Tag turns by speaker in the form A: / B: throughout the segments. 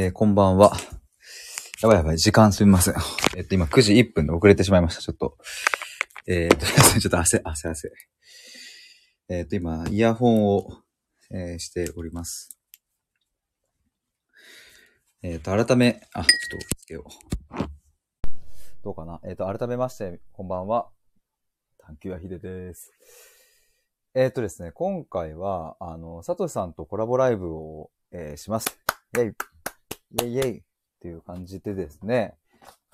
A: えーこんばんは。やばいやばい、時間すみません。えっと、今9時1分で遅れてしまいました。ちょっと。えー、っと、すいませんちょっと汗、汗、汗。えーっと、今、イヤホンを、えーしております。えーっと、改め、あ、ちょっとつけよう。どうかなえーっと、改めまして、こんばんは。探求やひでです。えーっとですね、今回は、あの、サトシさんとコラボライブを、えーします。イェイイェイイェイっていう感じでですね、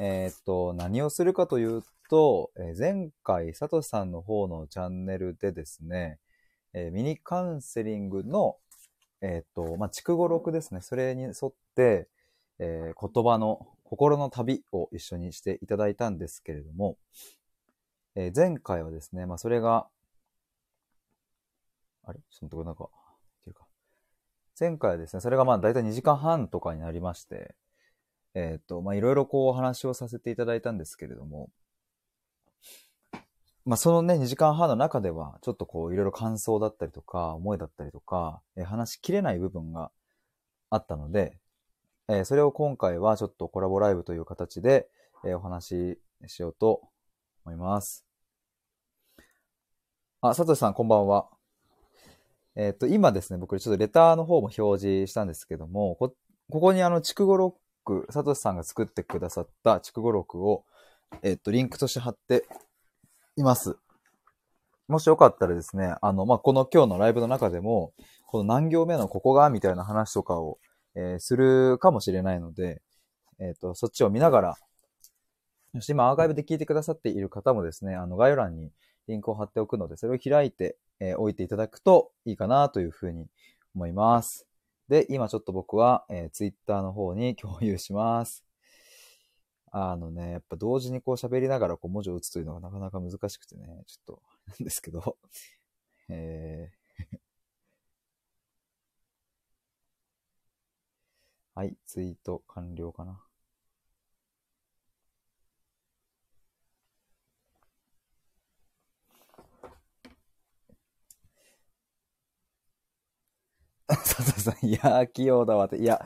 A: えーっと、何をするかというと、えー前回、サトシさんの方のチャンネルでですね、えーミニカウンセリングの、えーっと、まあ、筑語録ですね、それに沿って、えー言葉の、心の旅を一緒にしていただいたんですけれども、えー前回はですね、まあ、それが、あれちょっとこれなんか、っていうか、前回はですね、それがまあ大体2時間半とかになりまして、えっ、と、まあいろいろこうお話をさせていただいたんですけれども、まあそのね、2時間半の中では、ちょっとこういろいろ感想だったりとか、思いだったりとか、えー話しきれない部分があったので、えーそれを今回はちょっとコラボライブという形で、えーお話ししようと思います。あ、佐藤さんこんばんは。えっ、と、今ですね、僕ちょっとレターの方も表示したんですけども、こ、ここにあの、筑語ロック、サトシさんが作ってくださった筑語録を、えっ、と、リンクとして貼っています。もしよかったらですね、あの、まあ、この今日のライブの中でも、この何行目のここが、みたいな話とかを、えーするかもしれないので、えっ、と、そっちを見ながら、そして今アーカイブで聞いてくださっている方もですね、あの、概要欄にリンクを貼っておくので、それを開いて、えー置いていただくといいかなというふうに思います。で、今ちょっと僕は、えー、Twitter の方に共有します。あのね、やっぱ同時にこう喋りながらこう文字を打つというのがなかなか難しくてね、ちょっと、なんですけど。 えーはい、ツイート完了かな。 佐藤さん、いやー、器用だわって。いや、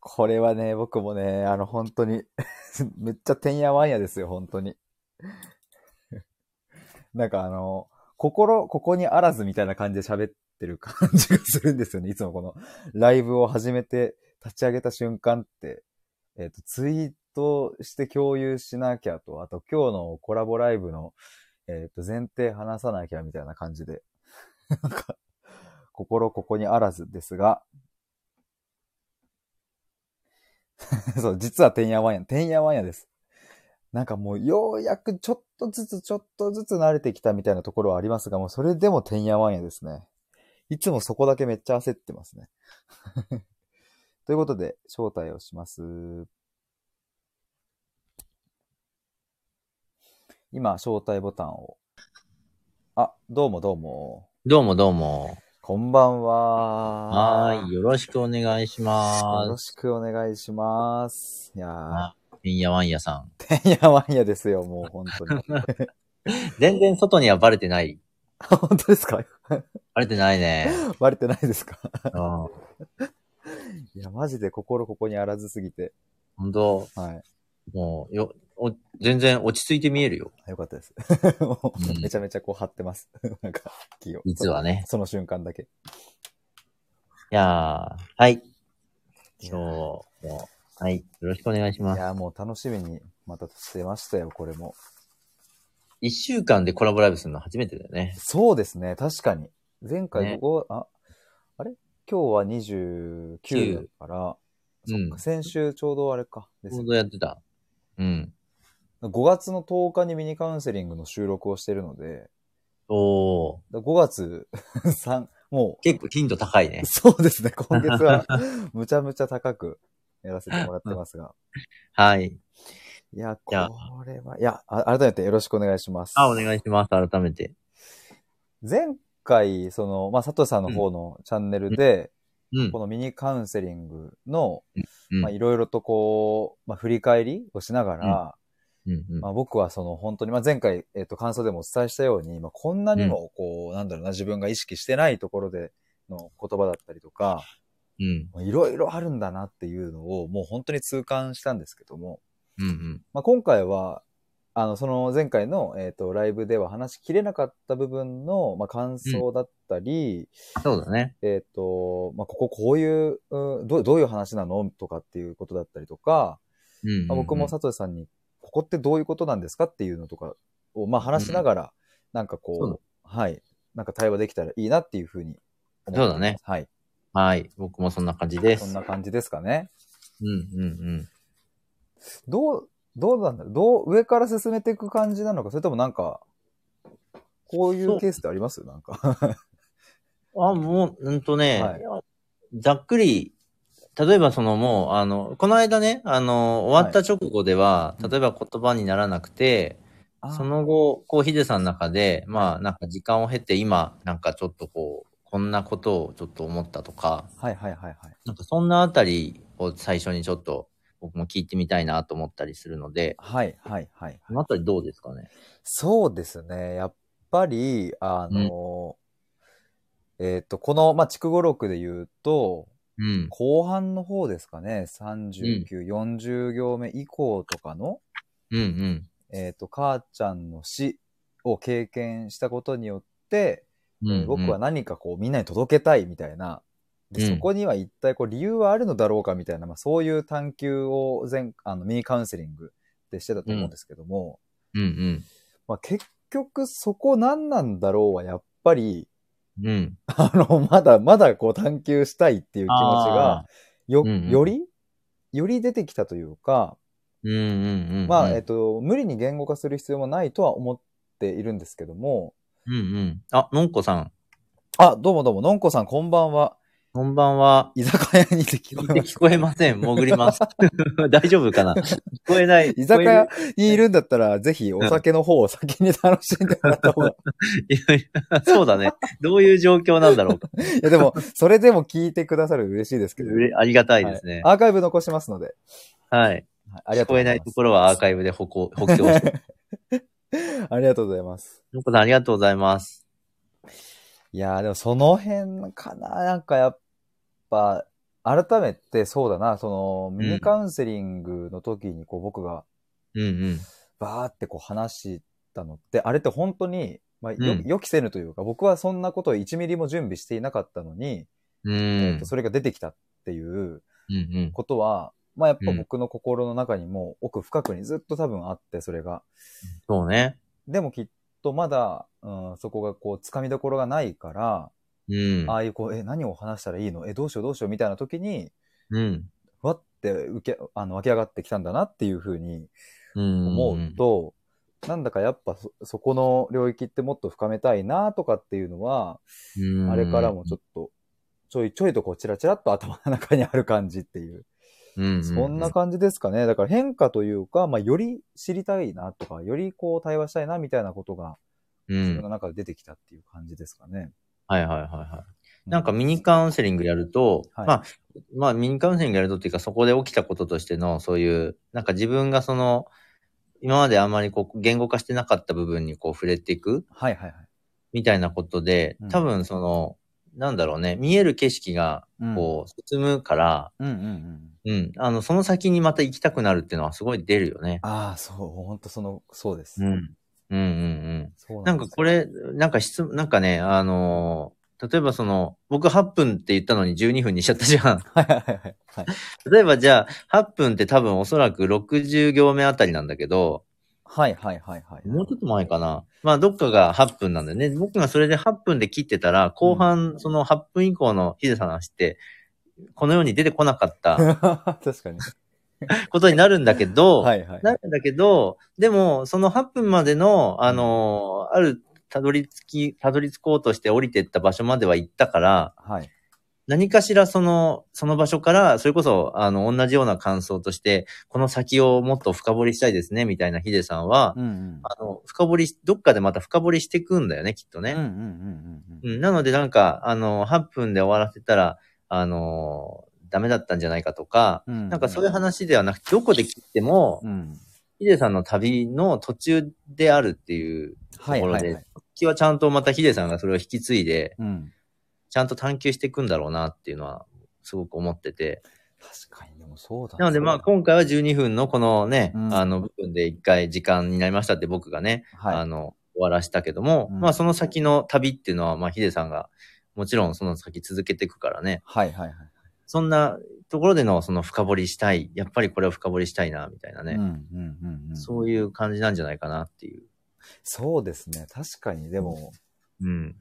A: これはね、僕もね、あの、本当に、 めっちゃてんやわんやですよ、本当に。 なんかあの、心、ここにあらずみたいな感じで喋ってる感じがするんですよね。いつもこの、ライブを始めて、立ち上げた瞬間って、えっ、と、ツイートして共有しなきゃと、あと今日のコラボライブの、えっ、と、前提話さなきゃみたいな感じで、なんか、心ここにあらずですが、 そう、実はてんやわんや、てんやわんやです。なんかもうようやくちょっとずつちょっとずつ慣れてきたみたいなところはありますが、もうそれでもてんやわんやですね。いつもそこだけめっちゃ焦ってますね。 ということで、招待をします。今、招待ボタンを。あ、どうもどうも。
B: どうもどうも。
A: こんばんは。
B: はーい。よろしくお願いし
A: よろ
B: ます。
A: しくお願いします。いやー、
B: てんやわんやさん。
A: てん やわんやですよ、もう本当 に。
B: 全然外にはバレてない。
A: 本当ですか
B: バレてないね。
A: バレてないですか
B: うん。ほ
A: いや、マジで心ここにあらずすぎて。
B: んと、
A: はい。
B: もう、よ、お全然落ち着いて見えるよ。
A: あよかったです。 もう
B: うん
A: めちゃめちゃこう張ってます。 なんか、気を。
B: 実はね。
A: その瞬間だけ。
B: いやー、はい。今日も、はい。よろしくお願いし
A: い
B: ます。
A: やー、もう楽しみにまたしてましたよ、これも。
B: 一週間でコラボライブするの初めてだよね。
A: そうですね、確かに。前回
B: ね
A: ここ、あ、あれ今日は29だから、
B: うん。
A: 先週ちょうどあれか。です
B: ち
A: よ
B: ょう
A: ね
B: どやってた。うん。
A: 5月の10日にミニカウンセリングの収録をしてるので、
B: おー。
A: だ5月 3、も
B: 結構頻度高いね
A: う、。そうですね、今月はむちゃむちゃ高くやらせてもらってますが。
B: はい。
A: いや、こ
B: じゃあ
A: れは、いや、あ改めてよろしくお願いします。
B: あ、お願いします。改めて。
A: 前回、その、まあ、佐藤さんの方のチャンネルで、
B: うん
A: こ。のミニカウンセリングの、
B: うん
A: まあ、いろいろとこう、まあ、振り返りをしながら、
B: うんうん
A: まあ、僕はその本当に、まあ、前回、えっと感想でもお伝えしたように、まあ、こんなにもこう、なんだろうな自分が意識してないところでの言葉だったりとか、
B: うん。
A: いろいろあるんだなっていうのを、もう本当に痛感したんですけども、
B: うんうん。
A: まあ、今回は、あの、その前回の、えっ、と、ライブでは話しきれなかった部分の、まあ、感想だったり、
B: そうだね。
A: えっ、と、まあ、こここういう、うんどう、どういう話なのとかっていうことだったりとか、
B: うんうんうん、
A: まあ僕も佐藤さんに、ここってどういうことなんですかっていうのとかを、まあ、話しながら、なんか
B: そう
A: こ
B: だ
A: う、はい、なんか対話できたらいいなっていうふうに思ってます
B: そうだね。
A: はい。
B: はい。僕もそんな感じで
A: そ
B: す。
A: んな感じですかね。
B: うんうんうん。
A: どう、どうなんだろうどう、上から進めていく感じなのか、それともなんか、こうい
B: そうう
A: ケースってありますなん か。
B: あ、もう、うんとね、
A: はい
B: ざっくり、例えばそのもう、あの、この間ね、あの、終わった直後では、
A: はい
B: 例えば言葉にならなくて、そ、の後、こう、ヒデさんの中で、まあ、なんか時間を経て、今、なんかちょっとこう、こんなことをちょっと思ったとか、
A: はいはいはいはい。
B: なんかそんなあたりを最初にちょっと、僕も聞いてみたいなと思ったりするので、
A: はいはいはい。
B: このあたりどうですかね
A: そうですね。やっぱり、あの、えっ、と、この、まあ、筑後録で言うと、
B: うん。
A: 後半の方ですかね。39、40行目以降とかの、
B: うんうん。
A: えっ、と、母ちゃんの死を経験したことによって、
B: うんうん
A: 僕は何かこうみんなに届けたいみたいな、で
B: うん
A: そこには一体こう理由はあるのだろうかみたいな、まあ、そういう探求を前あのミニカウンセリングでしてたと思うんですけども、
B: うんうん。
A: まあ、結局そこ何なんだろうはやっぱり
B: うん。
A: あのまだまだこう探求したいっていう気持ちが
B: あ
A: よ,、
B: うんうん
A: よりより出てきたというか、
B: うんうんうんうん。
A: まあえっと、無理に言語化する必要もないとは思っているんですけども
B: うんうん。あ、のんこさん、
A: あどうもどうものんこさんこんばんは
B: こんばんは。
A: 居酒屋にいて聞こえました
B: 聞こえ ません。潜ります。 大丈夫かな聞こえない。
A: 居酒屋にいるんだったら、ぜひお酒の方を先に楽しんでもらった方 が。
B: 聞こえる そうだね。どういう状況なんだろ うか。
A: いや、でも、それでも聞いてくださる嬉しいですけど。
B: うれありがたいですね。
A: アーカイブ残しますので。
B: はい。
A: はいありがと
B: 聞
A: う
B: こ
A: ご
B: え
A: ざ
B: ないい
A: ま
B: と
A: す。
B: ころはアーカイブで補強、補強 して。
A: ありがとうございます。
B: のんこさん、ありがとうございます。
A: いやー、でもその辺かな。なんかやっぱ、改めてそうだな、その、ミニカウンセリングの時に、こう、僕が、
B: うんうん。
A: バーってこう話したのって、あれって本当に、まあ、よ
B: うん
A: 予期せぬというか、僕はそんなことを1ミリも準備していなかったのに、
B: うん。
A: えっとそれが出てきたっていう、
B: うんうん。
A: ことは、まあやっぱ
B: うん
A: 僕の心の中にも奥深くにずっと多分あって、それが。
B: そうね。
A: でもきっとまだ、うん、そこがこう、掴みどころがないから、
B: うん
A: あ。あいうこう、え、何を話したらいいのえ、どうしようどうしようみたいな時に、
B: うん。
A: わって受け、あの、湧き上がってきたんだなっていうふうに
B: うん。
A: 思うと、なんだかやっぱそ、そこの領域ってもっと深めたいなとかっていうのは、
B: うん、
A: あれからもちょっと、ちょいちょいとこう、チラチラっと頭の中にある感じっていう。
B: うん、
A: そんな感じですかね。だから変化というか、まあ、より知りたいなとか、よりこう対話したいなみたいなことが、
B: う
A: 自
B: ん
A: 分の。中で出てきたっていう感じですかね。
B: はいはいはいはい。なんか
A: う
B: ミニカウンセリングやると、
A: はい
B: まあ、まあミニカウンセリングやるとっていうかそこで起きたこととしてのそういう、なんか自分がその、今まであんまりこう言語化してなかった部分にこう触れていく
A: はいはいはい。
B: みたいなことで
A: うん、
B: 多分その、なんだろうね、見える景色が
A: うん
B: こう進むから、
A: うんうんうん。
B: うん、あの、その先にまた行きたくなるっていうのはすごい出るよね。
A: ああ、そう、本当その、そうです。
B: うん。うんうんうん。
A: そうな
B: な
A: ん
B: ん
A: で
B: か
A: す
B: これ、なんか質、なんかね、あのー例えばその、僕8分って言ったのに12分にしちゃったじゃん。
A: はいはいはいはいはい。
B: 例えばじゃあ、8分って多分おそらく60行目あたりなんだけど、
A: はいはいはいはい。
B: もうちょっと前かな。まあ、どっかが8分なんだよね。僕がそれで8分で切ってたら、後半、その8分以降のヒデさんの話って、このように出てこなかった
A: 確かに。
B: ことになるんだけど、
A: はいはい。
B: なるんだけど、でも、その8分までの、あのーある、たどり着き、たどり着こうとして降りてった場所までは行ったから、
A: はい。
B: 何かしらその、その場所から、それこそ、あの、同じような感想として、この先をもっと深掘りしたいですね、みたいなヒデさんは、
A: うんうん。
B: あの、深掘りし、どっかでまた深掘りしていくんだよね、きっと
A: うんうんうん
B: ね。
A: うんう。
B: うんん、なので、なんか、あの、8分で終わらせたら、あの、ダメだったんじゃないかとか、
A: うん
B: なんかそういう話ではなくて、どこで切っても、
A: うん。
B: ヒデさんの旅の途中であるっていうと
A: はい
B: ころ
A: はい
B: で、
A: はい。
B: 気はちゃんとまたヒデさんがそれを引き継いで、
A: うん。
B: ちゃんと探求していくんだろうなっていうのは、すごく思ってて。
A: 確かに、でもそうだ
B: なのでまあ今回は12分のこのね、
A: うん
B: あの部分で一回時間になりましたって僕がね、
A: はい、
B: あの、終わらしたけども、
A: うん
B: まあその先の旅っていうのは、まあヒデさんがもちろんその先続けていくからね、
A: はいはいはい。
B: そんなところでのその深掘りしたい、やっぱりこれを深掘りしたいな、みたいなね
A: う、んうんうんうん、
B: そういう感じなんじゃないかなっていう。
A: そうですね。確かに、でも、
B: うん。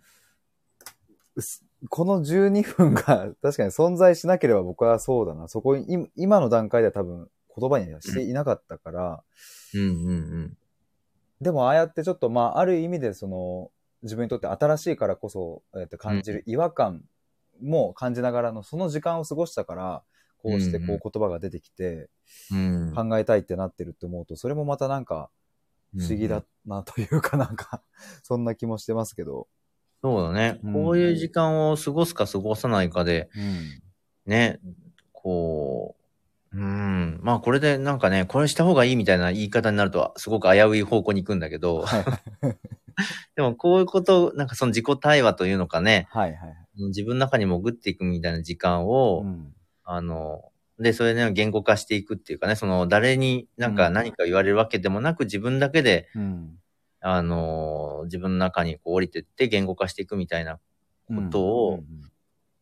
A: うすこの12分が 確かに存在しなければ僕はそうだな。そこに、今今の段階では多分言葉にはしていなかったから、
B: うんうん
A: でもああやってちょっとまあ、ある意味でその、自分にとって新しいからこそ、えっと感じる違和感も感じながらの、その時間を過ごしたから、こうして
B: うんう
A: こ
B: ん
A: う言葉が出てきて、
B: うん。うん。
A: 考えたいってなってるって思うと、それもまたなんか不思議だなというかなんか、そんな気もしてますけど。
B: そうだね。
A: うん
B: こういう時間を過ごすか過ごさないかで、
A: うん。
B: ね、こう、うん。まあこれでなんかね、これした方がいいみたいな言い方になると、すごく危うい方向に行くんだけど、
A: はい
B: でもこういうこと、なんかその自己対話というのかね、
A: はいはい。
B: 自分の中に潜っていくみたいな時間を、
A: うん
B: あの、で、それね、言語化していくっていうかね、その誰になんか
A: うん
B: 何か言われるわけでもなく、自分だけで、
A: うん。
B: あの、自分の中にこう降りてって言語化していくみたいなことを、
A: うん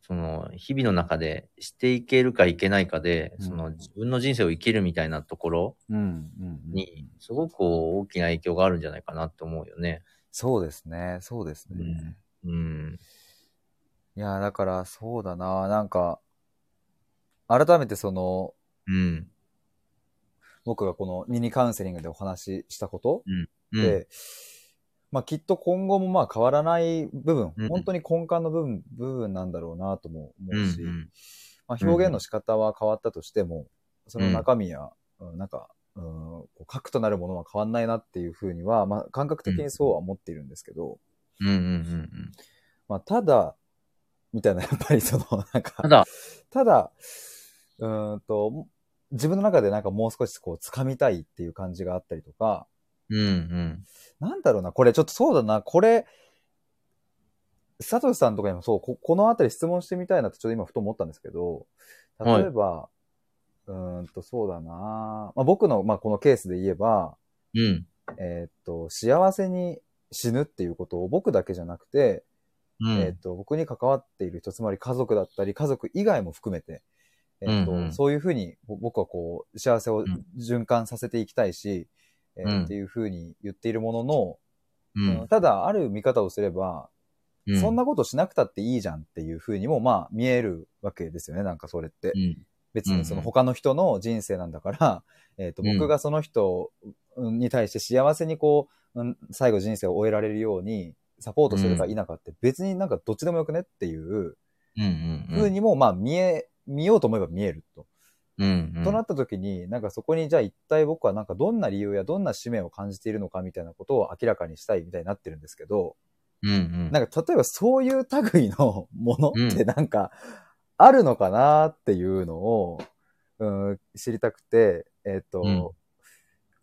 B: その日々の中でしていけるかいけないかで、
A: うん
B: その自分の人生を生きるみたいなところ
A: うんうんうん
B: に、すごくこう大きな影響があるんじゃないかなと思うよね。
A: そうですね、そうですね。
B: うんうん。
A: いや、だからそうだな、なんか、改めてその、
B: うん。
A: 僕がこのミニカウンセリングでお話ししたこと
B: うん。
A: で、まあきっと今後もまあ変わらない部分、
B: うん
A: 本当に根幹の部分、部分なんだろうなとも
B: うん
A: 思うし、
B: うん
A: まあ、表現の仕方は変わったとしても、その中身や、うんなんか、うん、こう核となるものは変わんないなっていうふうには、まあ感覚的にそうは思っているんですけど、
B: うんうんうん。
A: まあ、ただ、みたいな、やっぱりその、なん
B: た
A: か、
B: だ、
A: ただ、うーんと、自分の中でなんかもう少しこう、掴みたいっていう感じがあったりとか、
B: うんうん。
A: なんだろうな、これちょっとそうだな、これ、佐藤さんとかにもそう、ここのあたり質問してみたいなってちょっと今ふと思ったんですけど、例えば、うーんと、そうだな、まあ、僕の、まあ、このケースで言えば、
B: うん。
A: えーっと、幸せに死ぬっていうことを僕だけじゃなくて、
B: うん。
A: えっ、と、僕に関わっている人、つまり家族だったり、家族以外も含めて、えっ、と、
B: うんうん
A: そういうふうに、ぼ僕はこう、幸せを
B: ん
A: 循環させていきたいし、えー
B: うん
A: っていうふうに言っているものの、
B: うん
A: うんただ、ある見方をすれば、そん、なことしなくたっていいじゃんっていうふうにも、まあ、見えるわけですよね、なんかそれって
B: う。ん
A: 別にそ
B: うん
A: の
B: うん
A: 他の人の人生なんだから、 えっ、と、
B: うん
A: 僕がその人うんに対して幸せにこう、うん最後人生を終えられるように、サポートするか否かって別になんかどっちでもよくねっていう
B: うんうん。
A: 風にもまあ見え、見ようと思えば見えると。
B: うんうん。
A: となった時に、なんかそこにじゃあ一体僕はなんかどんな理由やどんな使命を感じているのかみたいなことを明らかにしたいみたいになってるんですけど、
B: うんうん。
A: なんか例えばそういう類のもの
B: うん
A: ってなんかあるのかなっていうのを、うん、知りたくて、えっ、と、
B: うん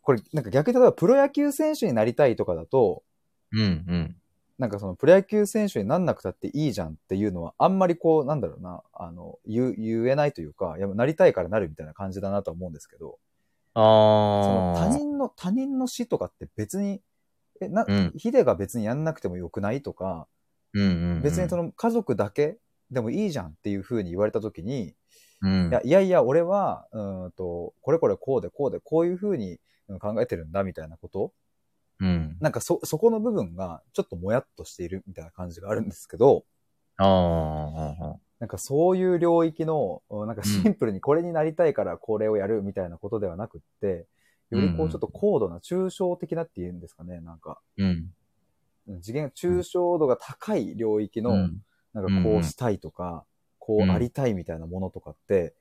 A: これなんか逆に例えばプロ野球選手になりたいとかだと、
B: うんうん。
A: なんかそのプロ野球選手になんなくたっていいじゃんっていうのはあんまりこうなんだろうな、あの、言う言えないというか、いやなりたいからなるみたいな感じだなとは思うんですけど、その
B: あ
A: 他
B: あ。
A: 人の、他人の死とかって別に、え、な、
B: うん
A: ヒデが別にやんなくてもよくないとか、
B: うんうん。
A: 別にそ
B: の、
A: の家族だけでもいいじゃんっていうふうに言われたときに、
B: うん
A: いやいやいや、俺は、うーんと、これこれこうでこうでこういうふうにうん考えてるんだみたいなこと、
B: うん。
A: なんかそ、そこの部分がちょっともやっとしているみたいな感じがあるんですけど、
B: ああ。
A: なんかそういう領域の、うんなんかシンプルにこれになりたいからこれをやるみたいなことではなくって、よりこ
B: うんう
A: うんちょっと高度な、抽象的なっていうんですかね、なんか、
B: うん。
A: うん次元、抽象度が高い領域の、
B: うん
A: なんかこうしたいとか、こうありたいみたいなものとかって、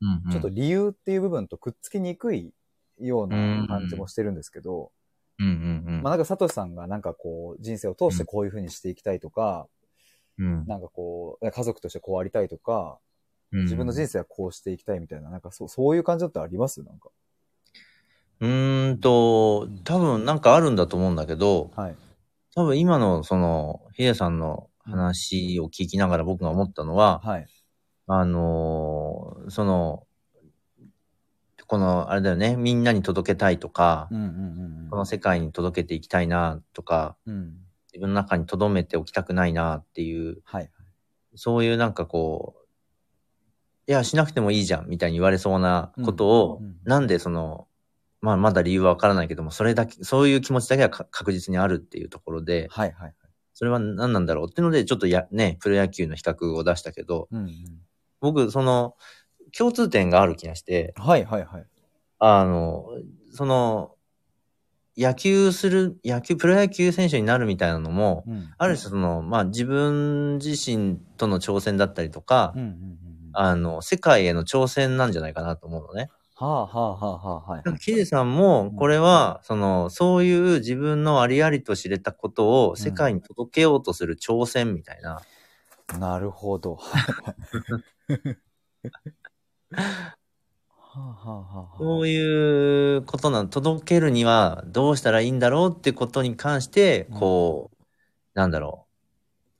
B: うん
A: ちょっと、理由っていう部分とくっつきにくいような感じもしてるんですけど、
B: うんうんうん。
A: まあなんかサトシさんがなんかこう人生を通してこういうふうにしていきたいとか、
B: うん
A: なんかこう家族としてこうありたいとか、
B: うん
A: 自分の人生はこうしていきたいみたいな、なんかそうそういう感じだってありますなんか。
B: うーんと、多分なんかあるんだと思うんだけど、
A: はい。
B: 多分今のその、ヒデさんの話を聞きながら僕が思ったのは、
A: はい。
B: あのーその、この、あれだよね、みんなに届けたいとか、
A: うんうん
B: この世界に届けていきたいなとか、
A: うん。うん。
B: 自分の中に留めておきたくないなっていう、
A: はい。
B: そういうなんかこう、いや、しなくてもいいじゃんみたいに言われそうなことを、
A: うんうん
B: なんでその、まあまだ理由はわからないけども、それだけ、そういう気持ちだけはか確実にあるっていうところで、
A: はいはい。
B: それは何なんだろうっていうので、ちょっとや、ね、プロ野球の比較を出したけど、
A: うんうん。
B: 僕、その、共通点がある気がして、
A: はいはいはい。
B: あの、その、野球する、野球、プロ野球選手になるみたいなのも、
A: うん。
B: ある種その、まあ自分自身との挑戦だったりとか、
A: うんうんうんうん。は
B: あの、世界への挑戦なんじゃないかなと思うのね。
A: あはあはあはあはい
B: なんかヒデさんも、これは、その、そういう自分のありありと知れたことを世界に届けようとする挑戦みたいな、
A: はい。なるほど。はあはあはあは
B: そういうことなの、届けるにはどうしたらいいんだろうってことに関して、
A: うん
B: こう、なんだろ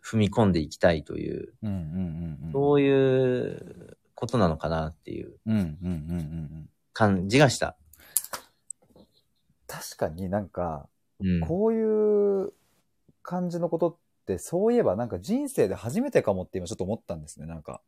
B: う、踏み込んでいきたいという、
A: うんうんうんうん。
B: そういうことなのかなっていう
A: うんうんうんうんうん。
B: 感じがした。
A: 確かになんか、
B: うん。
A: こういう感じのことって、そういえばなんか人生で初めてかもって今ちょっと思ったんですね、なんか。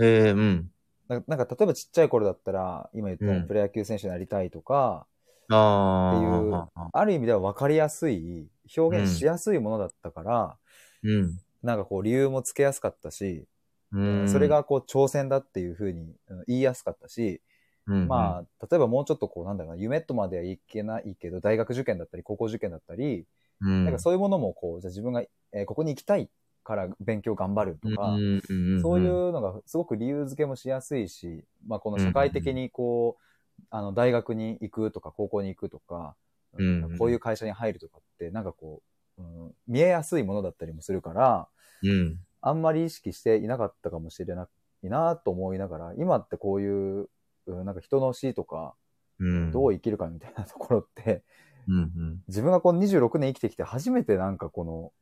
B: えー、うん。
A: なんかなんか例えばちっちゃい頃だったら、今言ったよう
B: う
A: に
B: ん
A: プロ野球選手になりたいとか、
B: ああ。
A: ある意味では分かりやすい、表現しやすいものだったから、
B: うん。
A: なんかこう理由もつけやすかったし、
B: うん。
A: それがこう挑戦だっていうふうにうん言いやすかったし、
B: うん、
A: まあ、例えばもうちょっとこうなんだろうな、夢とまではいけないけど、大学受験だったり、高校受験だったり、
B: うん、
A: なんかそういうものもこう、じゃあ自分が、えーここに行きたいから勉強頑張るとか、
B: んんん
A: そうい。うのがすごく理由付けもしやすいし、まあこの社会的にこう、あの大学に行くとか高校に行くとか、
B: うんうん
A: こういう会社に入るとかって、なんかこう、うん見えやすいものだったりもするから、
B: うん。
A: あんまり意識していなかったかもしれないなと思いながら、今ってこういう、うんなんか人の死とか、
B: うん。
A: ど
B: う
A: う生きるかみたいなところって、
B: うん。
A: 自分がこの26年生きてきて初めてなんかこの、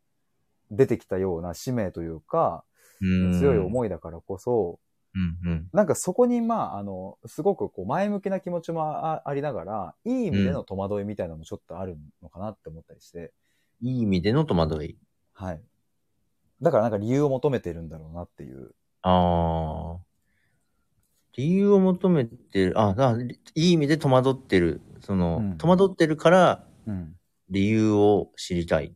A: 出てきたような使命というか、
B: うん。
A: 強い
B: い。
A: 思いだからこそ、
B: うん。うん。
A: なんかそこに、まあ、あの、すごくこう前向きな気持ちもあありながら、いい意味での戸惑いみたいなのもちょっとあるのかなって思ったりして、
B: いい意味での戸惑い。
A: はい。だからなんか理由を求めてるんだろうなっていう。
B: ああ。理由を求めてる。あ、あいい意味で戸惑ってる。その、
A: うん
B: 戸惑ってるから
A: うん。
B: 理由を知りたい。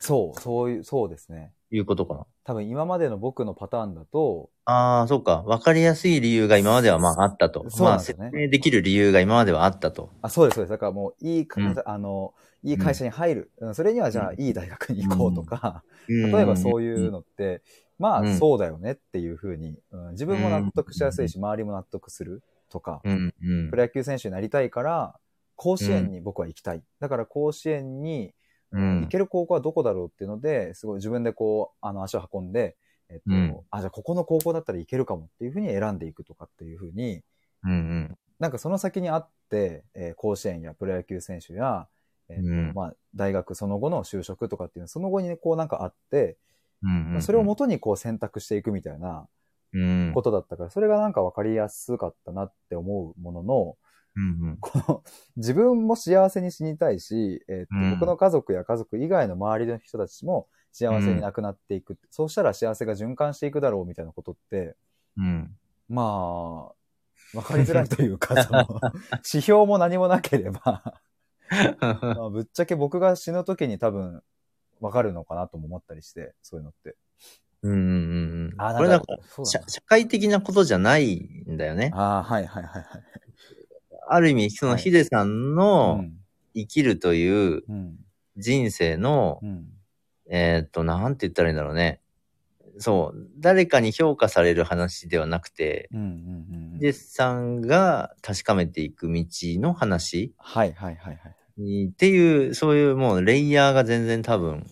A: そう、そういう、そうですね。
B: いうことかな。
A: 多分今までの僕のパターンだと、
B: ああ、そうか。わかりやすい理由が今まではまああったと。
A: そうな
B: ま
A: ん
B: あ
A: ですよ
B: 説
A: ね
B: 明できる理由が今まではあったと。
A: あ、そうです、そうです。だからもういい会
B: うん
A: 社、あの、いい会社に入る。うん、それにはじゃあ
B: うん
A: いい大学に行こうとか、
B: 例
A: 例えばそういう。のって、ま
B: う
A: あ
B: ん
A: そうだよねっていうふうに、うん、自分も納得しやすいし、周りも納得するとか、
B: うん。うん
A: プ。ロ野球選手になりたいから、甲子園に僕は行きたい。だから甲子園に
B: う
A: 行
B: ん。
A: ける高校はどこだろうっていうので、すごい自分でこう、あの、足を運んで、えっと、
B: うん
A: あ、じゃあここの高校だったらいけるかもっていうふうに選んでいくとかっていうふうに、
B: うん。
A: なんかその先にあって、えー甲子園やプロ野球選手や、えっと
B: うん
A: まあ、大学その後の就職とかっていうのその後にね、こうなんかあって、
B: うん。うん。
A: それをもとにこう選択していくみたいな
B: うん。
A: ことだったから、それがなんかわかりやすかったなって思うものの、
B: うん。うん。
A: この、自分も幸せに死にたいし、えーっと
B: うん
A: 僕の家族や家族以外の周りの人たちも幸せになくなっていく、そうしたら幸せが循環していくだろうみたいなことって、
B: うん。
A: ま あ、わかりづらいというか、その、指標も何もなければ、 まあぶっちゃけ僕が死ぬ時に多分、わかるのかなとも思ったりして、そういうのって。
B: うんうんうんうん。
A: あー
B: これなんか、
A: そう
B: 社
A: だ
B: 社会的なことじゃないんだよね。
A: な。ああー、はいはいはいはい。
B: ある意味、その
A: はい
B: ヒデさん
A: う
B: の
A: ん。
B: 生きるという
A: うん。
B: 人生の
A: う、ん。
B: えーっと、なんて言ったらいいんだろうね。そう。誰かに評価される話ではなくて、
A: うん。うんうん。
B: ヒデさんが確かめていく道の話
A: はいはいはいはい。
B: にっていう、そういうもうレイヤーが全然多分、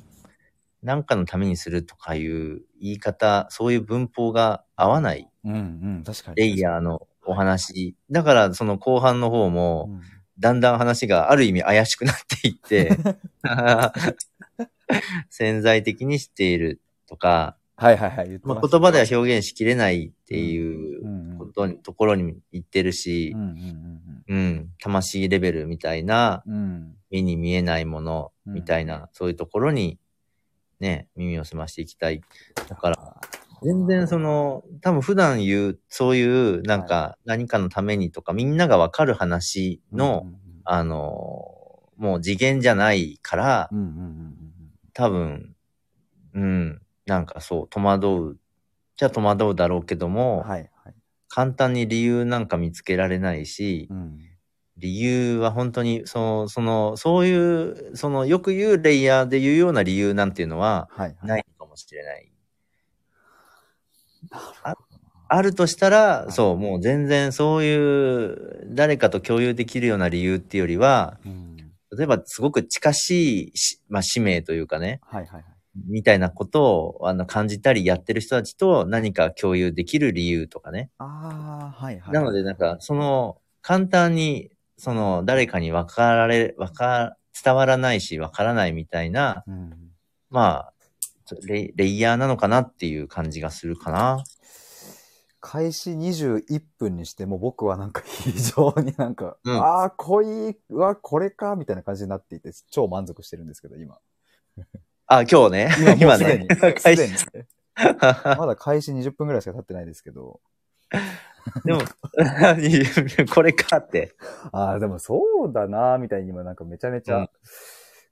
B: なんかのためにするとかいう言い方、そういう文法が合わない
A: うんうん。確かに。
B: レイヤーのお話。だから、その後半の方
A: う
B: も、
A: ん
B: だんだん話がある意味怪しくなっていって、潜在的にしているとか、
A: はいはいはい。言って
B: ま
A: ま
B: あ、
A: した
B: 言葉では表現しきれないっていううん
A: うん
B: ことに、ところに行ってるし
A: うんう、ん
B: うん、魂レベルみたいな、
A: うんうんうん
B: 目に見えないもの
A: うん
B: みたいな、そういうところに、ね、耳を澄ましていきたい。だから、全然その、多分普段言う、そういう、なんか、何かのためにとか、みんながわかる話の、
A: うん
B: あの、もう次元じゃないから、
A: うんうんうんうん
B: 多分、うん、なんかそう、戸惑う。じゃ戸惑うだろうけど
A: うん
B: も、
A: はいはい。
B: 簡単に理由なんか見つけられないし、
A: うん
B: 理由は本当に、その、その、そういう、その、よく言うレイヤーで言うような理由なんていうのは、
A: はいはい。
B: ないのかもしれない。ああるとしたら、そう、もう全然そういう、誰かと共有できるような理由っていうよりは、
A: うん
B: 例えばすごく近しいし、まあ、使命というかね、
A: はいはいはい。
B: みたいなことをあの感じたりやってる人たちと何か共有できる理由とかね。
A: ああ、はいはい。
B: なのでなんか、その、簡単に、その、誰かに分かられ、分か、伝わらないし、分からないみたいな、
A: うん、
B: まあ、レイレイヤーなのかなっていう感じがするかな。
A: 開始21分にしてもう僕はなんか非常になんか、
B: うん
A: ああ、恋はこれかみたいな感じになっていて、超満足してるんですけど、 今。
B: あ、今日ね。今
A: もうすで
B: ね
A: に。
B: 開
A: すで
B: 始
A: に
B: で
A: まだ開始20分ぐらいしか経ってないですけど。
B: も、 これかって。
A: ああ、でもそうだなーみたいに今なんかめちゃめちゃ。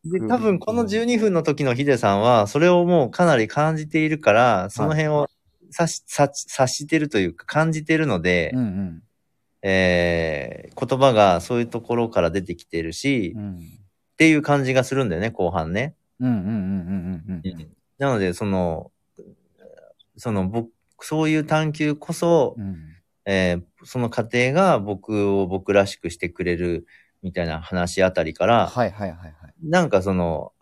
B: で多分この12分の時のヒデさんは、それをもうかなり感じているから、その辺を察し、察し察してるというか感じてるので、
A: うんうん
B: えー言葉がそういうところから出てきてるし、
A: う
B: っ
A: ん
B: ていう感じがするんだよね、後半ね。
A: うんうんうんうんうんうん
B: なので、その、その僕、そういう探求こそ、
A: うん
B: えーその過程が僕を僕らしくしてくれるみたいな話あたりから、
A: はいはいはいはい。
B: なんかその、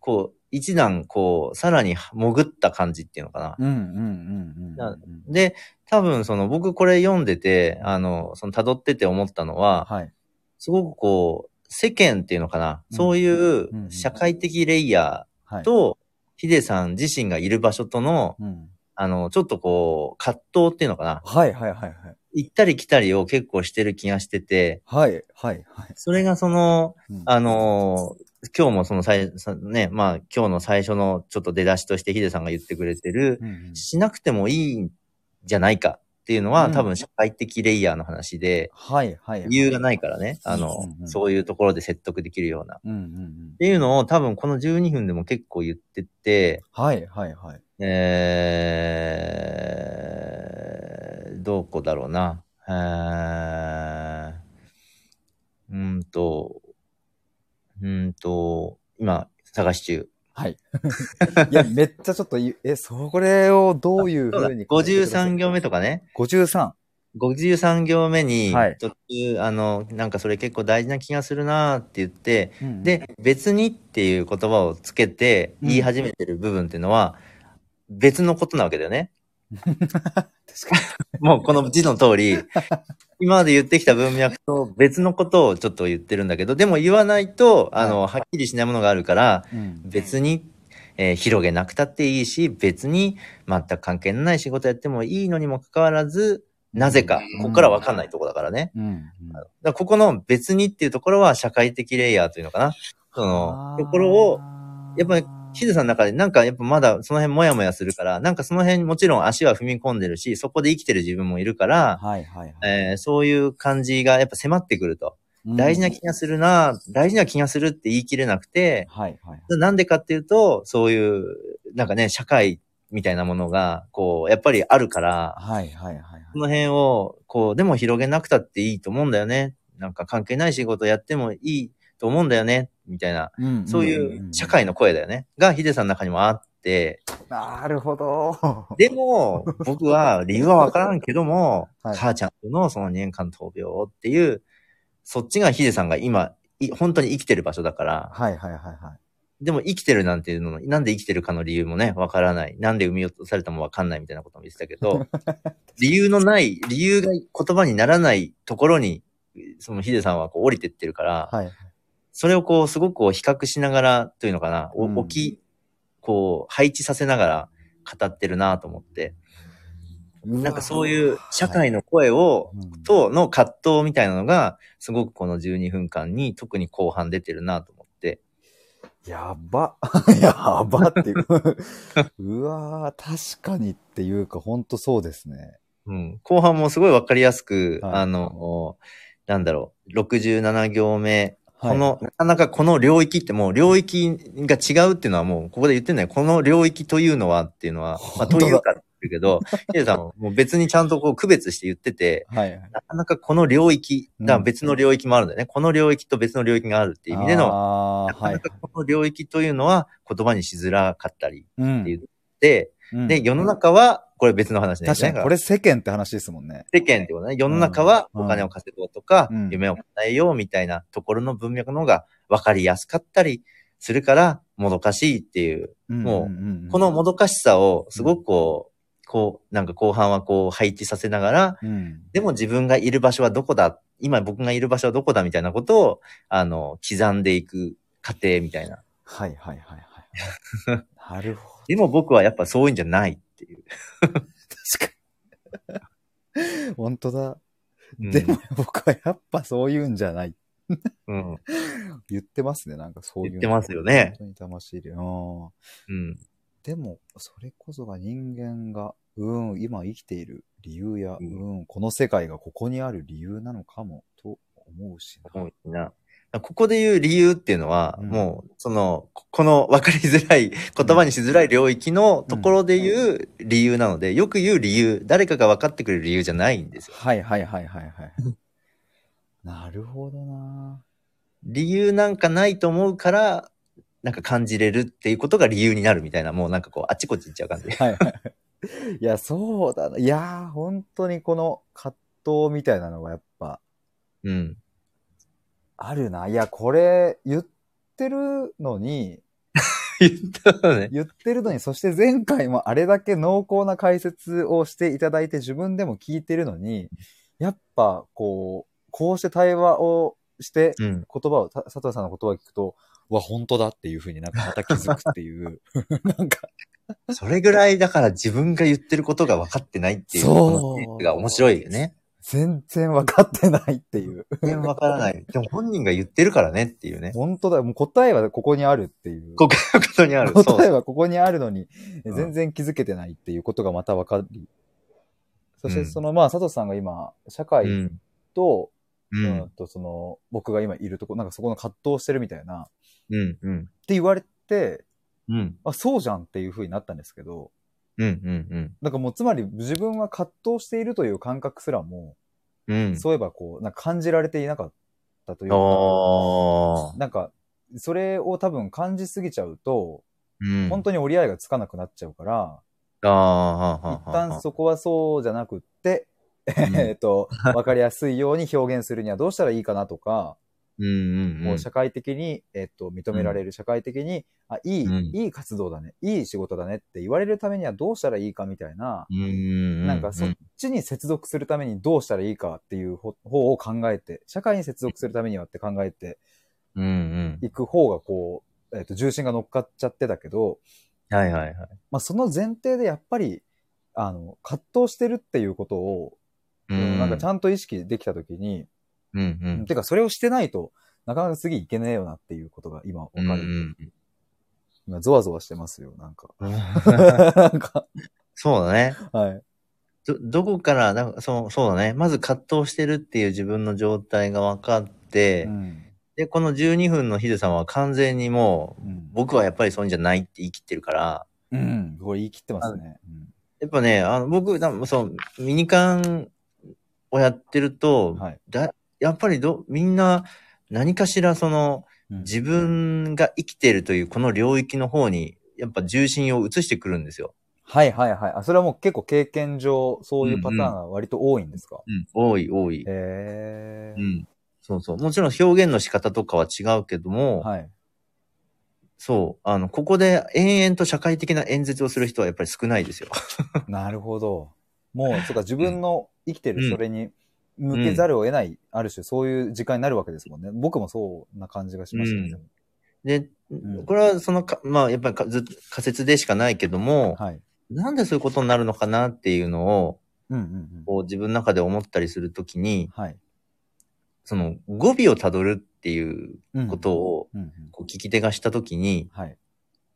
B: こう、一段こう、さらに潜った感じっていうのかな。
A: うんうんうんうんうん
B: な
A: うん。
B: で、多分その僕これ読んでて、あの、その辿ってて思ったのは、
A: はい。
B: すごくこう、世間っていうのかな。
A: うん
B: そういう
A: うんうん
B: 社会的レイヤ
A: は
B: ー
A: い。
B: と、ヒデさん自身がいる場所との、
A: うん、
B: あの、ちょっとこう、葛藤っていうのかな。
A: はいはいはいはい。
B: 行ったり来たりを結構してる気がしてて、
A: はいはいはい。
B: それがその、
A: うん
B: あのー今日もその最、さね、まあ今日の最初のちょっと出だしとしてヒデさんが言ってくれてる、
A: うんうん
B: しなくてもいいんじゃないかっていうのは、
A: うん
B: 多分社会的レイヤーの話で、
A: はいはいはい。
B: 理由がないからね、あの、
A: うんうん
B: そういうところで説得できるような。っ
A: うんうんうん。
B: ていうのを多分この12分でも結構言ってて、
A: はいはいはい。
B: えー、どこだろうな。えー、うーんと、うーんと、今、探し中。
A: はい。いや、めっちゃちょっとい、 え、それをどういう
B: そう
A: ふ
B: だ
A: うに。
B: 53行目とかね。
A: 53。
B: 53行目に、
A: はい
B: 途中、あの、なんかそれ結構大事な気がするなーって言って、
A: うんうん、
B: で、別にっていう言葉をつけて言い始めてる部分っていうのは、別のことなわけだよね。
A: 確かに。
B: もうこの字の通り、今まで言ってきた文脈と別のことをちょっと言ってるんだけど、でも言わないと、あの、はっきりしないものがあるから、
A: うん
B: 別に、えー広げなくたっていいし、別に全く関係のない仕事やってもいいのにもかかわらず、なぜか、ここからわかんないとこだからね。
A: うんうん。
B: だからここの別にっていうところは社会的レイヤーというのかな。その、ところを、
A: あー、
B: やっぱりヒデさんの中でなんかやっぱまだその辺モヤモヤするから、なんかその辺もちろん足は踏み込んでるし、そこで生きてる自分もいるから、
A: はいはいはい。
B: えーそういう感じがやっぱ迫ってくると。大事な
A: うん
B: 気がするな、大事な気がするって言い切れなくて、
A: はいはい。
B: なんでかっていうと、そういう、なんかね、社会みたいなものが、こう、やっぱりあるから、
A: はいはいはいはい。
B: その辺を、こう、でも広げなくたっていいと思うんだよね。なんか関係ない仕事やってもいいと思うんだよね、みたいな、
A: うんんんん
B: そういう社。会の声だよね。が、ヒデさんの中にもあって、
A: なるほ ど。
B: でも、僕は理由はわからんけども、
A: はい
B: 母ちゃんとのその年間闘病っていう、そっちがヒデさんが今、い本当に生きてる場所だから、
A: はいはいはいは
B: でも生きてるなんていうのも、なんで生きてるかの理由もね、わからない。なんで産み落とされたもわかんないみたいなことも言ってたけ ど、理由のない、理由が言葉にならないところに、そのヒデさんはこう降りてってるから、
A: い。はい。
B: それをこうすごくこう比較しながらというのかな、お
A: うん
B: 置き、こう配置させながら語ってるなと思って、なんかそう
A: う
B: い
A: わ
B: う社会の声を、
A: ー、うん
B: との葛藤みたいなのが、すごくこの12分間に特に後半出てるなと思って、
A: やば。 やばって いう。うわー、確かにっていうか、ほんとそうですね。
B: うん、後半もすごいわかりやすく、
A: はい
B: あの、なんだろう、67行目、
A: はい
B: この、、なかなかこの領域ってもう領域が違うっていうのはもうここで言ってんだよ。この領域というのはっていうのは、まあ、
A: 本当
B: と
A: だ
B: いうかって言う けど、ヒデさんももう別にちゃんとこう区別して言ってて、
A: はいはい。
B: なかなかこの領域が
A: うん
B: 別の領域もあるんだよね。この領域と別の領域があるっていう意味での、
A: あ
B: な
A: ー
B: か
A: はい
B: な。かこの領域というのは言葉にしづらかったり
A: うん
B: ていうで、
A: うん
B: で、世の中は、これ別の話で
A: 確
B: す
A: か
B: ね。
A: に、これ世間って話ですもんね。
B: 世間ってことね。世の中は
A: うん
B: お金を稼ごうとか、
A: うん
B: 夢を叶えようみたいなところの文脈の方が分かりやすかったりするから、もどかしいっていう、もうこのもどかしさをすごくこう、こう、なんか後半はこう配置させながら、
A: うん、うん
B: でも自分がいる場所はどこだ、今僕がいる場所はどこだみたいなことを、あの、刻んでいく過程みたいな。
A: はいはいはいはい。なるほど。
B: でも僕はやっぱそういうんじゃないっていう。
A: 確かに。本当だ。
B: うん
A: でも、僕はやっぱそういうんじゃない。
B: うん。
A: 言ってますね、なんかそういうの。
B: 言ってますよね
A: 本当に魂で。うん
B: うん。
A: でも、それこそが人間が、うん、今生きている理由や、
B: う
A: うんん、この世界がここにある理由なのかも、と思うしな。
B: 思うな。ここで言う理由っていうのは、
A: うん
B: もう、その、ここの分かりづらい、言葉にしづらい領域のところで言う理由なので、よく言う理由、誰かが分かってくれる理由じゃないんですよ。
A: はいはいはいはい はい。なるほどな
B: 理由なんかないと思うから、なんか感じれるっていうことが理由になるみたいな、もうなんかこう、あっちこっち行っちゃう感じ。
A: はいはい。 いや、そうだな。いやー、本当にこの葛藤みたいなのがやっぱ
B: うん。
A: あるな。いや、これ言ってるのに、
B: 言ったのね。
A: 言ってるのに、そして前回もあれだけ濃厚な解説をしていただいて自分でも聞いてるのに、やっぱこう、こうして対話をして
B: うん。
A: 言葉を、た佐藤さんの言葉を聞くと、うわ、本当だっていうふうになんかまた気づくっていう、なんか、
B: それぐらいだから自分が言ってることが分かってないっていう、
A: そう
B: このが面白いよね。
A: 全然わかってないっていう。
B: 全然分からない。でも本人が言ってるからねっていうね。
A: 本当だ、もう答えはここにあるっていう。
B: ここのことにある。そう
A: 答えはここにあるのに、
B: うん
A: 全然気づけてないっていうことがまたわかり。そし
B: う
A: て
B: ん
A: その、まあ、佐藤さんが今、社会
B: うん。
A: と、
B: う
A: うん
B: ん。
A: とその僕が今いるとこなんかそこの葛藤してるみたいなって
B: うん。うん。
A: 言われて
B: うん。
A: あそうじゃんっていう風になったんですけど
B: うん。うん。
A: なんかもうつまり自分は葛藤しているという感覚すらも、
B: うん。うん。
A: そういえばこうなんか感じられていなかったという
B: お
A: か
B: ー
A: なんかそれを多分感じすぎちゃうと、
B: うん。
A: 本当に折り合いがつかなくなっちゃうから、
B: あーはあは
A: 一
B: あはあ
A: 旦そこはそうじゃなくって、
B: ん
A: えっと分かりやすいように表現するにはどうしたらいいかなとか。
B: うんうん
A: こ
B: うん
A: う社会的に、えっと認められる、社会的にあいい、
B: うん
A: いい活動だねいい仕事だねって言われるためにはどうしたらいいかみたいな、
B: うんうん。
A: なんかそっちに接続するためにどうしたらいいかっていうほ方を考えて社会に接続するためにはって考えて
B: うんうん。
A: いく方がこう、えっと重心が乗っかっちゃってたけど、
B: はいはいはい。
A: まあ、その前提でやっぱりあの葛藤してるっていうことを、
B: う
A: なんかち
B: ん
A: ゃんと意識できた時に、
B: うんうん。
A: てかそれをしてないとなかなか次いけねえよなっていうことが今わかる。
B: うん
A: 今、ゾワゾワしてますよ、なんか。
B: うん
A: なんか、
B: そうだね。
A: はい。
B: ど、どこから、なんかそう、そうだね。まず葛藤してるっていう自分の状態が分かって、
A: うん
B: で、この12分のヒデさんは完全にもう、
A: うん
B: 僕はやっぱりそういうんじゃないって言い切ってるから、
A: うん。これ言い切ってますね。
B: やっぱね、あの、僕、なんそう、ミニカンをやってる
A: う
B: と、
A: んはい。
B: だ、やっぱりど、みんな、何かしらその、
A: うん
B: 自分が生きてるというこの領域の方に、やっぱ重心を移してくるんですよ。
A: はいはいはい。あ、それはもう結構経験上、そういうパターンが割と多いんですか、
B: うん。多い、多い。
A: へ
B: う
A: え
B: ん。そうそう。もちろん表現の仕方とかは違うけども、
A: はい。
B: そう。あの、ここで延々と社会的な演説をする人はやっぱり少ないですよ。
A: なるほど。もう、そう か、自分の生きて
B: うん
A: るそれに向けざるを得ない、ある種そういう時間になるわけですもんね。僕もそうな感じがしましたね。
B: で
A: うん、
B: これはそのか、まあ、やっぱりかずっと仮説でしかないけども、
A: はい。
B: なんでそういうことになるのかなっていうのを、
A: うんうんうん。
B: こう自分の中で思ったりするときに、
A: はい。
B: その語尾をたどるっていう
A: うん
B: ことを、
A: うんうん。
B: こう聞き手がしたときに、
A: はい。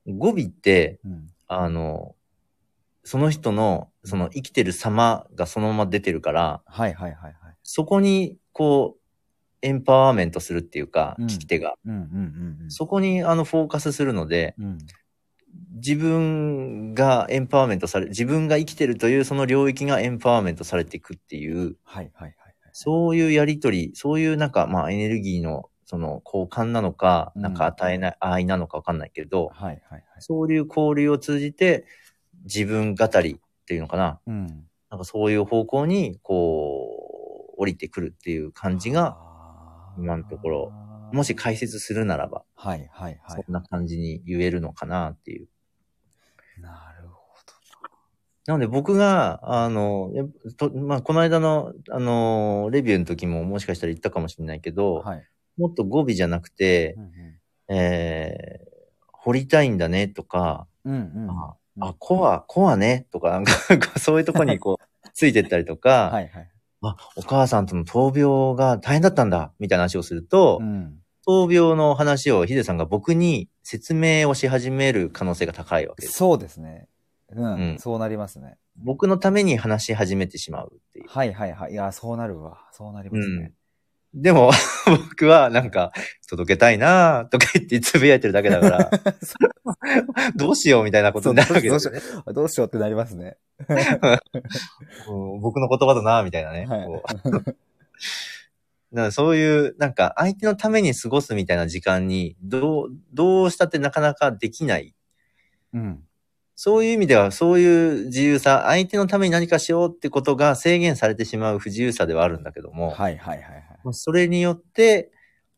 B: 語尾って、
A: うん。
B: あの、その人の、その生きてる様がそのまま出てるから、
A: はいはいはいはい。
B: そこに、こう、エンパワーメントするっていうか、
A: うん
B: 聞き手が。
A: うんうんうんうん。
B: そこに、あの、フォーカスするので、
A: うん。
B: 自分がエンパワーメントされ、自分が生きてるというその領域がエンパワーメントされていくっていう、
A: はいはいはいはい。
B: そういうやりとり、そういうなんか、まあエネルギーのその交換なのか、
A: うん
B: なんか与えない、愛なのかわかんないけれど、
A: はいはいはい。
B: そういう交流を通じて自分語りっていうのかな、
A: うん。
B: なんかそういう方向にこう、降りてくるっていう感じが、
A: あー、
B: 今のところもし解説するならば、
A: はいはいは
B: そ
A: い。
B: んな感じに言えるのかなっていう。
A: なるほど。
B: なので僕が、あの、やっぱとまあ、この間の、あの、レビューの時ももしかしたら言ったかもしれないけど、
A: はい。
B: もっと語尾じゃなくて
A: う、んうん
B: えー、掘りたいんだねとか、
A: うんうん。
B: あ
A: う、ん
B: あコア、コアねとか、なんか、 そういうとこにこう、ついてったりとか、
A: はいはい。
B: あ、お母さんとの闘病が大変だったんだ、みたいな話をすると、
A: うん。
B: 闘病の話をヒデさんが僕に説明をし始める可能性が高いわけです。
A: そうですね。うん、
B: うん
A: そうなりますね。
B: 僕のために話し始めてしまうっていう。
A: はいはいはい。いや、そうなるわ。そうなりますね。
B: でも、 僕はなんか、届けたいなぁとか言ってつぶやいてるだけ だから、どうしようみたいなことになるわけですよね。
A: あどうしようってなりますね。
B: うん僕の言葉だなぁみたいなね。
A: はい
B: こう だからそういう、なんか、相手のために過ごすみたいな時間に、どう、どうしたってなかなかできない。
A: うん。
B: そういう意味では、そういう自由さ、相手のために何かしようってことが制限されてしまう不自由さではあるんだけども、
A: はいはいはいはい。
B: まあそれによって、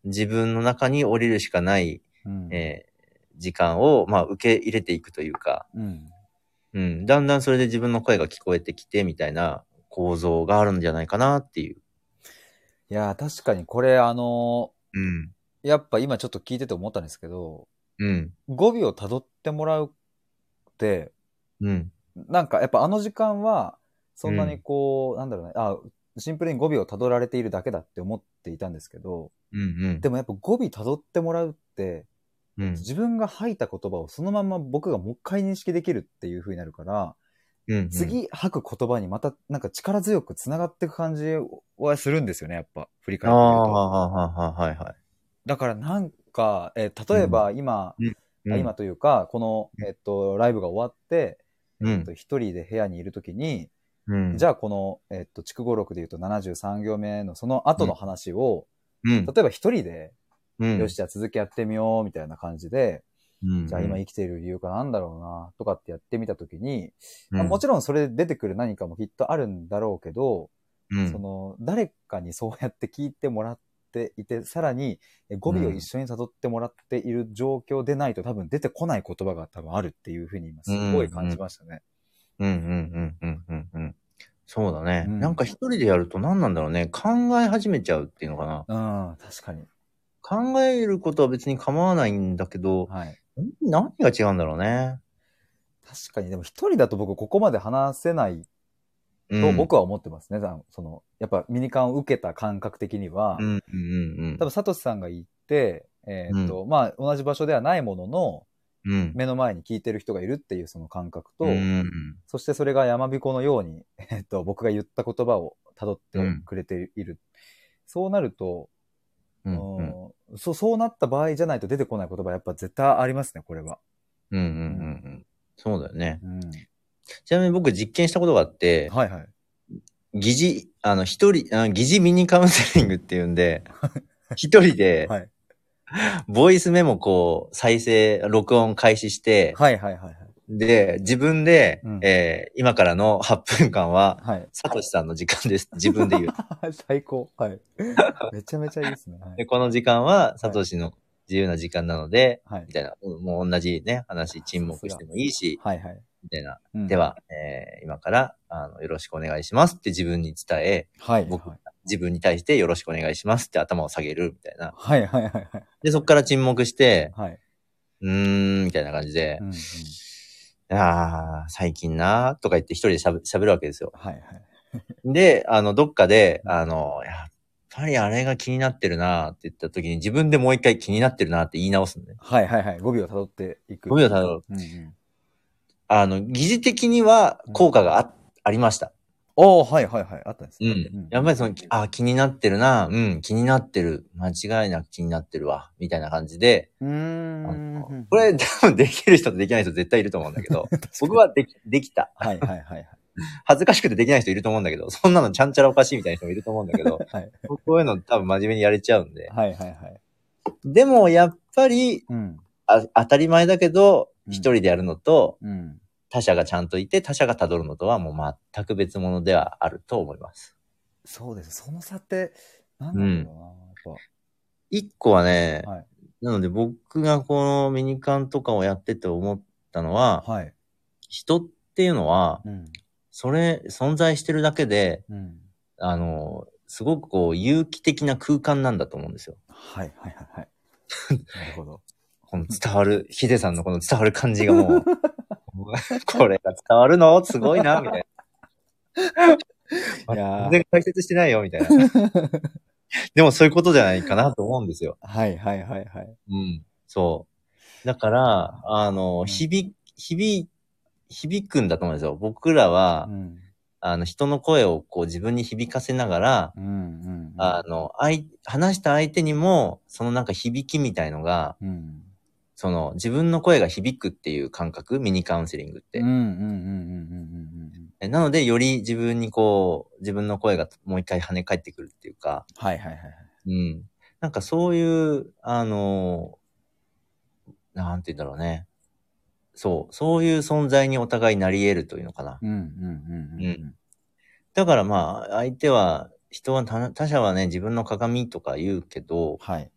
B: 自分の中に降りるしかない
A: うん。
B: えー時間を、まあ、受け入れていくというか、
A: うん。
B: うん、だんだんそれで自分の声が聞こえてきて、みたいな構造があるんじゃないかなっていう。
A: いや、確かにこれ、あの
B: うん。
A: ーやっぱ今ちょっと聞いてて思ったんですけど、
B: うん。
A: 語尾を辿ってもらうって、
B: うん。
A: なんかやっぱあの時間は、そんなにこう、なんだろうね、あ、シンプルに語尾を辿られているだけだって思っていたんですけど、
B: うん。うん。
A: でもやっぱ語尾辿ってもらうって、
B: うん。
A: 自分が吐いた言葉をそのまま僕がもう一回認識できるっていう風になるから、
B: うん。
A: 次吐く言葉にまたなんか力強く繋がっていく感じはするんですよね、やっぱ。振り
B: あ
A: 返
B: あ、
A: ってみる
B: は
A: と。
B: あはあはあはいは
A: だからなんか、えー例えば今、
B: い。
A: あ今、というか、この、えっと、ライブが終わって、
B: う
A: えっ
B: ん
A: と。一人で部屋にいるときに、
B: うん。
A: じ
B: ゃ
A: ゃあこの、えっと、筑五六で言うと73行目のその後の話を、
B: うん
A: 例。えば一人で、
B: うん。
A: よし、。じゃあ続きやってみよう、みたいな感じで、
B: うん。
A: じゃあ今生きている理由かなんだろうな、とかってやってみたときに、
B: うん、
A: もちろんそれで出てくる何かもきっとあるんだろうけど、
B: ろん
A: その、誰かにそうやって聞いてもらっていて、さらにえ語尾を一緒に辿ってもらっている状況でないと多分出てこない言葉が多分あるっていうふうに今すごい感じましたね。
B: うんうんうんうんうんうん。そうだね。
A: うん
B: なんか一人でやると何なんだろうね。考え始めちゃうっていうのかな。
A: うん、確かに。
B: 考えることは別に構わないんだけど、
A: はい。
B: ん何が違うんだろうね。
A: 確かに、でも一人だと僕ここまで話せないと
B: うん
A: 僕は思ってますね。その、やっぱミニカンを受けた感覚的には、
B: うんうんうん。
A: 多分サトシさんが言って、えーっと、まあ同じ場所ではないものの、
B: うん。
A: 目の前に聞いてる人がいるっていうその感覚と、
B: うん
A: そしてそれが山彦のように、えっと、僕が言った言葉を辿って
B: うん
A: くれている。そうなると、
B: う
A: うん
B: うんうん
A: そ、そうなった場合じゃないと出てこない言葉やっぱ絶対ありますね、これは。
B: うんうんそうだよね。
A: うん、
B: ちなみに僕実験したことがあって、
A: はいはい。
B: 疑似、あの、一人、あ疑似ミニカウンセリングっていうんで、一人で、
A: はい
B: ボイスメモこう、再生、録音開始して、
A: はいはいはい
B: で、自分で、
A: うん
B: えー今からの8分間は、
A: はい。はい
B: サトシさんの時間 です。自分で言う。
A: 最高。はい。めちゃめちゃいいですね。は
B: で、
A: い。
B: この時間は、サトシの自由な時間なので、
A: はい
B: み、たいな、うんもう同じね、話、沈黙してもいいし、
A: はい、はい。
B: みたいな。
A: うん
B: で、は、えー今からあのよろしくお願いしますって自分に伝え、
A: はい、
B: 僕
A: はい。
B: 自分に対してよろしくお願いしますって頭を下げるみたいな。
A: はいはいはいはい。
B: で、そこから沈黙して、
A: はい。
B: うーん、みたいな感じで
A: う、んうん
B: ああ、最近な、とか言って一人でしゃべ喋るわけですよ。
A: はいはい。
B: で、あの、どっかで、あの、やっぱりあれが気になってるなって言った時に自分でもう一回気になってるなって言い直すんで、ね。
A: はいはいはい。語尾を辿っていく。
B: 語尾を辿る
A: うんうん。
B: あの、疑似的には効果があ,、ありました。
A: おー、はいはいはい。あったんです
B: う
A: ね。
B: ん。やっぱりその、あ、気になってるな、うん、気になってる。間違いなく気になってるわ。みたいな感じで、
A: う
B: あ
A: ー
B: の
A: ん。
B: これ多分できる人とできない人絶対いると思うんだけど、僕はでき、できた。
A: はいはいはいはい。
B: 恥ずかしくてできない人いると思うんだけど、 そんなのちゃんちゃらおかしいみたいな人もいると思うんだけど、
A: はい
B: 僕こういうの多分真面目にやれちゃうんで。
A: はいはいはい。
B: でもやっぱり、
A: うん。
B: あ当たり前だけど、
A: うん
B: 一人でやるのと、
A: うん。
B: 他者がちゃんといて、他者が辿るのとはもう全く別物ではあると思います。
A: そうです。その差って、なんなんだろう
B: 一個はね、
A: はい
B: なので僕がこのミニカンとかをやってて思ったの
A: な、やっ
B: は、
A: ぱ。はい。
B: 人っていうのは、
A: うん。
B: それ、存在してるだけで、
A: うん。
B: あの、すごくこう、有機的な空間なんだと思うんですよ。
A: はいはいはい はい。なるほど。
B: この伝わる、ヒデさんのこの伝わる感じ がもう、これが伝わるのすごいな、みたいな。
A: いやー
B: 全然解説してないよ、みたいな。でもそういうことじゃないかなと思うんですよ。
A: はいはいはいはい。
B: うん。そう。だから、あ
A: う
B: の、
A: ん
B: 響、響、響くんだと思うんですよ。僕らは
A: う、ん。
B: あの、人の声をこう自分に響かせながら、
A: うんうん。
B: あの、相話した相手にも、そのなんか響きみたいのが、
A: うん。
B: その自分の声が響くっていう感覚、ミニカウンセリングって。
A: うんうんうんうんうんうんうん。
B: えなので、より自分にこう、自分の声がもう一回跳ね返ってくるっていうか、
A: はいはいはいはい。
B: うん。なんかそういう、あのーなんて言うんだろうね。そう、そういう存在にお互いなり得るというのかな。
A: うんうんうんうん
B: だからまあ、相手は、人は他他者はね、自分の鏡とか言うけど、
A: はい。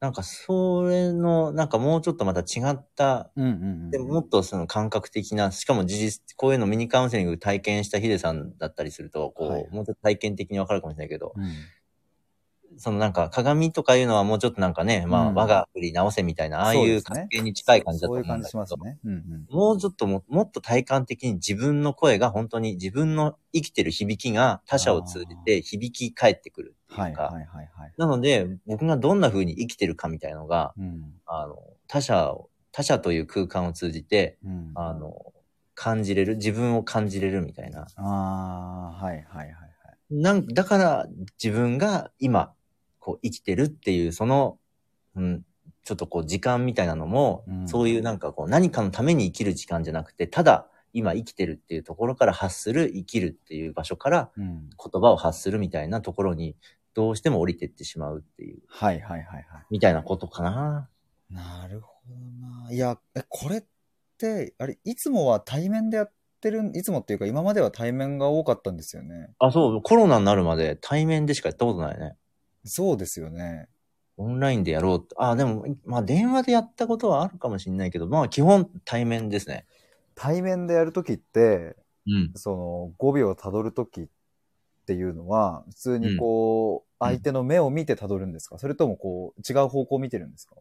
B: なんかそれの、なんかもうちょっとまた違った
A: うんうんうん。
B: でももっとその感覚的な、しかも事実、こういうのミニカウンセリング体験したヒデさんだったりすると、こう、
A: はい
B: もうちょっと体験的にわかるかもしれないけど、
A: うん、
B: そのなんか鏡とかいうのはもうちょっとなんかね、まあ
A: うん
B: 我が振り直せみたいな、ああ
A: そう
B: い
A: で
B: う
A: すね
B: 関係に近い感じだと
A: そうい
B: 思
A: ううん感じ
B: だけど、
A: しますね。うんうん。
B: もうちょっとももっと体感的に自分の声が本当に自分の生きてる響きが他者を通じて響き返ってくるって
A: はいいう
B: か、
A: はいはいはい。
B: なので僕がどんな風に生きてるかみたいのが、
A: うん。
B: あの、他者を、他者という空間を通じて、
A: うん、
B: あの、感じれる、自分を感じれるみたいな。
A: あー、はいはいはいはい。
B: なんだから自分が今、こう生きてるっていう、その、うん、ちょっとこう時間みたいなのも、
A: うん
B: そういうなんかこう何かのために生きる時間じゃなくて、ただ今生きてるっていうところから発する生きるっていう場所から
A: うん。
B: 言葉を発するみたいなところに、どうしても降りてってしまうっていう、
A: はいはいはいはい。
B: みたいなことかな。
A: なるほどな。いや、え、これって、あれ、いつもは対面でやってるん、いつもっていうか今までは対面が多かったんですよね。
B: あ、そう、コロナになるまで対面でしかやったことないね。
A: そうですよね。
B: オンラインでやろうと。あ、でも、まあ、電話でやったことはあるかもしれないけど、まあ、基本対面ですね。
A: 対面でやるときって、
B: うん。
A: その語尾をたどるときっていうのは、普通にこう、
B: うん
A: 相手の目を見てたどるんですか、それともこう、違う方向を見てるんですか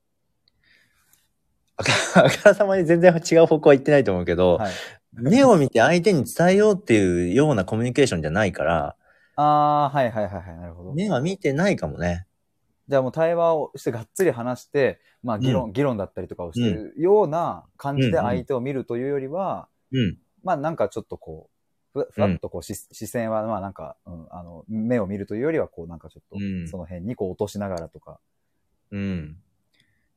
B: あかあからさまに全然違う方向は行ってないと思うけど、
A: はい。
B: 目を見て相手に伝えようっていうようなコミュニケーションじゃないから、
A: ああ、はいはいはいはい、なるほど。
B: 目は見てないかもね。
A: じゃあもう対話をしてがっつり話して、まあ議論、議論だったりとかをしてるような感じで
B: うんうん
A: 相手を見るというよりは、
B: うん。
A: まあなんかちょっとこう、ふわふわっとこう、し視線はまあなんか、うん、あの、目を見るというよりはこうなんかちょっと
B: うん、
A: その辺にこう落としながらとか、
B: うん。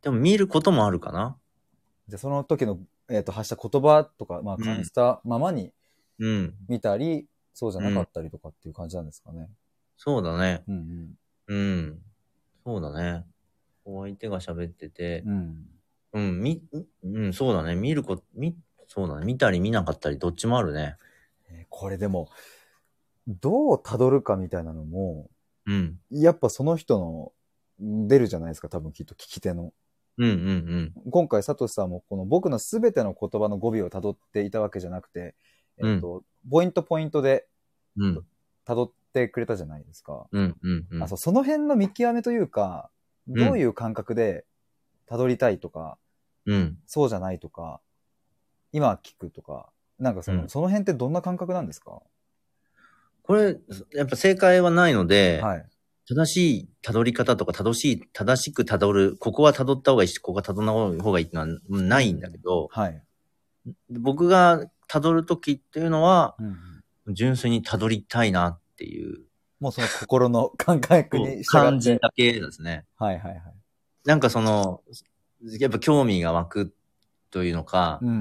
B: でも見ることもあるかな。
A: じゃあその時の、えっ、と、発した言葉とか、まあ感じたままに
B: うん。
A: 見たり、そうじゃなかったりとかっていう感じなんですかね。
B: そうだね。
A: うん
B: うん。そうだね。お相手が喋ってて
A: うん。、うん。
B: うん、み、うん、そうだね。見ること、み、そうだね。見たり見なかったり、どっちもあるね。
A: えーこれでも、どう辿るかみたいなのも、
B: うん。
A: やっぱその人の出るじゃないですか、多分きっと聞き手の。
B: うん、うん、うん。
A: 今回、サトシさんもこの僕のすべての言葉の語尾を辿っていたわけじゃなくて、えっ、と、ポイントポイントで
B: うん。
A: 辿ってくれたじゃないですか。
B: うんうんうん。
A: あそうその辺の見極めというか、
B: うん
A: どういう感覚で辿りたいとか、
B: うん。
A: そうじゃないとか、今聞くとか、なんかその、
B: うん
A: その辺ってどんな感覚なんですか
B: これ、やっぱ正解はないので、
A: はい。
B: 正しい辿り方とか、正しい、正しく辿る、ここは辿った方がいいし、ここは辿らない方がいいってのはうんないんだけど、
A: はい。
B: 僕が辿るときっていうのは、
A: うん
B: 純粋に辿りたいなっていう
A: もうその心の感覚に従
B: 感
A: っ
B: じ
A: て。
B: だけですね。
A: はいはいはい。
B: なんかその、やっぱ興味が湧くというのか、
A: うんう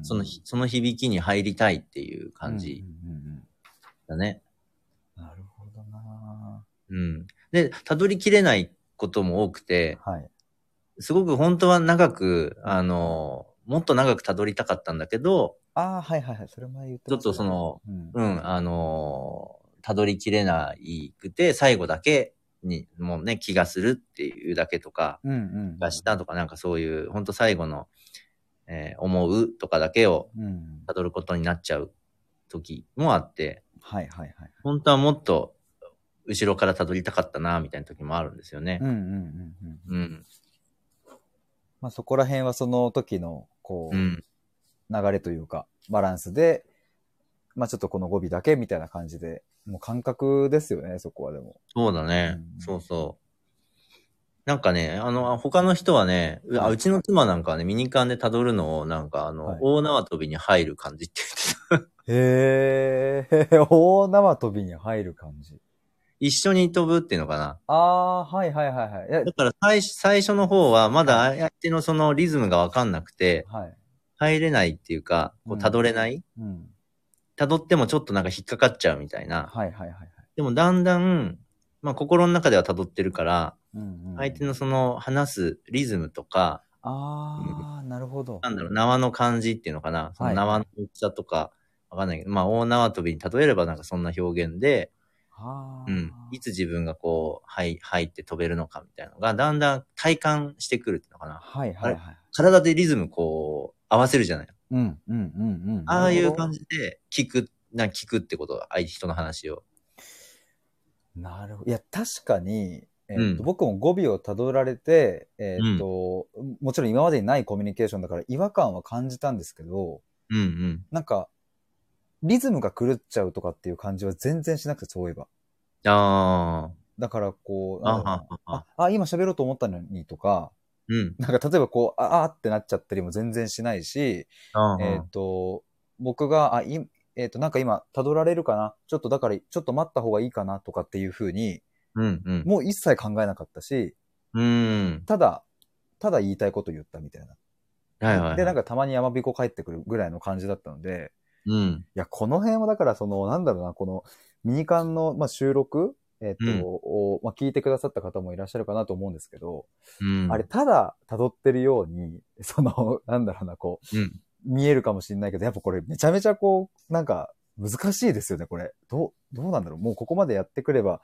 A: ん。
B: そのひ、その響きに入りたいっていう感じ
A: うんうんうん
B: だね。
A: うん。なるほどな
B: うん。で、辿りきれないことも多くて、
A: ぁはい。
B: すごく本当は長く、あの、もっと長く辿りたかったんだけど、
A: ああ、はいはいはい。それ前言って
B: ちょ
A: ま
B: っ
A: した
B: と
A: ね
B: そ、の、
A: うん。
B: うん、あの、辿りきれないくて、最後だけに、もうね、気がするっていうだけとか、
A: うんうん。
B: がしたとか、なんかそういう、本当最後の、えー思うとかだけを
A: うん。
B: 辿ることになっちゃう時もあって、
A: はいはいはい。
B: 本当はもっと後ろから辿りたかったな、みたいな時もあるんですよね
A: うん。うんうんうん。
B: うん。
A: まあそこら辺はその時の、こ
B: う
A: う、
B: ん。
A: 流れというか、バランスで、まあちょっとこの語尾だけみたいな感じで、もう感覚ですよね、そこはでも。
B: そうだね。
A: うん
B: そうそう。なんかね、あの、他の人はね、うあうちの妻なんかはね、ミニカンで辿るのを、なんかあの、
A: はい
B: 大縄跳びに入る感じって言ってた。
A: へー、 大縄跳びに入る感じ。
B: 一緒に飛ぶっていうのかな。
A: あー、はいはいはいはい。いや
B: だから最初最初の方は、まだ相手のそのリズムがわかんなくて、
A: はい。
B: 入れないっていうか、こう
A: うん
B: 辿れない、
A: うん。
B: 辿ってもちょっとなんか引っかかっちゃうみたいな。
A: はいはいはいはい。
B: でもだんだん、まあ心の中では辿ってるから、
A: うんうん、
B: 相手のその話すリズムとか、
A: あー、なるほど。
B: なんだろう、縄の感じっていうのかな。その
A: はい
B: 縄の大きさとか、わかんないけど、まあ大縄跳びに例えればなんかそんな表現で、
A: あ
B: う
A: ー
B: ん、いつ自分がこう、はい、入って飛べるのかみたいなのが、だんだん体感してくるっていうのかな。
A: はいはいはい。
B: 体でリズムこう、合わせるじゃない。
A: うんうんうんうん。
B: ああいう感
A: じ。
B: じで、聞く、なんか聞くってこと、相手人の話を。
A: なるほど。いや、確かに、えーっと
B: うん
A: 僕も語尾をたどられて、えーっと、もちろん今までにないコミュニケーションだから違和感は感じたんですけど、
B: うんうん。
A: なんか、リズムが狂っちゃうとかっていう感じは全然しなくて、そういえば。
B: あ
A: だから、こう、
B: あ。あ
A: なんだろう
B: は
A: な
B: はは。
A: ああ、今喋ろうと思ったのにとか、
B: うん。
A: なんか例えばこう、ああってなっちゃったりも全然しないし、
B: あ
A: えっ、
B: あ。
A: と、僕が、あ、い、えっ、と、なんか今、たどられるかなちょっとだから、ちょっと待った方がいいかなとかっていうふうに、
B: うんうん。
A: もう一切考えなかったし、
B: うん。
A: ただ、ただ言いたいこと言ったみたいな。
B: はいはいはい。
A: で、なんかたまに山彦帰ってくるぐらいの感じだったので、
B: うん。
A: いや、この辺はだから、その、なんだろうな、この、ミニカンの、まあ、収録、えっ、と、
B: うん
A: をまあ、聞いてくださった方もいらっしゃるかなと思うんですけど、
B: うん。
A: あれ、ただ辿ってるように、その、なんだろうな、こう、
B: うん。
A: 見えるかもしれないけど、やっぱこれめちゃめちゃこう、なんか難しいですよね、これ。どう、どうなんだろう。もうここまでやってくれば、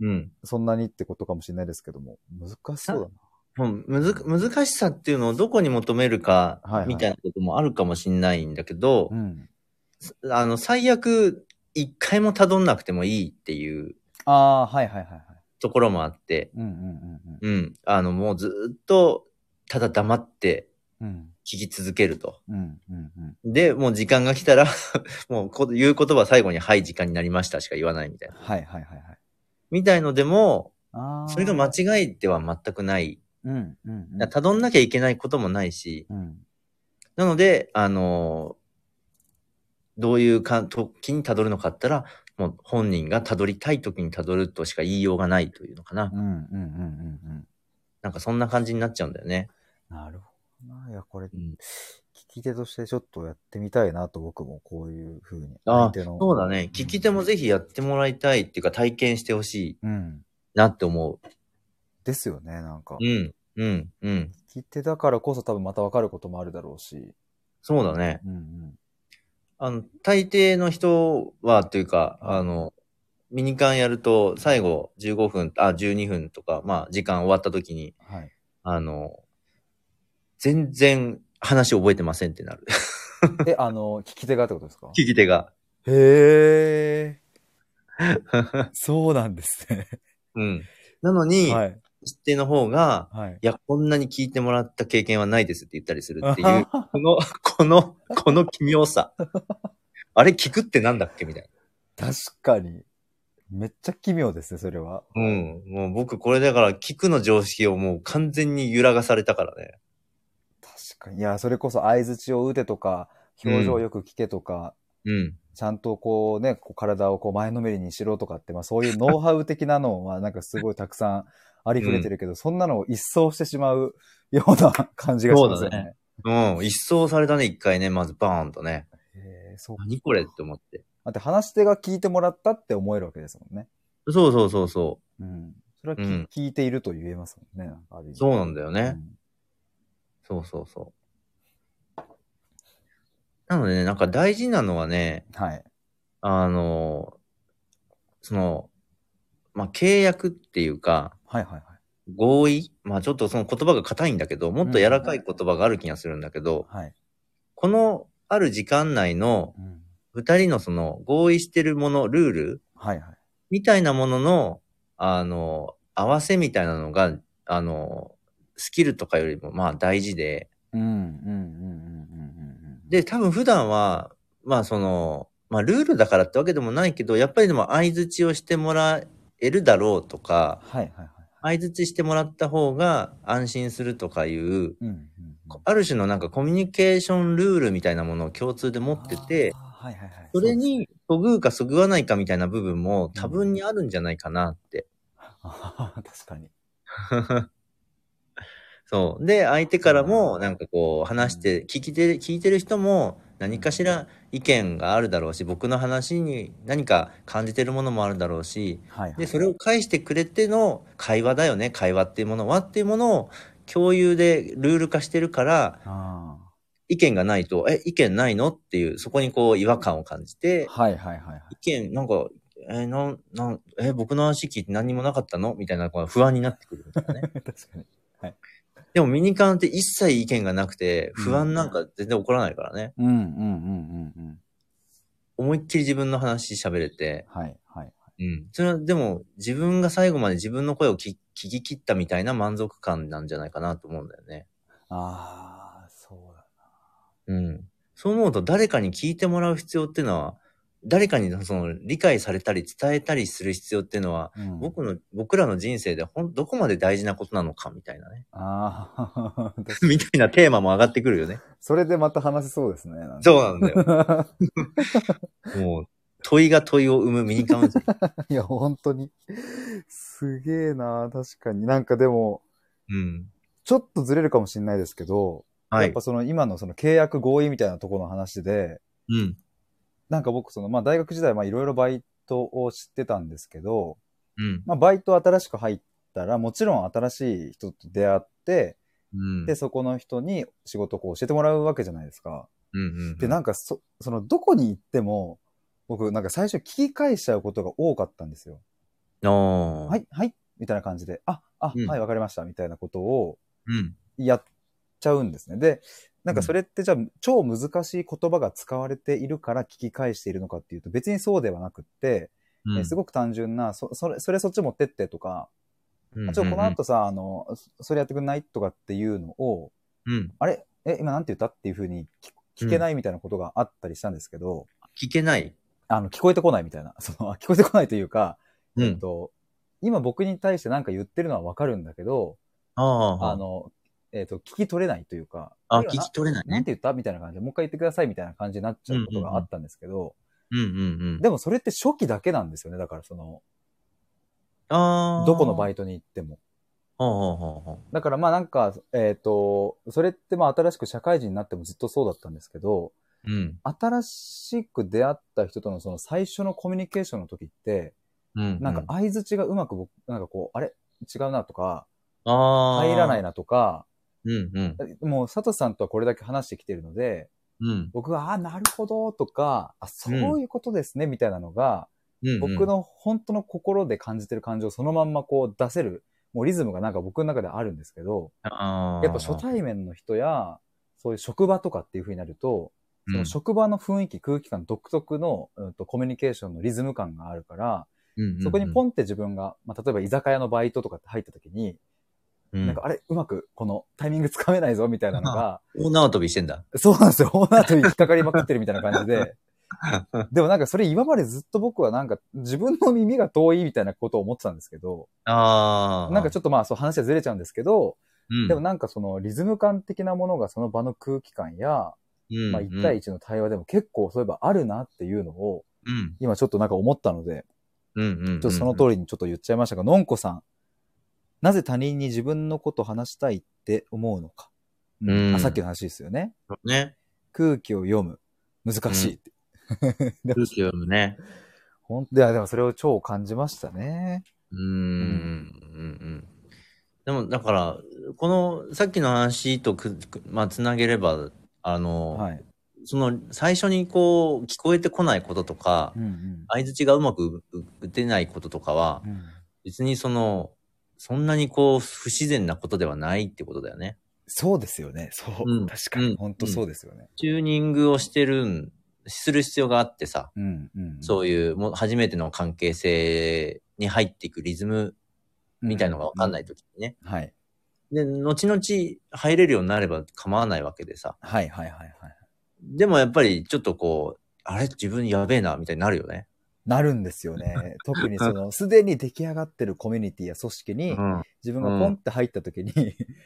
B: うん。
A: そんなにってことかもしれないですけども、難しそうだな。
B: もうむず難しさっていうのをどこに求めるか
A: はいはい
B: みたいなこともあるかもしれないんだけど、
A: うん。
B: あの、最悪、一回も辿んなくてもいいっていう
A: ああ、はいはいはいはい。
B: ところもあって、
A: うんうんうん
B: うん。あの、もうずっと、ただ黙って
A: うん。うん。
B: 聞き続けると。
A: うんうんうん。
B: で、もう時間が来たら、 もうこ言う言葉は最後に、はい、時間になりましたしか言わないみたいな。
A: はいはいはいはい。
B: みたいのでも、
A: ああ。
B: それが間違いでは全くない。
A: うんうんうん。
B: 辿んなきゃいけないこともないし、
A: うん。
B: なので、あのーどういうか時に辿るのかって言ったら、もう本人が辿りたい時に辿るとしか言いようがないというのかな
A: う。んうんうんうんうん。
B: なんかそんな感じになっちゃうんだよね。
A: なるほどな。いや、これ、
B: う
A: 聞
B: ん
A: き手としてちょっとやってみたいなと、僕もこういうふうに。
B: あ
A: 相手の
B: そうだね。聞き手もぜひやってもらいたいっていうか体験してほしい
A: うん。
B: なって思
A: ですよね、なんか
B: う。う。ん、うん、うん。
A: 聞いてだからこそ多分また分かることもあるだろうし。
B: そうだね。
A: うんうん。
B: あの、大抵の人はというか、あの、ミニカンやると最後15分、あ、12分とか、まあ時間終わった時に、
A: はい。
B: あの、全然話覚えてませんってなる。
A: え、あの、聞き手がってことですか
B: 聞き手が。
A: へえ。そうなんですね。
B: うん。なのに、
A: はい。
B: 設定の方が、
A: はい。
B: いや、こんなに聞いてもらった経験はないですって言ったりするっていう、
A: あ
B: この、この、この奇妙さ。あれ聞くってなんだっけみたい
A: 確かに。めっちゃ奇妙ですね、それは。
B: な。うん。もう僕これだから聞くの常識をもう完全に揺らがされたからね。
A: 確かに。いや、それこそ相槌を打てとか、表情をよく聞けとか、
B: うん。
A: ちゃんとこうね、こう体をこう前のめりにしろとかって、まあそういうノウハウ的なのはなんかすごいたくさんありふれて るけど、そんなのを一掃してしまうような感じがしますよ
B: そうだ
A: ね。
B: うん。一掃されたね、一回ね、まずバーンとね。
A: へえそう
B: 何これって思って。
A: だって話し手が聞いてもらったって思えるわけですもんね。
B: そうそうそうそ
A: うん。それはき、
B: うん
A: 聞いていると言えますもんね。なんかある意
B: う。
A: 味
B: そうなんだよね。
A: うん
B: そうそうそう。なのでね、なんか大事なのはね、
A: はい。
B: あの、その、まあ、契約っていうか、
A: はいはいはい。
B: 合意まあ、ちょっとその言葉が硬いんだけど、もっと柔らかい言葉がある気がするんだけど、
A: はい。
B: このある時間内の
A: うん、
B: 二人のその合意してるもの、ルール
A: はいはい。
B: みたいなものの、あの、合わせみたいなのが、あの、スキルとかよりもまあ大事で、
A: うんうんうんうんうんうんうん。
B: で、多分普段は、まあその、まあルールだからってわけでもないけど、やっぱりでも相づちをしてもらえるだろうとか、
A: はいはいはい。
B: 相づちしてもらった方が安心するとかいう、
A: うんうんうん、
B: ある種のなんかコミュニケーションルールみたいなものを共通で持ってて、
A: あー、はいはいはい。
B: それ
A: うですね、
B: にそぐうかそぐわないかみたいな部分も多分にあるんじゃないかなって。
A: あー 確かに。
B: そう。で、相手からもなんかこう話して、聞きて、聞いてる人も何かしら意見があるだろうし、僕の話に何か感じてるものもあるだろうし、
A: はいはい。
B: で、それを返してくれての会話だよね、会話っていうものはっていうものを共有でルール化してるから、
A: あ
B: 意見がないと、え、意見ないのっていう、そこにこう違和感を感じ
A: ー
B: て、
A: はいはいはいはい。
B: 意見、なんか、えなん、なん、え、僕の話聞いて何にもなかったのみたいなこう不安になってくるみたいなね。
A: 確かに。
B: でもミニカンって一切意見がなくて、不安なんか全然起こらないからね。
A: うんうんうんうんうん。
B: 思いっきり自分の話喋れて、
A: はいはい。
B: うん。それはでも自分が最後まで自分の声を聞聞き切ったみたいな満足感なんじゃないかなと思うんだよね。
A: ああ、そうだ。
B: うん。そう思うと誰かに聞いてもらう必要っていうのは、誰かにその理解されたり伝えたりする必要っていうのは、
A: うん、
B: 僕の、僕らの人生でほん、どこまで大事なことなのかみたいなね。
A: ああ、確かに
B: みたいなテーマも上がってくるよね。
A: それでまた話せそうですね。なんか
B: そうなんだよ。 もう、問いが問いを生むミニカウンセリング。
A: いや、本当に。すげえな確かに。なんかでも、
B: うん。
A: ちょっとずれるかもしれないですけど、
B: は
A: やっ
B: い。
A: ぱその今のその契約合意みたいなところの話で、
B: うん。
A: なんか僕その、まあ大学時代まあいろいろバイトを知ってたんですけど、
B: うん。
A: まあバイト新しく入ったら、もちろん新しい人と出会って、
B: うん。
A: で、そこの人に仕事をこう教えてもらうわけじゃないですか。
B: うんうん。
A: で、なんかそ、そのどこに行っても、僕なんか最初聞き返しちゃうことが多かったんですよ。
B: ああ。
A: はい、はい、みたいな感じで、あ、あ、
B: うん
A: はい、わかりました、みたいなことを
B: うん。
A: やっちゃうんですね。で、なんかそれってじゃあ、超難しい言葉が使われているから聞き返しているのかっていうと、別にそうではなくって、
B: う
A: え
B: ん。
A: すごく単純な、そ、それ、それそっち持ってってとか、
B: うん。
A: ちょ、この後さ、あの、そそれやってくんないとかっていうのを、
B: うん。
A: あれえ、今なんて言ったっていうふうに聞聞けないみたいなことがあったりしたんですけど、
B: 聞けない。
A: あの、聞こえてこないみたいな。 その、聞こえてこないというか、
B: う
A: えっ
B: ん。
A: と、今僕に対して何か言ってるのはわかるんだけど、
B: ああ。
A: あの、えっ、と、聞き取れないというか、
B: あ、
A: れは
B: 聞
A: な
B: き取れない
A: なん
B: ね。
A: て言ったみたいな感じで、もう一回言ってくださいみたいな感じになっちゃうことがあったんですけど、
B: うんうんうん。
A: でもそれって初期だけなんですよね。だからその、
B: ああ。
A: どこのバ
B: イ
A: イトに行っても。
B: トは
A: だからまあなんか、えっ、と、それってまあ新しく社会人になってもずっとそうだったんですけど、
B: あ、うん。
A: 新しく出会った人とのその最初のコミュニケーションの時って、
B: うん。
A: なんか、相槌がうまく僕、なんかこう、あれ違うなとか、
B: ああ。
A: 入らない
B: な。
A: なとか、
B: うんうん。
A: もう佐藤さんとはこれだけ話してきてるので、
B: うん。
A: 僕は、あ、なるほどとか、あ、そういうことですね、みたいなのが、
B: うん。
A: 僕。の本当の心で感じてる感情をそのまんまこう出せる、もうリズムがなんか僕の中であるんですけど、
B: ああ。
A: やっぱ初対面の人や、そういう職場とかっていう風になると、その
B: 面
A: 職場の雰囲気、空気感独特の、うん、とコミュニケーションのリズム感があるから、そこにポ
B: ン。
A: ンって自分が、まあ、例えば居酒屋のバイトとかって入った時に、
B: うん。
A: なんかあれ、うまくこのタイミングつかめないぞみたいなの が、
B: 大縄跳びしてんだ。
A: そうなんですよ。オーナーと引っかかりまくってるみたいな感じ で。でもなんかそれ今までずっと僕はなんか自分の耳が遠いみたいなことを思ってたんですけど、
B: ああ。
A: なんか
B: ょっ
A: ちょっとまあそう話はずれちゃうんですけど、
B: と
A: でも、なんかそのリズム感的なものがその場の空気感や、
B: うん、
A: まあ1対1の対話でも結構そういえばあるなっていうのを
B: うん。
A: 今ちょっとなんか思ったので、
B: うん。うん。うん。
A: ちょっとその通りにちょっと言っちゃいましたが、のんこさん、なぜ他人に自分のこと話したいって思うのか。う
B: うん
A: あさっきの話ですよね。
B: り。ね。
A: 空気を読む。難しいって。
B: 空気読むね。
A: ほんいや、でもそれを超感じましたね。
B: うーんうんうんでも、だから、この、さっきの話とく、くまあ、つなげれば、あの、
A: はい。
B: その、最初にこう、聞こえてこないこととか
A: う、ん
B: 相槌がうまくう打てないこととかは
A: う、ん。
B: 別にその、そんなにこう、不自然なことではないってことだよね。
A: そうですよね。そうう。
B: ん
A: 確かに。
B: うん
A: ほんとそうですよね。
B: チューニングをしてるん、する必要があってさ、
A: うん。うん。
B: そういう、もう初めての関係性に入っていくリズムみたいのがわかんないときにね。
A: うん。はい。
B: で、後々入れるようになれば構わないわけでさ。
A: はいはいはいはい。
B: でもやっぱりちょっとこう、あれ自分やべえな、みたいになるよね。
A: なるんですよ ね。特にその、すでに出来上がってるコミュニティや組織
B: う
A: に、
B: ん。
A: 自分がポンって入った時に、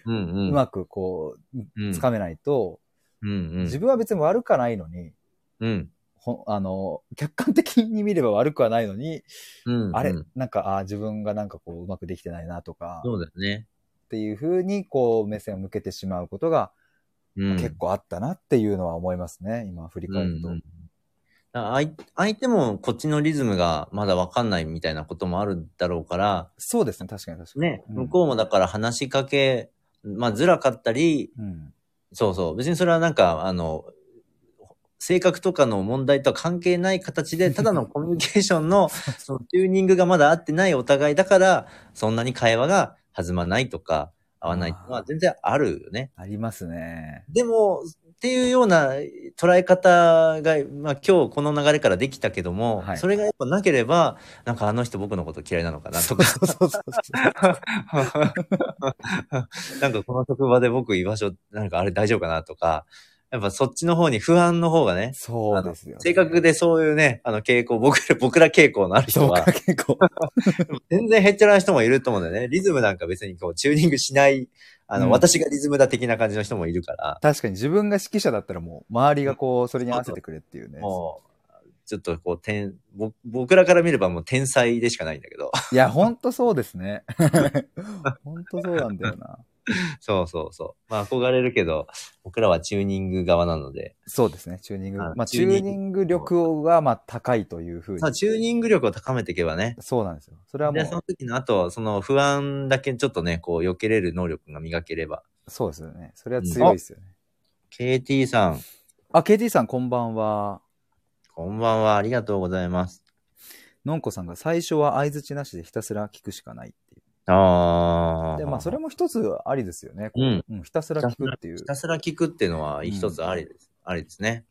B: うんう。
A: うんまくこう、
B: うん
A: つかめないと、
B: うんうん。
A: 自分は別に悪くはないのに、
B: うん。
A: ほあの、客観的に見れば悪くはないのに、
B: うん。
A: あれ
B: うん、
A: なんか、あー自分がなんかこう、うまくできてないなとか、
B: そうだよね。
A: っていうふうに、こう、目線を向けてしまうことが
B: うん。
A: 結構あったなっていうのは思いますね、今振り
B: うんう
A: 返る
B: ん
A: と。
B: だから相相手もこっちのリズムがまだわかんないみたいなこともあるだろうから、
A: そうですね、確かに確かに。
B: ね、
A: うん
B: 向こうもだから話しかけ、まあずらかったり、
A: うん。
B: そうそう。別にそれはなんか、あの、性格とかの問題とは関係ない形 で、ただのコミュニケーションの、 そのチューニングがまだ合ってないお互いだから、そんなに会話が弾まないとか、合わないっていうのは全然あるよね。
A: ありますね。
B: でも、っていうような捉え方が、まあ今日この流れからできたけども、
A: はい
B: それがやっぱなければ、なんかあの人僕のこと嫌いなのかな
A: そ
B: と
A: う
B: か、
A: そうそう そう。
B: なんかこの職場で僕居場所、なんかあれ大丈夫かなとか、やっぱそっちの方に不安の方がね、
A: そうですよ、ね。
B: 性格でそういうね、あの傾向、僕ら、 僕ら傾向のある人
A: そう
B: は
A: か、、結構。
B: 全然へっちゃらな人もいると思うんだよね。リズムなんか別にこう、チューニングしない、あの、
A: うん
B: 私がリズムだ的な感じの人もいるから、
A: 確かに自分が指揮者だったらもう、周りがこう、それに合わせてくれっていうね。
B: もう、ちょっとこう、天、ぼ僕らから見ればもう天才でしかないんだけど、
A: いや、ほんとそうですね。 ほんとそうなんだよな。
B: そうそうそう。まあ憧れるけど、僕らはチューニング側なので、
A: そうですね、チューニング。
B: あ
A: まあ、チ
B: チュ
A: ュ
B: ーニング
A: ーニング力が、まあ、高いというふうに
B: まあ。チューニング力を高めていけばね、
A: そうなんですよ。それはも
B: で、その
A: う、
B: 時の後、その不安だけちょっとね、こう、避けれる能力が磨ければ。
A: そうですよね。それは強いですよね。
B: KT さん、
A: あ、KT さん、こんばんは。
B: こんばんは、ありがとうございます。
A: のんこさんが最初は相づちなしでひたすら聞くしかないってい
B: あ
A: う。
B: あ。
A: で、まあ、それも一つありですよね。こ
B: うん。
A: うん、ひたすら聞くっていう。
B: ひたすら聞くっていうのは一つありです。ありですね。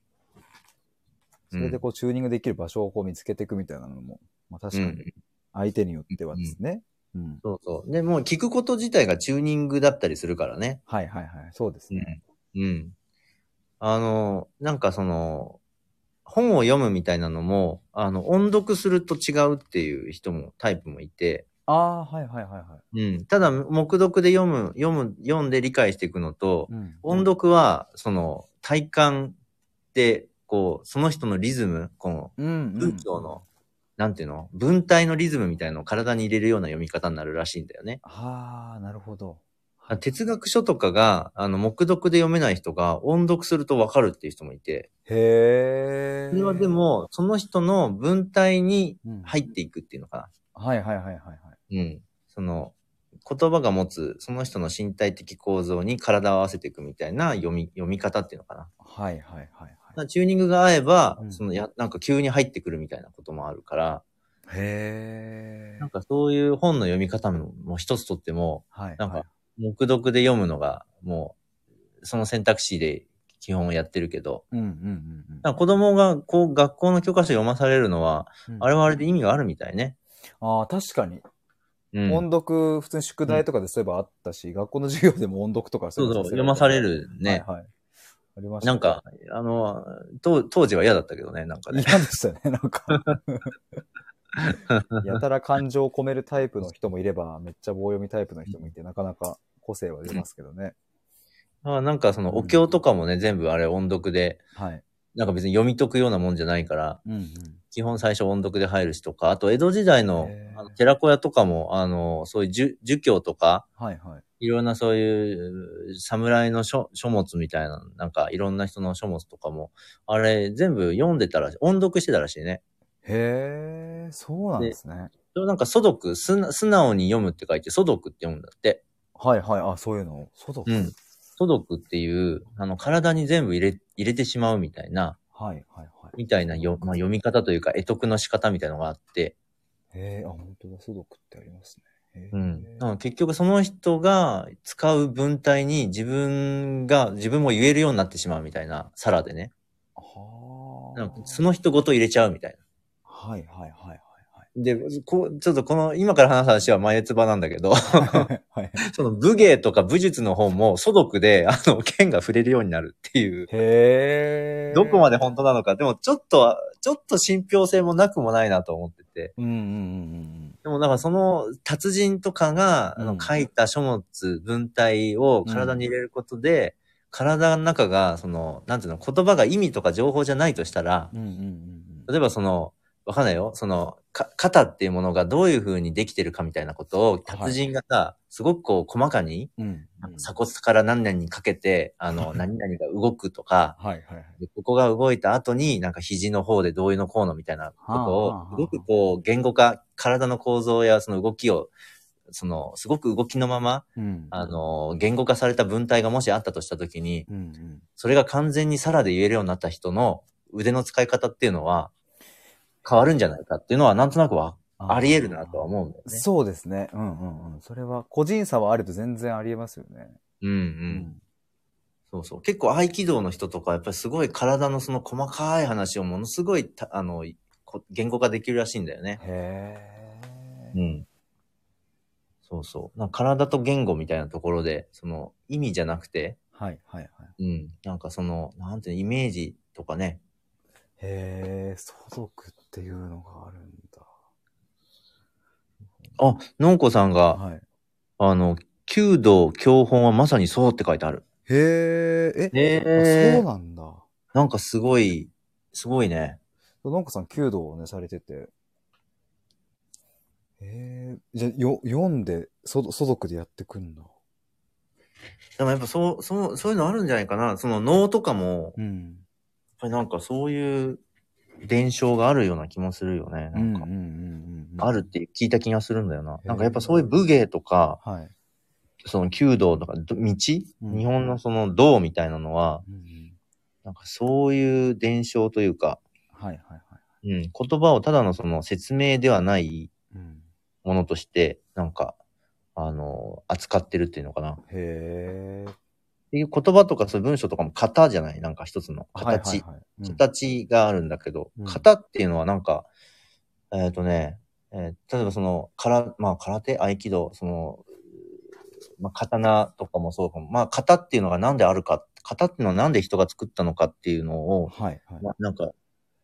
A: それでこう、チューニングできる場所をこう見つけていくみたいなのも、まあ、確
B: う
A: か
B: ん
A: に、相手によってはですね。うん。
B: そうそう。で、もう聞くこと自体がチューニングだったりするからね。
A: はいはいはい。そうですね。
B: うん。あの、なんかその、本を読むみたいなのも、あの、音読すると違うっていう人も、タイプもいて、
A: ああー、はいはいはいはい。
B: うん。ただ、目読で読む、読む、読んで理解していくのと、
A: うん
B: 音読は、その、体感で、こう、その人のリズム、この、
A: うん、うん。
B: 文章の、なんていうの文体のリズムみたいのを体に入れるような読み方になるらしいんだよね。
A: ああ、なるほど。
B: 哲学書とかが、あの、目読で読めない人が、音読するとわかるっていう人もいて、
A: へえ。
B: それはで、も、その人の文体に
A: うん、は
B: 入
A: い。
B: っていくっていうのか
A: はいはいはいはいはい。
B: な。うん。その、言葉が持つ、その人の身体的構造に体を合わせていくみたいな読み、読み方っていうのかな。
A: はいはいはい
B: だか
A: はい。
B: らチューニングが合えば
A: う、ん
B: そのや、なんか急に入ってくるみたいなこともあるから、
A: へえ
B: なん。かそういう本の読み方もも一つとっても、
A: はい。
B: なん
A: はい
B: か、目読で読むのが、もう、その選択肢で基本やってるけど、
A: うんうんうん
B: なんか子供がこう学校の教科書読まされるのは、
A: うん。
B: あれはあれで意味があるみたいね。
A: ああ、確かに。
B: うん。
A: 音読、普通に宿題とかでそういえばあったし、学校の授業でも音読とか
B: そう
A: いえば
B: そう、
A: せ
B: 読まされ
A: る
B: るね。
A: はい、はい。ありました
B: なんか、あの、当当時は嫌だったけどね、なんかね。
A: 嫌でしたね、なん か。やたら感情を込めるタイプの人もいれば、めっちゃ棒読みタイプの人もいて、なかなか個性は出ますけどね。
B: あなんかそのお経とかもね、全部あれ音読で、
A: はい。
B: なんか別に読み解くようなもんじゃないから、
A: うん
B: 基本最初音読で入るしとか、あと江戸時代の
A: へー
B: あの寺子屋とかも、あの、そういう儒儒教とか、
A: はいはい。
B: いろんなそういう侍の書書物みたいな、なんかいろんな人の書物とかも、あれ全部読んでたらしい、音読してたらしいね。
A: へえ、そうなんですね。
B: それをなんか素読、すな素直に読むって書いて素読って読むんだって。
A: はいはい。あ、そういうの。そうだ。
B: うん。素読っていう、あの、体に全部入れ、入れてしまうみたいな、
A: はいはいはい。
B: みたいなよ、まあ、読み方というか、得得の仕方みたいのがあって、
A: へえ、あ、本当だ。素読ってありますね。へー
B: うん。だから結局その人が使う文体に自分が、自分も言えるようになってしまうみたいな、さらでね。
A: はあ。
B: なんかその人ごと入れちゃうみたいな。
A: はいはいはい
B: で、こう、ちょっとこの、今から話す話は前つばなんだけど、
A: はいはい。はい
B: その武芸とか武術の方も素読で、あの、剣が触れるようになるっていう、
A: へえ。
B: どこま
A: で
B: で本当なのか、でもちょっとは、ちょっと信憑性もなくもないなと思ってて、
A: うんうんうんうん。
B: でもなんかその達人とかが、あ
A: う
B: の
A: ん
B: 書いた書物、文体を体に入れることで、体の中が、その、なんていうの、言葉が意味とか情報じゃないとしたら、
A: うんうんうんうん。
B: 例えばその、わかんないよ。その、か、肩っていうものがどういう風にできてるかみたいなことを、達人がさ、すごくこう、細かに、
A: うんうん
B: 鎖骨から何々にかけて、あの、何々が動くとか、
A: はいはいはい。
B: でここが動いた後に、なんか肘の方でどういうのこうのみたいなこと
A: はあはあは
B: を
A: あ、
B: すごくこう、言語化、体の構造やその動きを、その、すごく動きのまま、
A: うん
B: あの、言語化された文体がもしあったとしたときに、
A: うんうん、
B: それが完全にサラで言えるようになった人の腕の使い方っていうのは変わるんじゃないかっていうのはなんとなくはあり得るなとは思うんだよね。
A: そうですね。うんうんうん。それは個人差はあると全然ありえますよね。
B: うんう。。
A: うん
B: そうそう。結構合気道の人とかやっぱりすごい体のその細かい話をものすごいたあのこ言語化できるらしいんだよね。
A: へえ。
B: うん。そうそう。なんか体と言語みたいなところでその意味じゃなくて、
A: はいはいはい。
B: うん。なんかそのなんていうのイメージとかね。
A: へえ、相続っていうのがあるんだ。
B: あ、のんこさんが
A: はい。
B: あの弓道教本はまさにそうって書いてある。
A: へえ、え、
B: え
A: あ
B: え
A: そうなんだ。
B: なんかすごい、すごいね。
A: のんこさん、弓道をね、されてて。へえ、じゃあ、よ、読んで、そ、素読でやってくんだ。
B: でもやっぱそう、そう、そういうのあるんじゃないかな。その能とかも、やっ
A: ん。
B: ぱりなんかそういう伝承があるような気もするよね。
A: うう
B: なん
A: んんうん
B: か、
A: うんうん。
B: あるって聞いた気がするんだよな。
A: へー
B: なんかやっぱそういう武芸とか、
A: はい。
B: その弓道とか、ど道、日
A: うん
B: 本のその道みたいなのは、
A: うんうん
B: なんかそういう伝承というか、
A: はいはいはい。
B: うん、言葉をただのその説明ではない
A: うん
B: ものとして、なんか、あの、扱ってるっていうのかな。
A: へえ。
B: っていう言葉とかそういう文章とかも型じゃないなんか一つの形。
A: はいはいはいうん
B: 形があるんだけど、
A: うん
B: 型っていうのはなんか、えっ、とね、えー例えばその、から、まあ空手、合気道、その、まあ刀とかもそうかも。まあ型っていうのがなんであるか、型っていうのはなんで人が作ったのかっていうのを、
A: はいはい。
B: まあなんか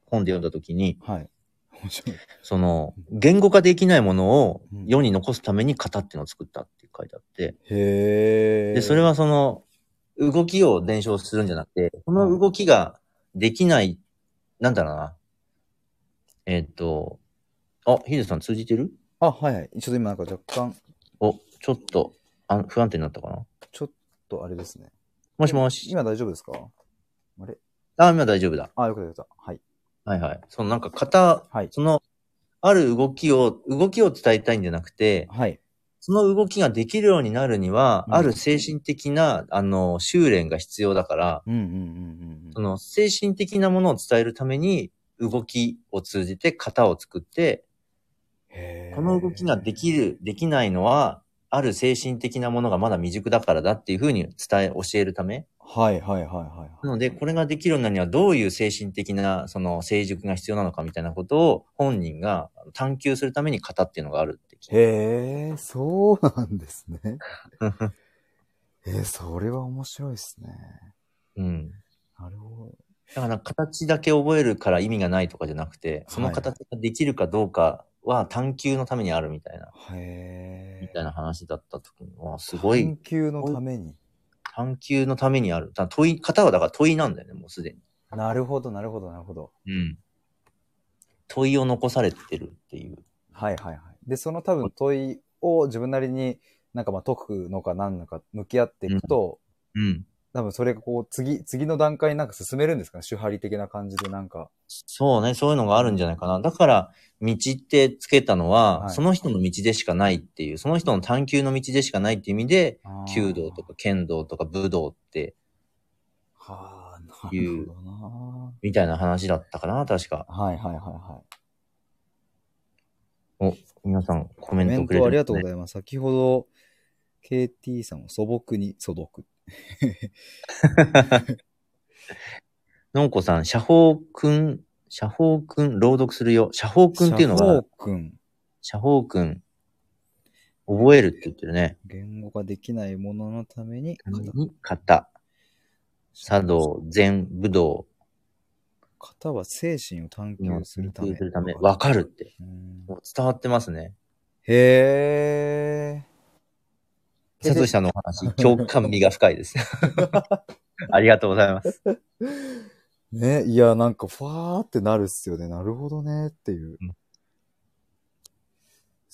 B: 本で読んだときに、
A: はい。面白い。
B: その、言語化できないものを
A: うん
B: 世に残すために型っていうのを作ったって書いてあって、
A: へえ。
B: で、それはその、動きを伝承するんじゃなくて、その動きができない、なんだろうな。えっ、と、あ、ヒデさん通じてる
A: あ、はいはい。ちょっと今なんか若干、
B: お、ちょっと、あ不安定になったかな
A: ちょっとあれですね。
B: もしもし。
A: 今大丈夫ですかあれ
B: あ、今大丈夫だ。
A: あ、よかったよかった。はい。
B: はいはい。そのなんか型、
A: はい。
B: その、ある動きを、動きを伝えたいんじゃなくて、
A: はい。
B: その動きができるようになるには、
A: うん
B: ある精神的な、あの、修練が必要だから、
A: うんうんうんう
B: そ
A: ん
B: の精神的なものを伝えるために動きを通じて型を作って、
A: うん。
B: この動きができる、できないのは、ある精神的なものがまだ未熟だからだっていうふうに伝え、教えるため。
A: はいはいはいはい
B: な
A: はい。
B: ので、これができるようになるにはどういう精神的な、その成熟が必要なのかみたいなことを本人が探求するために型っていうのがあるって
A: へえ、そうなんですね。えー、それは面白いですね。
B: うん。
A: なるほ
B: だから形だけ覚えるから意味がないとかじゃなくて、その形ができるかどうかは探求のためにあるみたいな、
A: ど。へえ。
B: みたいな話だった時に、わあすごい
A: 研究のために。
B: 探求のためにある。だから問い、方はだから問いなんだよね、もうすでに。
A: なるほど、なるほど、なるほど。
B: うん。問いを残されてるっていう。
A: はいはいはい。で、その多分問いを自分なりになんかまあ解くのか何なのか向き合っていくと、
B: うん。
A: 多分それがこう次、次の段階になんか進めるんですかね手張り的な感じでなんか。
B: そうね、そういうのがあるんじゃないかな。だから、道ってつけたのは、
A: はい
B: その人の道でしかないっていう、その人の探求の道でしかないっていう意味で、弓道とか剣道とか武道って、
A: か。はあ、なるほどな。
B: みたいな話だったかな、確か。
A: はいはいはいはい。
B: 皆さんコメ
A: コ
B: ン
A: メ
B: ト
A: ン
B: くれ
A: ト
B: て
A: あ
B: る
A: り
B: ね、
A: がとうございます。先ほど、KT さんを素朴に素読。
B: のんこさん、社法くん、社法くん、朗読するよ。社法くんっていうの
A: シャ
B: が
A: ホ、ー君。
B: 社法くん、覚えるって言ってるね。
A: 言語ができないもののために、
B: 型、茶道、禅、武道
A: 型は精神を探
B: に
A: 求するため。
B: するため、わかるって。
A: うん
B: もう伝わってますね。
A: へえ。え
B: 佐藤さんのお話、共感味が深い です。ありがとうございます。
A: ね、いや、なんか、ファーってなるっすよね。なるほどね、っていう。
B: うん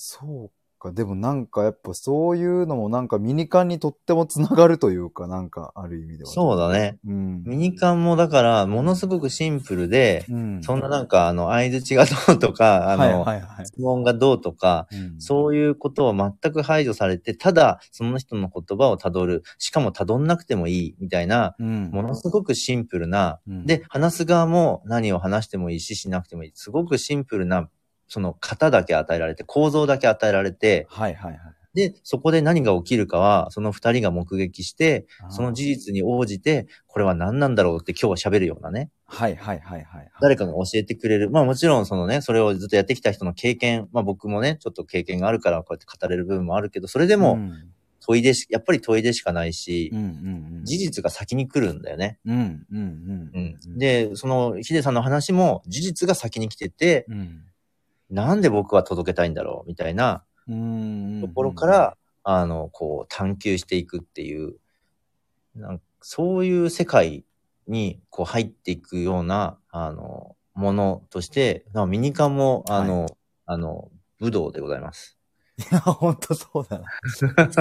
A: そうか。でもなんか、やっぱそういうのもなんか、ミニカンにとってもつながるというか、なんか、ある意味では、
B: そうだね。
A: う。うん。
B: ミニカンもだから、ものすごくシンプルで、
A: うん。
B: そんななんか、あの、相槌がどうとか、あの、
A: はいはいはい。
B: 質問がどうとか、
A: うん
B: そういうことは全く排除されて、ただその人の言葉をたどる、しかもたどんなくてもいいみたいな、
A: うん。
B: ものすごくシンプルな、
A: うん
B: で、、話す側も何を話してもいいし、しなくてもいい。すごくシンプルな、その型だけ与えられて、構造だけ与えられて、
A: はいはいはい。
B: で、そこで何が起きるかは、その二人が目撃して、その事
A: 実。
B: 実に応じて、これは何なんだろうって今日は喋るようなね。
A: はいはいはいはい。
B: 誰かが教えてくれる。まあもちろんそのね、それをずっとやってきた人の経験、まあ僕もね、ちょっと経験があるからこうやって語れる部分もあるけど、それで
A: でう
B: も
A: ん、
B: 問いでし、やっぱり問いでしかないし
A: うん、うんうん。
B: 事実が先に来るんだよね。
A: うんうん
B: う
A: うんん。、
B: で、そのヒデさんの話も事実が先に来てて、
A: うん。
B: なんで僕は届けたいんだろうみたいな
A: うん。
B: ところから、、あの、こう探求していくっていう、なんかそういう世界にこう入っていくような、あの、ものとして、なんかミニカンも、あの、あの、武道でござ います。
A: いや、ほんとそうだな。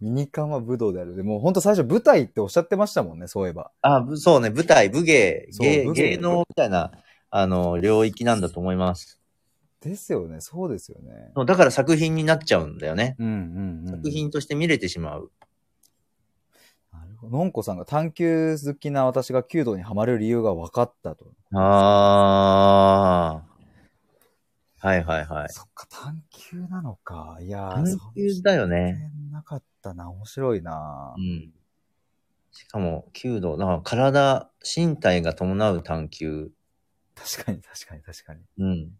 A: ミニカンは武道である。でも、ほんと最初舞台っておっしゃってましたもんね、そういえば。
B: あ、ぶそうね、舞台、武芸、
A: そう
B: 芸、
A: 武芸
B: 芸能みたいな、あの、領域なんだと思います。
A: ですよね、そうですよね。
B: だから作品になっちゃうんだよね。
A: うんうんうん。
B: 作品として見れてしまう。
A: なるほど。のんこさんが探求好きな私が弓道にはまる理由が分かったと。
B: ああ。はいはいはい。
A: そっか、探求なのか。いやー
B: 探求だよね。
A: そんなかったな、面白いな
B: う。ん。しかも、弓道、だから体、身体が伴う探求。
A: 確かに、確かに、確かに。
B: うん。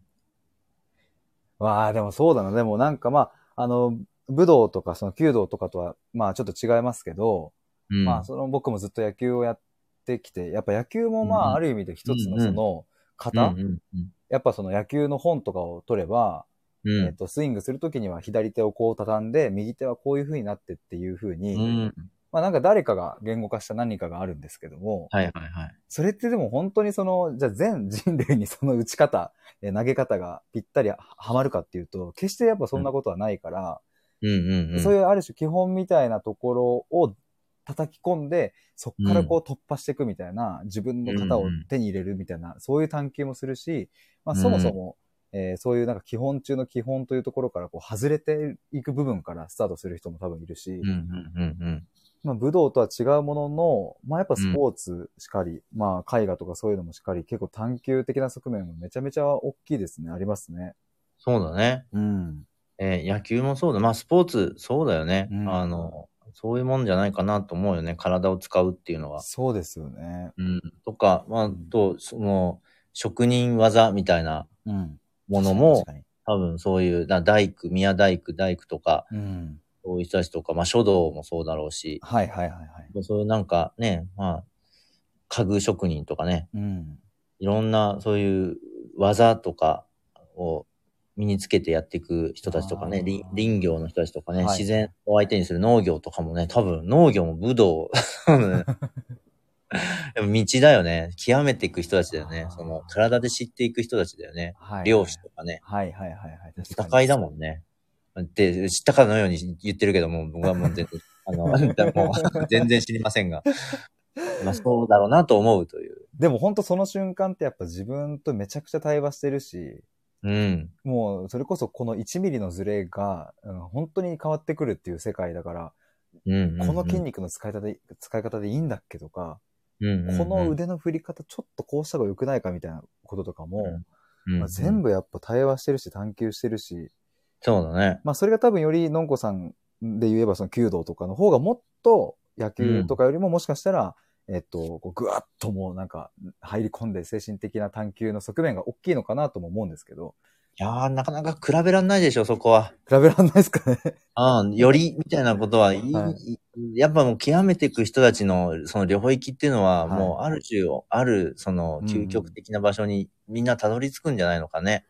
A: わあ、でもそうだな。でもなんかまあ、あの、武道とかその弓道とかとは、まあちょっと違いますけど、
B: うん。
A: まあ、その僕もずっと野球をやってきて、やっぱ野球もま
B: うん
A: あ、ある意味で一つ
B: うん
A: の
B: うん
A: その
B: う
A: 型、
B: んうん
A: やっぱその野球の本とかを取れば、
B: うん。
A: えっと、スイングするときには左手をこう畳んで、右手はこういう風になってっていう風に、
B: うん。うん。
A: まあなんか誰かが言語化した何かがあるんですけども、
B: はいはいはい。
A: それってでも本当にその、じゃあ全人類にその打ち方、えー投げ方がぴったりははまるかっていうと、決してやっぱそんなことはないから、
B: うんうんうん。
A: そういうある種基本みたいなところを叩き込んで、そこからこう突破していくみたいな、自分の型を手に入れるみたいな、そういう探求もするし、まあ、そもそも、えーそういうなんか基本中の基本というところからこう外れていく部分からスタートする人も多分いるし、
B: うんうんうんうん。
A: まあ、武道とは違うものの、まあ、やっぱスポーツしかり、まあ、絵画とかそういうのもしかり、結構探求的な側面もめちゃめちゃ大きいですね、ありますね。
B: そうだね。
A: うん。
B: えー野球もそうだ。まあ、スポーツ、そうだよね。
A: うん
B: あの、そういうもんじゃないかなと思うよね。体を使うっていうのは。
A: そうですよね。
B: うん。とか、まあ、あと、その、職人技みたいな
A: うん。
B: ものも
A: 確、かに
B: 多分そういう、な大工、宮大工、大工とか、
A: うん。
B: そういう人たちとか、まあ書道もそうだろうし、
A: はいはいはいはい。
B: そういうなんかね、まあ、家具職人とかね、
A: うん。
B: いろんなそういう技とかを身につけてやっていく人たちとか
A: あ
B: ね、
A: ー
B: 林林業の人たちとかね、
A: はい
B: 自然を相手にする農業とかもね、多分農業も武道、多 分でも道だよね。極めていく人たちだよね
A: あ。ー
B: その体で知っていく人たちだよね。
A: はい。
B: 漁師とかね。
A: はいはいはいはい。確かに
B: 戦いだもんね。って、知ったかのように言ってるけども、僕はも う全然、あの、 もう全然知りませんが。まあそうだろうなと思うという。
A: でも本当その瞬間ってやっぱ自分とめちゃくちゃ対話してるし、
B: うん。
A: もうそれこそこの1ミリのズレが、うん、本当に変わってくるっていう世界だから、
B: うんうんうん
A: この筋肉の使い方で、使い方でいいんだっけとか、
B: うんうんうん
A: この腕の振り方ちょっとこうした方が良くないかみたいなこととかも、
B: うん
A: まあ、全部やっぱ対話してるし探求してるし、
B: そうだね。
A: まあそれが多分よりのんこさんで言えばその弓道とかの方がもっと野球とかよりももしかしたら、えっと、こうぐわっともうなんか入り込んで精神的な探求の側面が大きいのかなとも思うんですけど、
B: いやー、なかなか比べらんないでしょ、そこは。
A: 比べらんないですかね。
B: うん、より、みたいなことは、いい
A: はい
B: やっぱもう極めていく人たちの、その領域っていうのは、
A: はい
B: もうある種、ある、その、
A: うんうん
B: 究極的な場所にみんなたどり着くんじゃないのかね。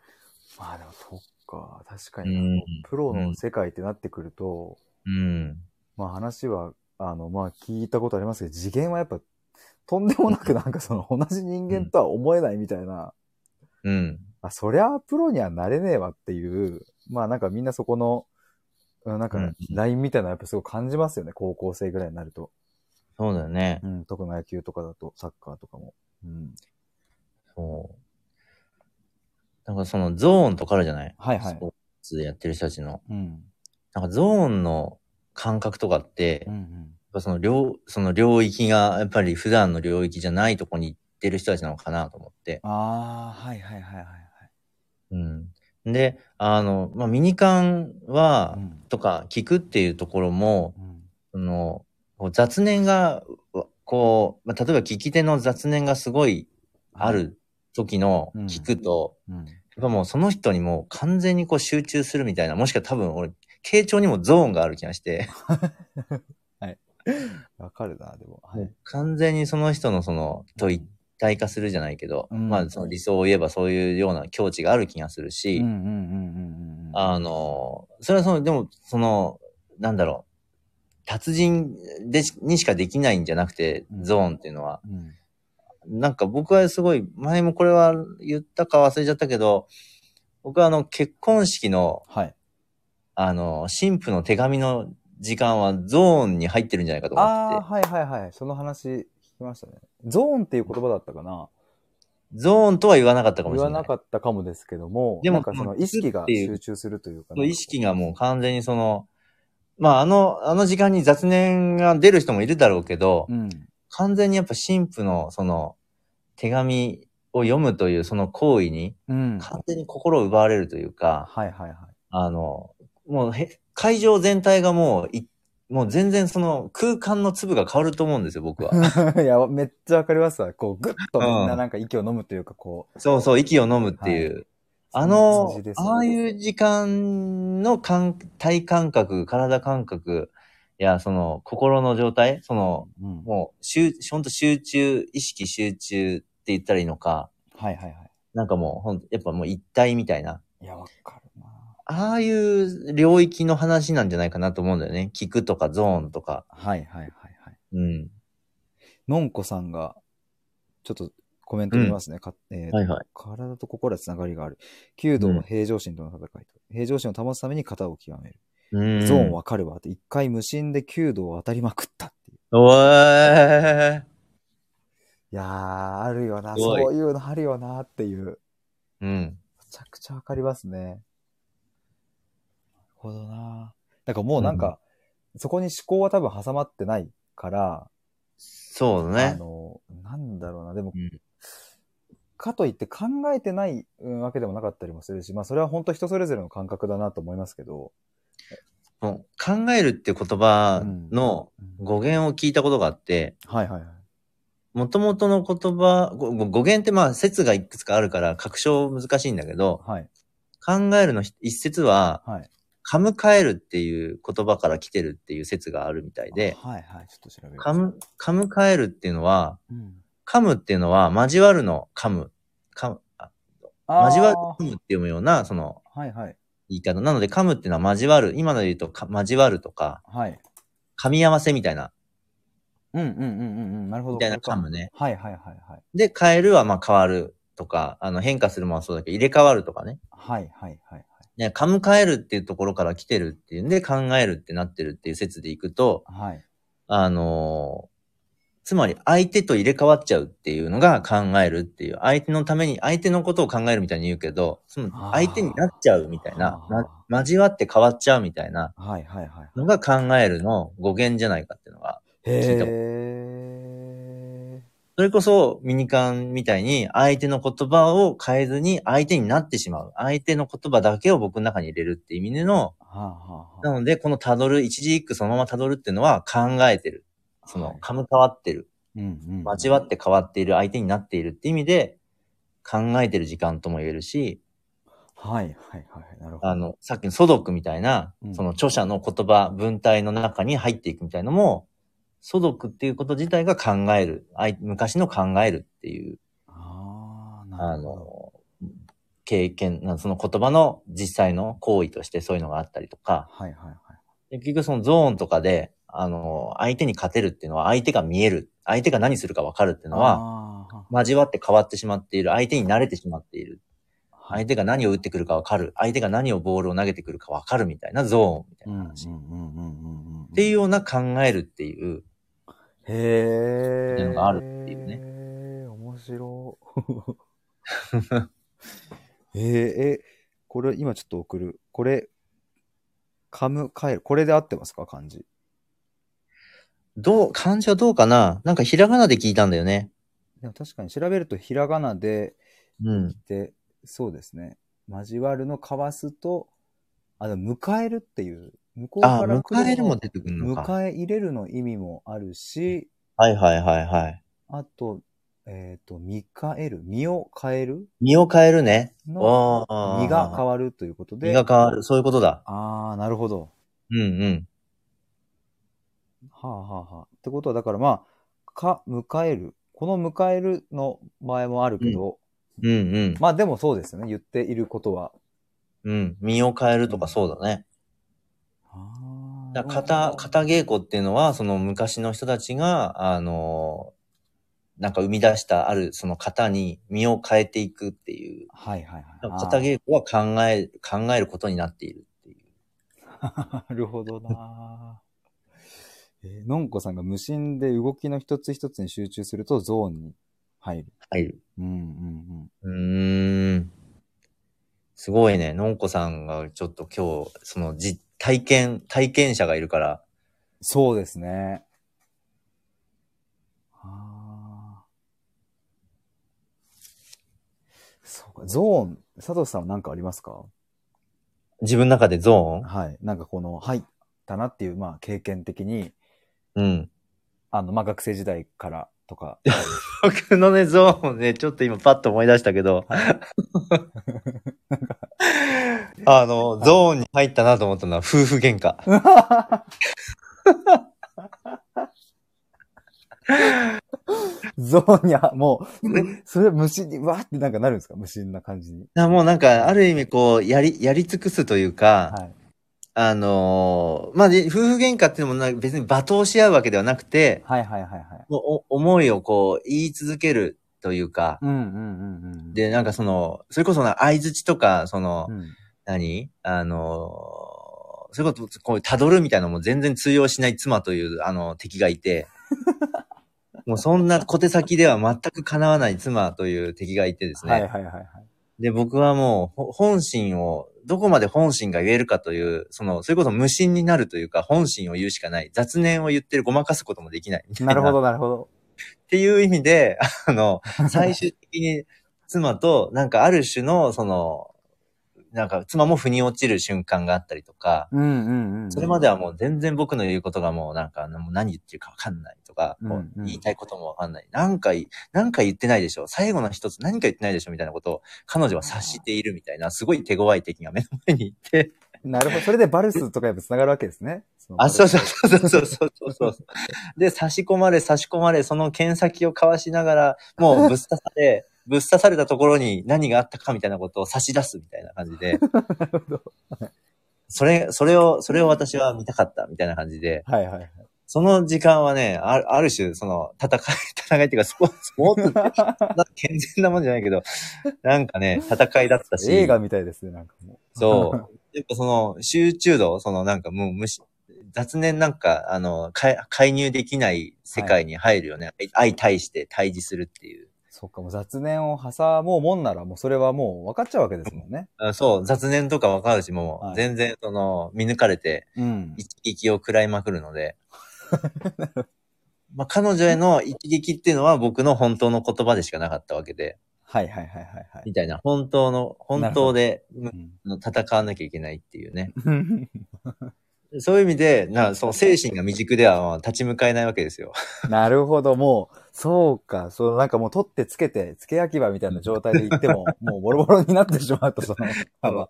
A: まあでもそっか、確か
B: う
A: にな、
B: ん。
A: プロの世界ってなってくると、
B: うん。
A: まあ話は、あの、まあ聞いたことありますけど、次元はやっぱ、とんでもなくなんかその同じ人間とは思えないみたいな、
B: うん。
A: あ、そりゃあプロにはなれねえわっていう、まあなんかみんなそこの、うんなん
B: う
A: か
B: ん
A: ラインみたいなのやっぱすごい感じますよね、高校生ぐらいになると。
B: そうだよね。
A: うん、特に野球とかだと、サッカーとかも。うん。
B: そう。なんかそのゾーンとかあるじゃない
A: はいはい
B: スポーツやってる人たちの。
A: うん。
B: なんかゾーンの感覚とかって、
A: うんうん。
B: やっぱその領、その領域が、やっぱり普段の領域じゃないとこに行ってる人たちなのかなと思って。
A: ああ、はいはいはいはい
B: うん。で、あの、まあ、ミニカンは
A: はい。う、ん。
B: とか聞くっていうところも、
A: うん
B: その、こう雑念が、うこう、まあ、例えば聞き手の雑念がすごいあ。る時の
A: うん
B: 聞くと、
A: うん。
B: やっぱもうその人にもう完全にこう集中するみたいな、もしくは多分俺、傾聴にもゾーンがある気 がして、
A: わかるな、でも。はい。
B: 完全にその人のその、と一体化するじゃないけど、
A: うん
B: まあその理想を言えばそういうような境地がある気がするし、
A: うんうんうんうんうんうん。
B: あの、それはその、でもその、なんだろう、達人でしにしかできないんじゃなくて、
A: うん
B: ゾーンっていうのは、
A: うん。
B: なんか僕はすごい、前もこれは言ったか忘れちゃったけど、僕はあの結婚式の、
A: はい。
B: あの、新婦の手紙の時間はゾーンに入ってるんじゃないかと思
A: ああ
B: っ
A: ー、
B: てて、
A: はいはいはい。その話聞きましたね。ゾーンっていう言葉だったかな
B: ゾーンとは言わなかったかもし
A: 言
B: れな
A: わ
B: い。
A: なかったかもですけども、
B: でも
A: なんかその意識が集中するというか
B: その
A: ね。
B: 意識がもう完全にその、まああの、あの時間に雑念が出る人もいるだろうけど、
A: うん。
B: 完全にやっぱ神父のその手紙を読むというその行為に
A: うん。はい
B: 完全に心を奪われるというか、
A: はいはい。
B: あの、もうへ会場全体がもうい、もう全然その空間の粒が変わると思うんですよ、僕は。
A: いや、めっちゃわかりますわ。こう、ぐっとみん
B: う
A: なんなんか息を飲むというか、こう。
B: そうそう、息を飲むっていう。あ
A: 感
B: の
A: じ、ですよね
B: ああいう時間の感体感覚、体感覚や、その心の状態、その、
A: うん。はい
B: もう、集、ほんと集中、意識集中って言ったらいいのか、
A: はいはい。
B: なんかもう、ほんと、やっぱもう一体みたいな、
A: いや、わかるな。
B: ああいう領域の話なんじゃないかなと思うんだよね。聞くとかゾーンとか。
A: はいはいはいはい。
B: うん。
A: のんこさんが、ちょっとコメント見ますね。かえー
B: はいはい。
A: 体と心はつながりがある。弓道の平常心との戦いと。平常心を保つために型を極める。
B: うん。
A: ゾーンわかるわって。一回無心で弓道を当たりまくったっていう。
B: おー
A: いやー、あるよな。
B: すごい
A: そういうのあるよなっていう。め
B: うん。
A: ちゃくちゃわかりますね。なるほどな。だからもうなんか、そこに思考は多分挟まってないから、
B: そうだ
A: あ
B: ね。
A: の、なんだろうな。でも、
B: うん
A: かといって考えてないうんわけでもなかったりもするし、まあそれは本当人それぞれの感覚だなと思いますけど。
B: もう考えるって言葉の
A: うん
B: 語源を聞いたことがあって、
A: はいはいはい。
B: 元々の言葉、ごご語源ってまあ説がいくつかあるから確証難しいんだけど、
A: はい。
B: 考えるの一説は、
A: はい。
B: カムカエルっていう言葉から来てるっていう説があるみたいで、
A: はいはい、ちょっと調べる。
B: カム、カムカエルっていうのは、
A: うん。
B: カムっていうのは交わるのカム、カム、あ
A: あー
B: 交わるカムっていうような、その
A: はいはい。
B: 言い方。なので、カムっていうのは交わる。今ので言うと、か交わるとか、
A: はい。
B: 噛み合わせみたいな、
A: うんうんうんうんうん。なるほど。
B: みたいなカムね。
A: はいはいはいはい。
B: で、カエルはまあ変わるとか、あの変化するもそうだけど、入れ替わるとかね。
A: はいはいはいはい。
B: ね、カムカエルっていうところから来てるっていうんで、考えるってなってるっていう説でいくと、
A: はい。
B: あのーつまり相手と入れ替わっちゃうっていうのが考えるっていう、相手のために、相手のことを考えるみたいに言うけど、その
A: あー
B: 相手になっちゃうみたいな、な交わって変わっちゃうみたいな
A: はいはいはい。
B: のが考えるの語源じゃないかっていうのが、聞いたこ
A: へえ。
B: それこそミニカンみたいに相手の言葉を変えずに相手になってしまう。相手の言葉だけを僕の中に入れるっていう意味での、
A: はあ、はあ
B: な
A: は
B: のでこの辿る、一字一句そのまま辿るっていうのは考えてる。
A: あ、
B: その、
A: は
B: 噛む変わってる。
A: い、うんうん。
B: 交わって変わっている、相手になっているって意味で、考えてる時間とも言えるし、
A: はいはいはいはい。なるほど。
B: あの、さっきの素読みたいな
A: う、ん
B: その著者の言葉、文体の中に入っていくみたいのも、素読っていうこと自体が考える。相昔の考えるっていう
A: ああ、な
B: あ
A: るほど。
B: の、経験、なその言葉の実際の行為としてそういうのがあったりとか、
A: はいはいはい。
B: 結局そのゾーンとかで、あの、相手に勝てるっていうのは相手が見える、相手が何するか分かるっていうのは、
A: あーは
B: 交わって変わってしまっている、相手に慣れてしまっている、
A: あ
B: 相手が何を打ってくるか分かる、相手が何をボールを投げてくるか分かるみたいなゾーンみたい
A: うんう
B: なん話。
A: う
B: っ
A: んうんうんうん。って
B: いう
A: う
B: ような考えるっていう、
A: ん。へえ。
B: っていうのがあるっていうね
A: ね。面白。えー、え、これ今ちょっと送る。これ、カムカエル。これで合ってますか漢字。
B: どう、漢字はどうかななんかひらがなで聞いたんだよね。
A: でも確かに調べるとひらがなで、
B: うん。
A: で、そうですね。交わるのかわすと、あ、でも迎えるっていう、向こう
B: あ、
A: から来
B: 迎える
A: る
B: も
A: の
B: 出てくるのか。
A: 迎え入れるの意味もあるし、
B: はいはいはいはい。
A: あと、えっ、と、見変える、身を変える
B: 身を変えるね。
A: の、
B: ああ。
A: 身が変わるということで、
B: 身が変わる。そういうことだ。
A: ああ、なるほど。
B: うんうん。
A: はあはあはあ。ってことは、だからまあ、か、迎える。この迎えるの前もあるけど、
B: うんうん。
A: まあでもそうですよね。言っていることは。
B: うん。身を変えるとかそうだね。
A: あ
B: だから型、型稽古っていうのは、その昔の人たちが、あのーなんか生み出したあるその型に身を変えていくっていう。
A: はいはいはい。
B: 型稽古は考え、考えることになっているっていう。
A: なるほどなぁ。 えーのんこさんが無心で動きの一つ一つに集中するとゾーンに入る。
B: はい。
A: うんうん
B: うーん。すごいね。のんこさんがちょっと今日、その実体験、体験者がいるから、
A: そうですね。あーそうか、ゾーン、佐藤さんは何かありますか
B: 自分の中でゾ
A: はい。なんかこの、入ったなっていう、まあ経験的に、
B: ーンうん。
A: あの、まあ学生時代からとか、
B: 僕のね、ゾーンね、ちょっと今パッと思い出したけど、あの、ゾーンに入ったなと思ったのは夫婦喧嘩。
A: ゾーンには、も う、それ無心に、わーってなんかなるんですか無心な感じに。
B: なもうなんか、ある意味こう、やり、やり尽くすというか、
A: はい。
B: あのーまあ、で夫婦喧嘩っていうのもな別に罵倒し合うわけではなくて、
A: はいはいはいはい。
B: もうお思いをこう、言い続けるというか、
A: うんうんうんうん。、
B: で、なんかその、それこそな、相づちとか、その、
A: うん、
B: 何あのーそういうこと、こう、たどるみたいなのも全然通用しない妻という、あの、敵がい て、もうそんな小手先では全く叶わない妻という敵がいてですね。
A: はいはいはいはい。
B: で、僕はもう、ほ本心を、どこまで本心が言えるかという、その、それこそ無心になるというか、本心を言うしかない。雑念を言ってる、ごまかすこともできないみたいな。
A: なるほどなるほど。
B: っていう意味で、 あの、最終的に妻と、なんかある種の、その、なんか妻も腑に落ちる瞬間があったりとか、
A: うんうんうん。
B: それまではもう全然僕の言うことがもうなんか、もう何言ってるかわかんないとか、
A: うん
B: もう
A: うん
B: 言いたいこともわかんない。何回、何回言ってないでしょ最後の一つ何か言ってないでしょみたいなことを彼女は察しているみたいな、すごい手強い敵が目の前にいて。
A: なるほど。それでバルスとかやっぱ繋がるわけですね。の
B: あ、そうそう。そうそうそうそうそう。で、差し込まれ、差し込まれ、その剣先をかわしながら、もうぶっ刺さ れ、ぶっ刺されたところに何があったかみたいなことを差し出すみたいな感じで、
A: なるほど。
B: それ、それを、それを私は見たかったみたいな感じで、
A: はいはいはい。
B: その時間はね、あるある種、その、戦い、 戦いっていうか、スポーツ、スポーツって、なんか健全なもんじゃないけど、なんかね、戦いだったし、
A: 映画みたいですね、なんかも
B: そう。 やっぱその、集中度、そのなんかもう無視、雑念なんか、あの、介介入できない世界に入るよね。相対して対峙するっていう。
A: う。そっか、もう雑念を挟もうもんなら、もうそれはもう分かっちゃうわけですもんね。
B: あそう、雑念とかわかるし、も
A: は
B: う、
A: い
B: 全然その、見抜かれて、
A: うん。
B: 一撃を食らいまくるの で。まあ、彼女への一撃っていうのは僕の本当の言葉でしかなかったわけで、
A: はいはいはいはいはい。
B: みたいな、本当の、本当で
A: うん
B: の戦わなきゃいけないっていうね。
A: な
B: そういう意味で、な、その精神が未熟ではまあ立ち向かえないわけですよ。
A: るほど、もう、そうか、そう、なんかもう取ってつけて、つけ焼き場みたいな状態で行って も、もうボロボロになってしまうと、その幅。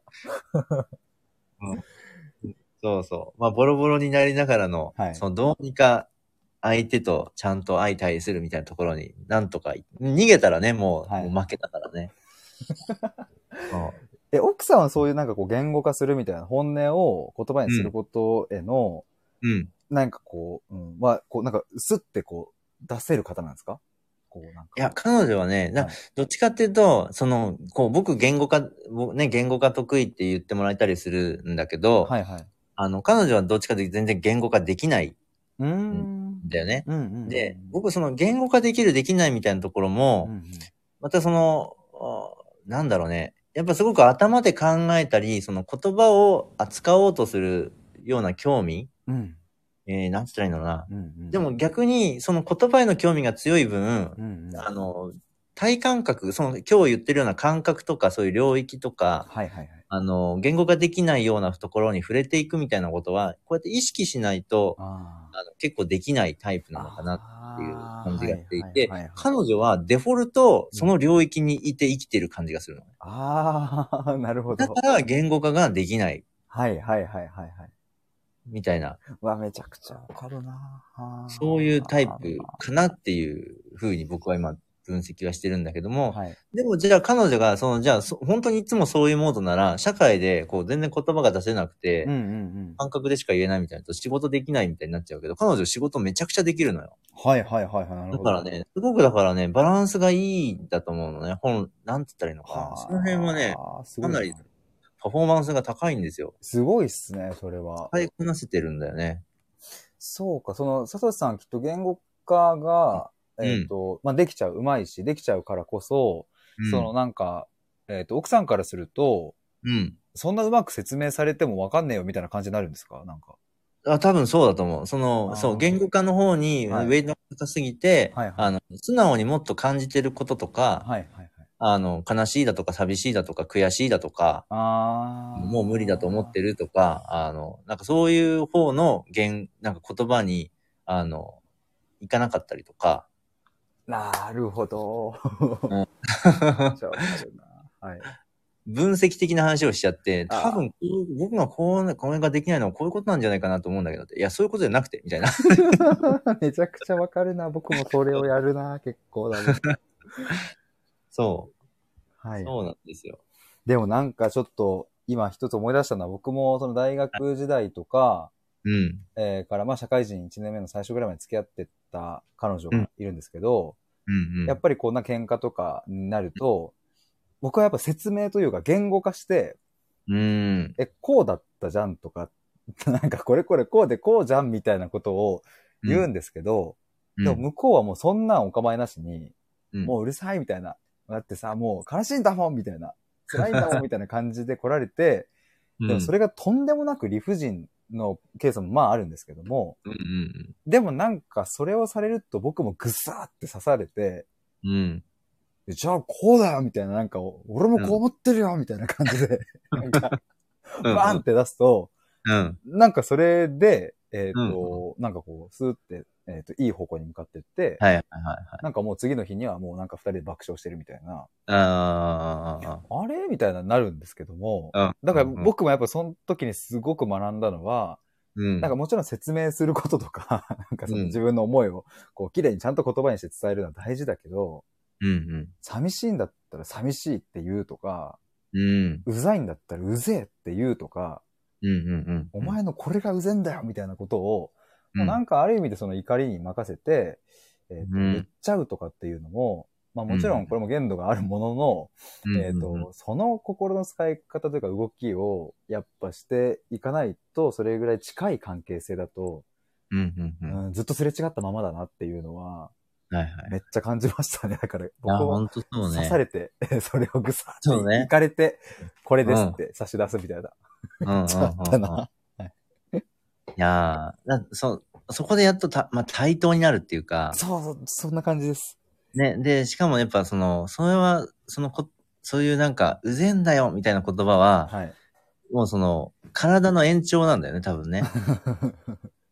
B: そうそう。まあ、ボロボロになりながらの、
A: はい
B: そのどうにか相手とちゃんと相対するみたいなところに、なんとか、逃げたらね、もう、
A: はい
B: もう負けたから ね。そう
A: え、奥さんはそういうなんかこう言語化するみたいな本音を言葉にすることへの、
B: うん。
A: なんかこう、うん、まあ、こうなんか、すってこう、出せる方なんですかこうなんか。
B: いや、彼女はね、な
A: はい
B: どっちかっていうと、その、こう、僕、言語化、僕ね、言語化得意って言ってもらえたりするんだけど、
A: はいはい。
B: あの、彼女はどっちかというと全然言語化できないん
A: うーん。
B: だよね。
A: うんうんうん。
B: で、僕、その言語化できる、できないみたいなところも、
A: うんうん、
B: またその、あなんだろうね。やっぱすごく頭で考えたり、その言葉を扱おうとするような興味、
A: うん
B: えー、なんつったらいいんだろうな。
A: うんうん。
B: でも逆に、その言葉への興味が強い分
A: う、んうん、
B: あ
A: はい
B: の、体感覚、その今日言ってるような感覚とかそういう領域とか、
A: はいはい。
B: あの、言語化できないようなところに触れていくみたいなことは、こうやって意識しないと、
A: あ
B: あの結構できないタイプ
A: ー
B: なのかなっていう感じがしてい
A: あ
B: て
A: ーはいはいはいはい、
B: 彼女はデフォルトその領域にいて生きてる感じがするのね。
A: ああ、 なるほ
B: だ
A: ど
B: か。ら言語化ができない
A: はいはいはいはいはい。
B: みたいな、
A: うわ、めちゃくちゃわかるなあー
B: そういうタイプかなっていうふうに僕は今分析はしてるんだけども、
A: はい。
B: でもじゃあ彼女が、そのじゃあそ本当にいつもそういうモードなら、社会でこう全然言葉が出せなくて
A: うんう、んうん。
B: 感覚でしか言えないみたいなと仕事できないみたいになっちゃうけど、彼女仕事めちゃくちゃできるのよ。
A: はいはいはいはい。なるほ
B: だ
A: ど
B: から。ね、すごくだからね、バランスがいいんだと思うのね。本、なんつったらいいのかな。その辺はね、
A: あー、すごい
B: かなりパフォーマンスが高いんですよ。
A: すごいっすね、それは。
B: 使いこなせてるんだよね。
A: そうか、その、佐藤さんきっと言語化が、
B: うん
A: えっ、と、まあ、できちゃう、うまいし、できちゃうからこそ、
B: うん
A: その、なんか、えっ、と、奥さんからすると、
B: うん。
A: そんなうまく説明されてもわかんねえよみたいな感じになるんですかなんか。
B: あ多分そうだと思う。そ
A: あー
B: の、そう、言語化の方にウ
A: はい
B: ェイトが高すぎて、
A: はいはい
B: あの、素直にもっと感じてることとか、
A: はいはいはい。
B: あの、悲しいだとか寂しいだとか悔しいだとか、
A: あー
B: もう無理だと思ってるとか、あの、なんかそういう方の言、なんか言葉に、あの、いかなかったりとか、
A: なるほど。
B: う
A: じゃあわかるなはい。
B: 分析的な話をしちゃって、
A: あー
B: 多分、こう僕がこう、これができないのはこういうことなんじゃないかなと思うんだけどって、いや、そういうことじゃなくて、みたいな。
A: めちゃくちゃわかるな。僕もそれをやるな。結構だね。
B: そ
A: は
B: う、
A: い。
B: そうなんですよ。
A: でもなんかちょっと、今一つ思い出したのは、僕もその大学時代とか、
B: うん。
A: えーから、まあ社会人1年目の最初ぐらいまで付き合ってた彼女がいるんですけど、
B: うんうん。
A: やっぱりこんな喧嘩とかになると、僕はやっぱ説明というか言語化して、
B: うん。
A: え、こうだったじゃんとか、 なんかこれこれこうでこうじゃんみたいなことを言うんですけど、でも向こうはもうそんなんお構いなしに、
B: うん
A: もううるさいみたいな。だってさ、もう悲しいんだもんみたい な。辛いんだもんみたいな感じで来られて、
B: うん、
A: でもそ
B: れ、
A: れがとんでもなく理不尽のケースもまああるんですけども、
B: うんうん
A: でもなんかそれをされると僕もぐさーって刺されて、
B: うん。うん。
A: じゃあこうだよみたいな、なんか、お俺もこう思ってるよみたいな感じ で、なんか、
B: うん
A: バンって出すと、
B: うん。
A: なんかそれで、えっ、と、なんかこう、スーって、えっ、と、いい方向に向かってって、
B: はいはいはい。
A: なんかもう次の日にはもうなんか二人で爆笑してるみたいな、
B: ああ。
A: あれみたいななるんですけども、
B: うん
A: だから、僕もやっぱその時にすごく学んだのは、
B: うん。
A: なんかもちろん説明することとか、 なんかその
B: うん
A: 自分の思いを、こう、綺麗にちゃんと言葉にして伝えるのは大事だけど、
B: うん
A: 寂しいんだったら寂しいって言うとか、
B: うん。うん。
A: うざいんだったらうぜえって言うとか、
B: うんうんうん。
A: お前のこれがうぜえんだよみたいなことを、
B: う
A: まあ
B: ん、
A: なんかある意味でその怒りに任せて、えーと
B: うん
A: 言っちゃうとかっていうのも、まあもちろんこれも限度があるものの、
B: うん
A: えっ、と、その心の使い方というか動きをやっぱしていかないと、それぐらい近い関係性だと、
B: うんうんうん。は
A: うんずっとすれ違ったままだなっていうのは、
B: いはい。
A: めっちゃ感じましたね。だから、
B: いや、
A: 僕
B: ほ
A: は
B: んとそう
A: 刺
B: ね
A: さ。れて、 それをぐさっと
B: そうね
A: いかれて、これですって差し出すみたいな。
B: うんうんうんうん
A: ちょっとな。
B: いやーなそ、そこでやっとた、まあ、対等になるっていうか、
A: そうそう、そんな感じです。
B: ね、で、しかもやっぱその、それは、そのこ、そういうなんか、うぜんだよみたいな言葉は、
A: はい。
B: もうその、体の延長なんだよね、多 分ね。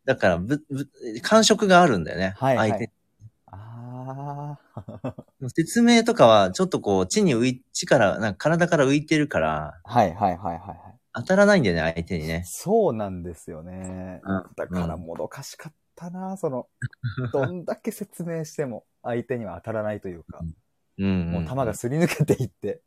B: だからぶ、ぶ、感触があるんだよね。
A: はいはい
B: 相手
A: ああ。
B: 説明とかは、ちょっとこう、地に浮い、地から、なんか体から浮いてるから、
A: はいはいはいはいはい。
B: 当たらないんだよね、相手にね。
A: そうなんですよね。
B: うん
A: だから
B: うん
A: もどかしかったな、そ の、どんだけ説明しても相手には当たらないというか、
B: うん、
A: もう球がすり抜けていって、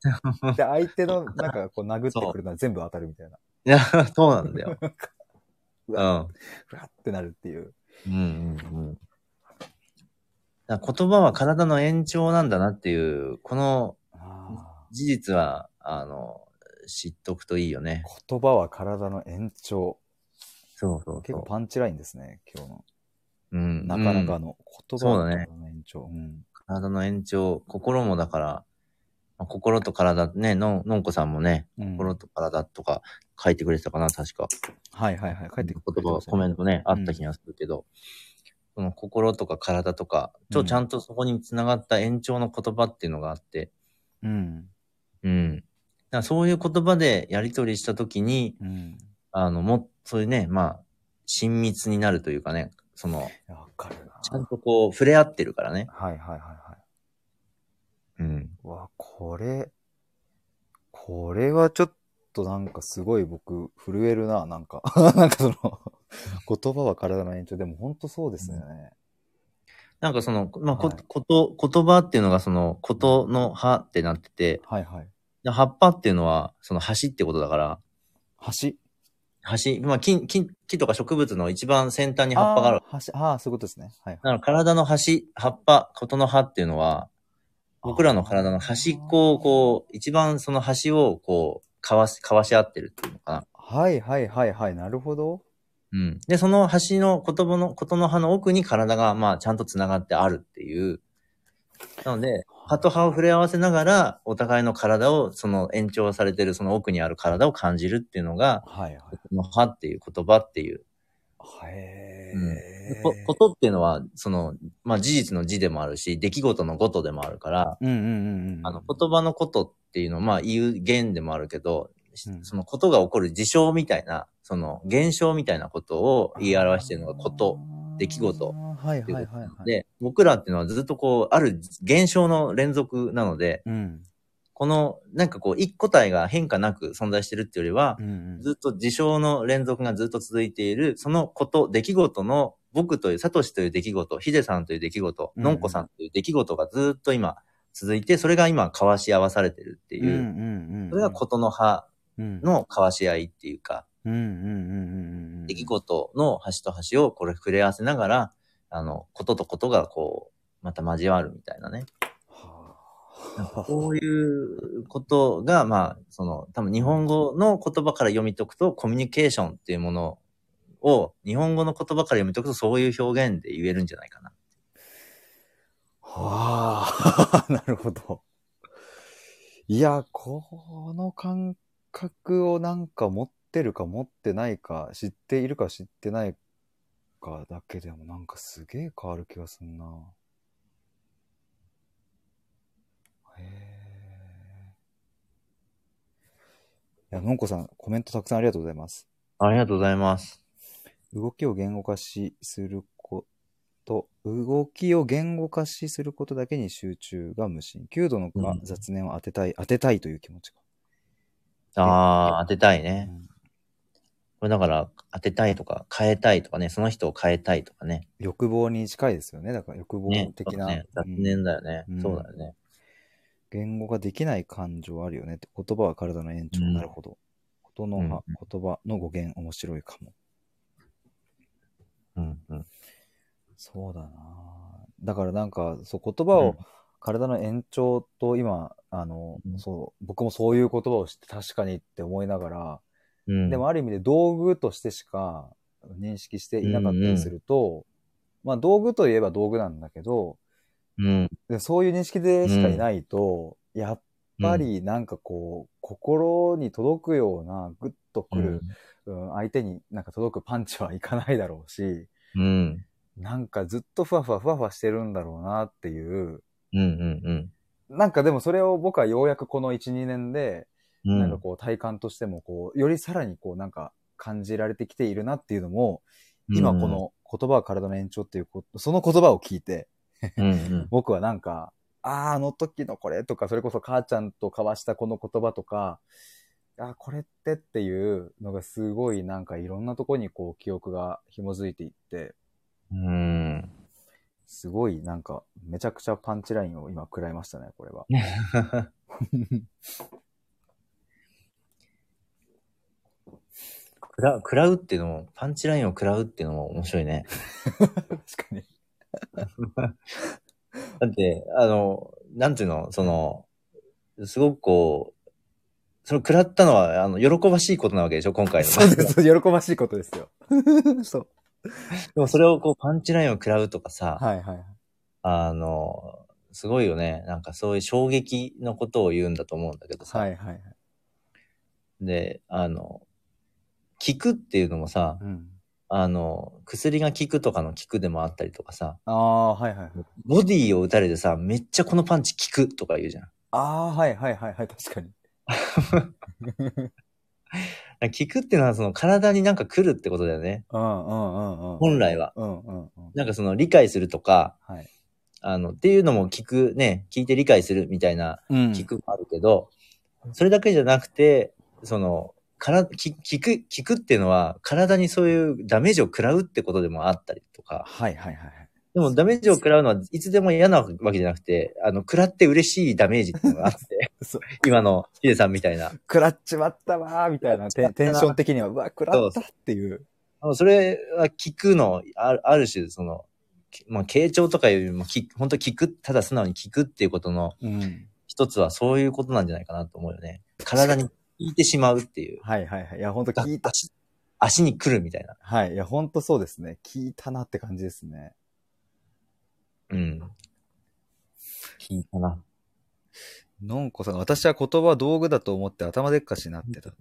A: で、相手のなんかこう殴ってくるのは全部当たるみたいな。
B: いや、そうなんだよ。
A: う
B: う
A: わ、
B: ん。
A: ふわってなるっていう。
B: うんうんうん。だから言葉は体の延長なんだなっていう、この
A: あ
B: 事実は、あの、知っとくといいよね。
A: ー言葉は体の延長。
B: そうそう
A: 結構パンチラインですね、今日の。
B: うん。
A: なかなか
B: うん
A: の言葉
B: そう
A: は
B: だね
A: 体の延長。うん
B: 体の延長、心もだから、まあ心と体、ね、のん、のんこさんもね、
A: うん
B: 心と体とか書いてくれてたかな、確か。
A: はいはいはい。帰ってく
B: 言葉、コメントね、あった気がするけど、その心とか体とか、ち
A: う
B: ょ、
A: ん
B: ちゃんとそこにつながった延長の言葉っていうのがあって、
A: うん。
B: うん。だからそういう言葉でやり取りしたときに、
A: うん。
B: あの、も、そういうね、まあ、親密になるというかね、その、
A: いやわかる
B: ちゃ
A: な。
B: んとこう、触れ合ってるからね。
A: はいはいはいはい。
B: うん。
A: うわ、これ、これはちょっとなんかすごい僕、震えるな、なんか。 なんかその、言葉は体の延長。でも本当そうですよね。
B: なんかその、まあ、こ、
A: はい
B: こと、言葉っていうのがその、ことの葉ってなってて、
A: はいはい。
B: で葉っぱっていうのは、その橋ってことだから、
A: 橋
B: 橋、まあ、木、木、木とか植物の一番先端に葉っぱがある。
A: あー橋、あー、そういうことですね。はい。
B: だから体の端、葉っぱ、ことの葉っていうのは、僕らの体の端っこをこう、一番その端をこう、かわし、かわし合ってるっていうのかな。
A: はいはいはいはい。なるほど。
B: うん。で、その端の言葉の、ことの葉の奥に体が、まあ、ちゃんと繋がってあるっていう。なので、葉と葉を触れ合わせながら、お互いの体を、その延長されてる、その奥にある体を感じるっていうのが、
A: はいはい。
B: この葉っていう言葉っていう。
A: へ
B: うん
A: え。
B: こことっていうのは、その、まあ、事実の字でもあるし、出来事のことでもあるから、
A: うんうんうんうん。
B: あの、言葉のことっていうのは、まあ、言う言でもあるけど、し
A: うん
B: そのことが起こる事象みたいな、その現象みたいなことを言い表しているのがこと。出来事
A: はいはいはいはい。、
B: で、僕らっていうのはずっとこう、ある現象の連続なので、
A: うん。
B: この、なんかこう、一個体が変化なく存在してるっていうよりは
A: う、ん
B: ずっと事象の連続がずっと続いている、そのこと、出来事の、僕という、サトシという出来事、ヒデさんという出来事、
A: うん
B: ノンコさんという出来事がずっと今続いて、それが今交わし合わされてるって
A: う
B: い
A: ん。うんう
B: う、
A: んうん。
B: それがことの葉
A: うん。
B: の交わし合いっていうか、
A: うんうんうんうんうん。
B: 出来事の端と端をこれ触れ合わせながら、あの、こととことがこう、また交わるみたいなね。
A: は
B: こういうことが、まあ、その、多分日本語の言葉から読み解くと、コミュニケーションっていうものを、日本語の言葉から読み解くと、そういう表現で言えるんじゃないかな。
A: あ。なるほど。いや、この感覚をなんか持ってるか持ってないか、知っているか知ってないかだけでもなんかすげえ変わる気がすんな。へや、のんこさん、コメントたくさんありがとうございます。
B: ありがとうございます。
A: 動きを言語化しすること、動きを言語化しすることだけに集中が無心。9度の子は
B: うん
A: 雑念を当てたい、当てたいという気持ちが。
B: ああ、当てたいうね。
A: ん
B: これだから、当てたいとか、変えたいとかね、その人を変えたいとかね。
A: 欲望に近いですよね。だから欲望
B: ね。
A: 的
B: そう
A: な、
B: だね雑
A: うん
B: 念だよね。
A: うん
B: そうだよね。
A: 言語ができない感情あるよねって。言葉は体の延長。
B: うん
A: なるほど。言の葉、言葉の語源面白いかも。
B: うんうん。
A: そうだなだからなんか、そう、言葉を、体の延長と今、あの、
B: うん
A: そう、僕もそういう言葉を知って確かにって思いながら、
B: うん。
A: でもある意味で道具としてしか認識していなかったりすると、まあ道具といえば道具なんだけど、
B: うん。
A: でもそういう認識でしかいないと、やっぱりなんかこう、心に届くようなグッとくる、うん相手になんか届くパンチはいかないだろうし、
B: うん。うん。
A: なんかずっとふわふわふわふわしてるんだろうなっていう、
B: うんうん
A: なんかでもそれを僕はようやくこの1、2年で、
B: うん。うん。
A: なんかこう体感としてもこう、よりさらにこうなんか感じられてきているなっていうのも、今この言葉は体の延長っていうこと、その言葉を聞いて、
B: うん、うん
A: 僕はなんか、ああ、あの時のこれとか、それこそ母ちゃんと交わしたこの言葉とか、あーこれってっていうのがすごいなんかいろんなとこにこう記憶が紐づいていって、
B: うん。うん。
A: すごいなんかめちゃくちゃパンチラインを今食らいましたね、これは。
B: くら、食らうっていうのも、パンチラインを食らうっていうのも面白いね。
A: 確かに。
B: だって、あの、なんていうの、その、すごくこう、その食らったのは、あの、喜ばしいことなわけでしょ、今回の。
A: そうです。喜ばしいことですよ。 そう。
B: で もそれをこう、パンチラインを食らうとかさ、
A: はいはい。
B: あの、すごいよね。なんかそういう衝撃のことを言うんだと思うんだけどさ。
A: はいはいはい。
B: で、あの、効くっていうのもさ、
A: うん。
B: あの、薬が効くとかの効くでもあったりとかさ、
A: ああ、はいはいはい。
B: ボディを打たれてさ、めっちゃこのパンチ効くとか言うじゃん。
A: ああ、はいはいはいはい。確かに。
B: 効くっていうのはその体になんか来るってことだよね。
A: うんうんうんうん。
B: 本来は。
A: うんうんうん。
B: なんかその理解するとか、
A: はい。
B: あの、っていうのも聞くね、聞いて理解するみたいな
A: うん
B: 聞くもあるけど、それだけじゃなくて、その、から、き聞く、聞くっていうのは、体にそういうダメージを食らうってことでもあったりとか、
A: はいはいはいはい。
B: でもダメージを食らうのはいつでも嫌なわけじゃなくて、あの、食らって嬉しいダメージっていうのがあって、
A: そう。
B: 今のヒデさんみたいな。
A: 食らっちまったわーみたいなテンテンション的には、うわ、食らっ
B: そ
A: たっていう。
B: あのそれは聞くの、あるある種、その、きまあ、傾聴とかよりも聞く、本当聞く、ただ素直に聞くっていうことの
A: うん。
B: 一つはそういうことなんじゃないかなと思うよね。体に効いてしまうっていう。
A: はいはいはい。いや、ほんと聞いた。
B: 足足に来るみたいな。
A: はい。いや、ほんとそうですね。聞いたなって感じですね。
B: うん。聞いたな。
A: のんこさん、私は言葉は道具だと思って頭でっかしになってた。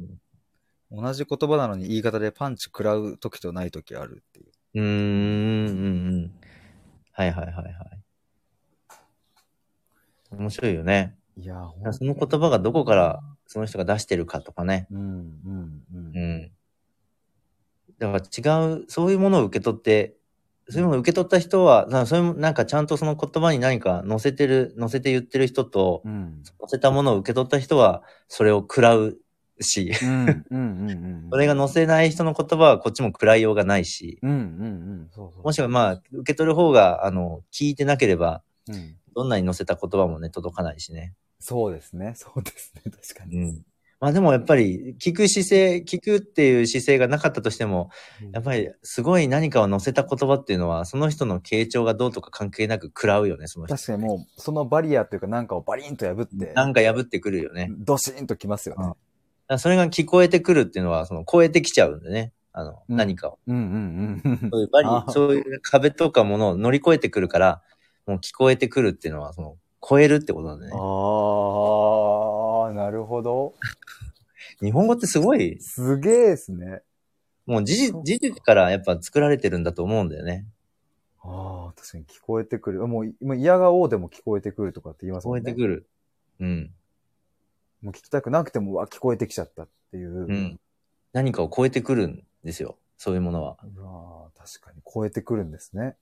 A: 同じ言葉なのに言い方でパンチ食らう時とない時あるっていう。
B: うーん、うん、うん。はいはいはいはい。面白いよね。
A: いや、ほん
B: その言葉がどこからその人が出してるかとかね。
A: うんうんうん
B: う。ん。だから違う、そういうものを受け取って、そういうものを受け取った人は、なそういう、なんかちゃんとその言葉に何か乗せてる、乗せて言ってる人と、
A: うん。
B: 乗せたものを受け取った人は、それを食らうし、
A: うんうんうんうん。
B: それが載せない人の言葉はこっちも食らいようがないし、
A: うんうんうん。そうそう。
B: もしくはまあ、受け取る方が、あの、聞いてなければ、
A: うん、
B: どんなに載せた言葉もね、届かないしね。
A: そうですね。 そうですね。確かに。
B: うん。まあでもやっぱり、聞く姿勢、聞くっていう姿勢がなかったとしても、やっぱりすごい何かを載せた言葉っていうのは、その人の傾聴がどうとか関係なく食らうよね、その人。
A: 確かにもう、そのバリアというかなんかをバリンと破って、
B: なんか破ってくるよね。
A: ドシンときますよね。
B: だからそれが聞こえてくるっていうのは、その超えてきちゃうんでね。あの、
A: うん
B: 何かを。
A: うんうん うん
B: そういうバリ
A: あ、ー
B: そういう壁とかものを乗り越えてくるから、もう聞こえてくるっていうのは、その、超えるってことなんでね。
A: ああ、なるほど。
B: 日本語ってすごい、
A: すげえですね。
B: もう事
A: そう
B: 実、
A: か
B: 事実からやっぱ作られてるんだと思うんだよね。
A: ああ、確かに聞こえてくる。もう、もう嫌がおうでも聞こえてくるとかって言います
B: 聞こ
A: もん
B: え
A: ね。
B: てくる。うん。
A: もう聞きたくなくても、うわ、聞こえてきちゃったっていう。
B: うん。何かを超えてくるんですよ。そういうもの は。
A: うわー確かに超えてくるんですね。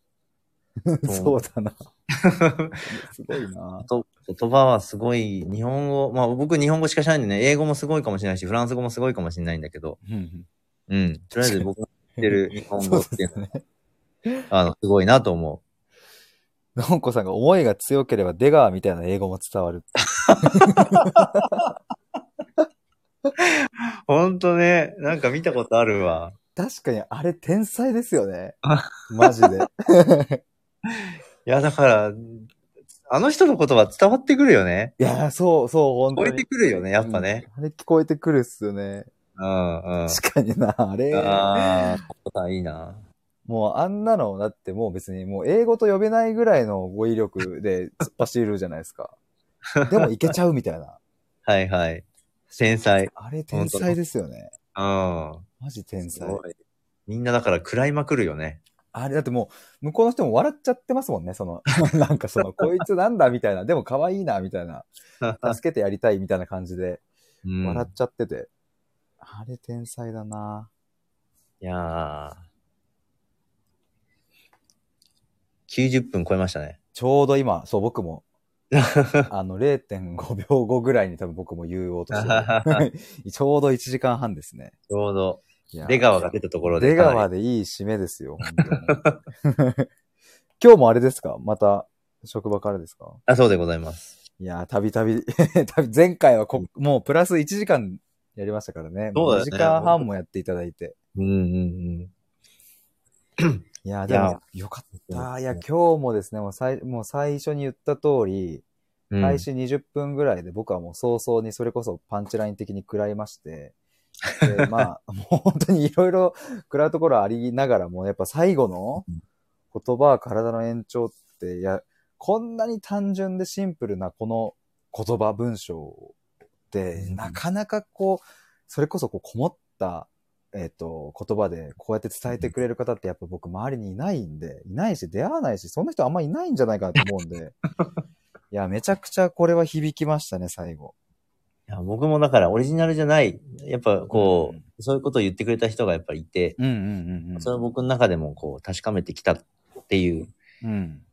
B: う
A: そうだな。すごいな。
B: と言葉はすごい、日本語、まあ僕日本語しか知らないんでね、英語もすごいかもしれないし、フランス語もすごいかもしれないんだけど、うん。とりあえず僕が知ってる日本語っていう のは、あの、すごいなと思
A: のんこさんが思いが強ければ出川みたいな英語も伝わる。
B: う。ほんとね、なんか見たことあるわ。
A: 確かにあれ天才ですよね。マジで。
B: いや、だから、あの人の言葉伝わってくるよね。
A: いやー、そうそう、本
B: 超
A: 当
B: え
A: に。
B: てくるよね、やっぱね。
A: うん。あれ聞こえてくるっすよね。
B: うんうん。
A: 確かにな、あれ。
B: ああ、言葉いいな。
A: もうあんなの、だってもう別にもう英語と呼べないぐらいの語彙力で突っ走るじゃないですか。でもいけちゃうみ たいな。
B: はいはい。繊細。
A: あれ天才ですよね。
B: うん。
A: マジ天
B: す
A: 才。
B: ごい。みんなだから食らいまくるよね。
A: あれだってもう、向こうの人も笑っちゃってますもんね。その、 なんかその、こいつなんだみたいな、でも可愛いなみたいな、助けてやりたいみたいな感じで、
B: うん
A: 笑っちゃってて。あれ天才だない
B: やー。90分超えましたね。
A: ちょうど今、そう僕 も、あの0.5秒後ぐらいに多分僕も言おうとしてる ちょうど1時間半ですね。
B: ちょうど、
A: いや
B: 出川が出たところで。
A: 出
B: かな
A: 川
B: り
A: でいい締めですよ。本当 に今日もあれですかまた、職場からですか
B: あ、そうでございます。
A: いやー、たびたび、 たび前回はこ、もうプラス1時間やりましたからね。
B: そうだよね
A: 2時間半もやっていただいて。
B: うんうんうん。
A: いやー、
B: い
A: で
B: や
A: も、よかった。いや、今日もですね、もう最もう最初に言った通り、
B: うん
A: 開始20分ぐらいで僕はもう早々にそれこそパンチライン的に食らいまして、 でまあ、もう本当にいろいろ食らうところありながらも、やっぱ最後の言葉は体の延長って、いや、こんなに単純でシンプルなこの言葉文章って、
B: うん
A: なかなかこう、それこそこうこもった、えっ、と、言葉でこうやって伝えてくれる方ってやっぱ僕周りにいないんで、いないし、出会わないし、そんな人あんまいないんじゃないかなと思うん で、いや、めちゃくちゃこれは響きましたね、最後。
B: いや僕もだからオリジナルじゃない、やっぱこう、
A: うん
B: そういうことを言ってくれた人がやっぱいて、
A: うんうんうんうん。
B: それは僕の中でもこう確かめてきたっていう
A: うん。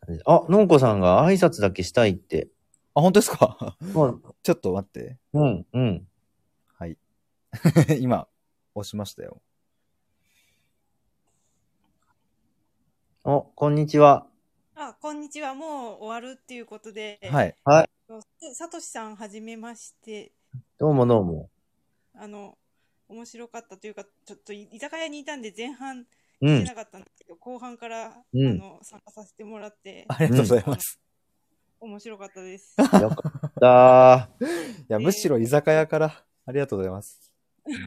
B: 感じ。あ、のんこさんが挨拶だけしたいって。
A: あ、本当ですか
B: うん、
A: ちょっと待って。
B: うん、うん。
A: はい。 今、押しましたよ。
B: お、こんにちは。
C: あ、こんにちは。もう終わるっていうことで、
A: はい。
C: い、さとしさん、はじめまして。
B: どうもどうも。
C: あの、面白かったというか、ちょっとい居酒屋にいたんで前半
B: う
C: 聞 け
B: ん
C: な。かったんですけど、後半から、
B: うん
C: あの参加させてもらって、
A: ありがとうございます。
C: 面白かったで す。
B: よかった
A: いや、むしろ居酒屋から、ありがとうございます。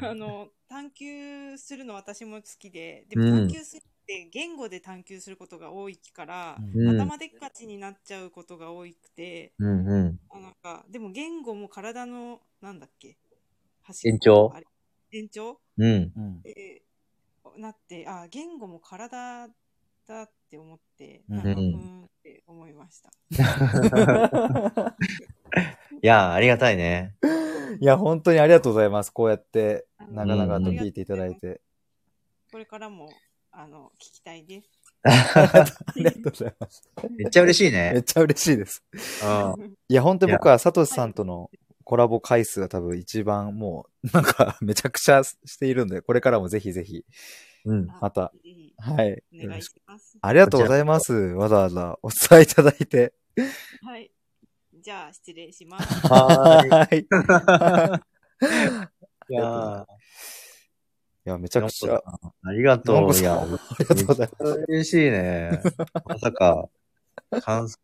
C: あの、探求するの私も好きで、で
B: うん
C: も探求するって言語で探求することが多いから、
B: ー。うん。
C: 頭でっかちになっちゃうことが多くて、
B: うんうん。
C: あなんか、でも言語も体の、なんだっけ、端
B: 延長
C: あれ延長
B: うん。
A: うん。
C: えーなって、あ言語も体だって思って、
A: うん
C: なんか
B: うん
C: ふーんって思いました。
B: いやー、ありがたいね。
A: いや、本当にありがとうございます。こうやって、
C: うん
A: 長々と聞いていただいて。
C: これからもあの聞きたいです。
A: ありがとうございます。
B: めっちゃ嬉しい
A: め
B: ね
A: っ。ちゃ嬉しいです。
B: うん。
A: いや、本当に僕はサトシさんとのコラボ回数が多分一番もう、なんか、 めちゃくちゃしているんで、これからもぜひぜひ。
B: うん。
C: あ
A: また。
C: ぜひ
A: はい。
C: お願いします。
A: ありがとうございます。わざわざお伝えいただいて。
C: はい。じゃあ失礼します。
B: は
A: はい。
B: ーい。いやー
A: いや、めちゃくちゃ。
B: あり
A: の
B: が
A: ん
B: と
A: こ
B: う。
A: さん
B: いや、
A: ありがとうございま
B: 嬉し いね。まさか、感想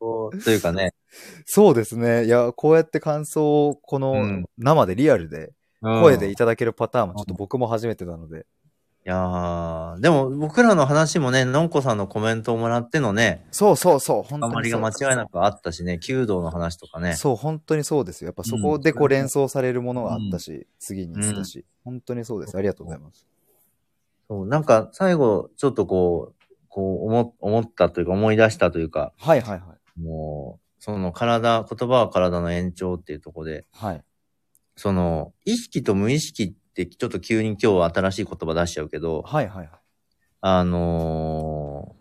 B: というかね。
A: す。そうですね。いや、こうやって感想を、こ
B: う
A: の
B: ん
A: 生でリアルで、
B: う ん
A: 声で
B: い
A: いただけるパターンもちょっと僕も初めてなので。
B: やー、でも僕らの話もね、のんこさんのコメントをもらってのね、
A: そうそうそう、本当にそ
B: あ
A: う。
B: まりが間違いなくあったしね、弓道の話とかね。
A: そう、本当にそうですよ。やっぱそこでこう連想されるものがあったし、次にしたし、本当にそうです。ありがとうございます。
B: そうなんか最後、ちょっとこう、こう思思ったというか思い出したというか、
A: はいはいはい。
B: もう、その体、言葉は体の延長っていうところで、
A: はい。
B: その、意識と無意識って、ちょっと急に今日は新しい言葉出しちゃうけど、
A: はいはいはい。
B: あのー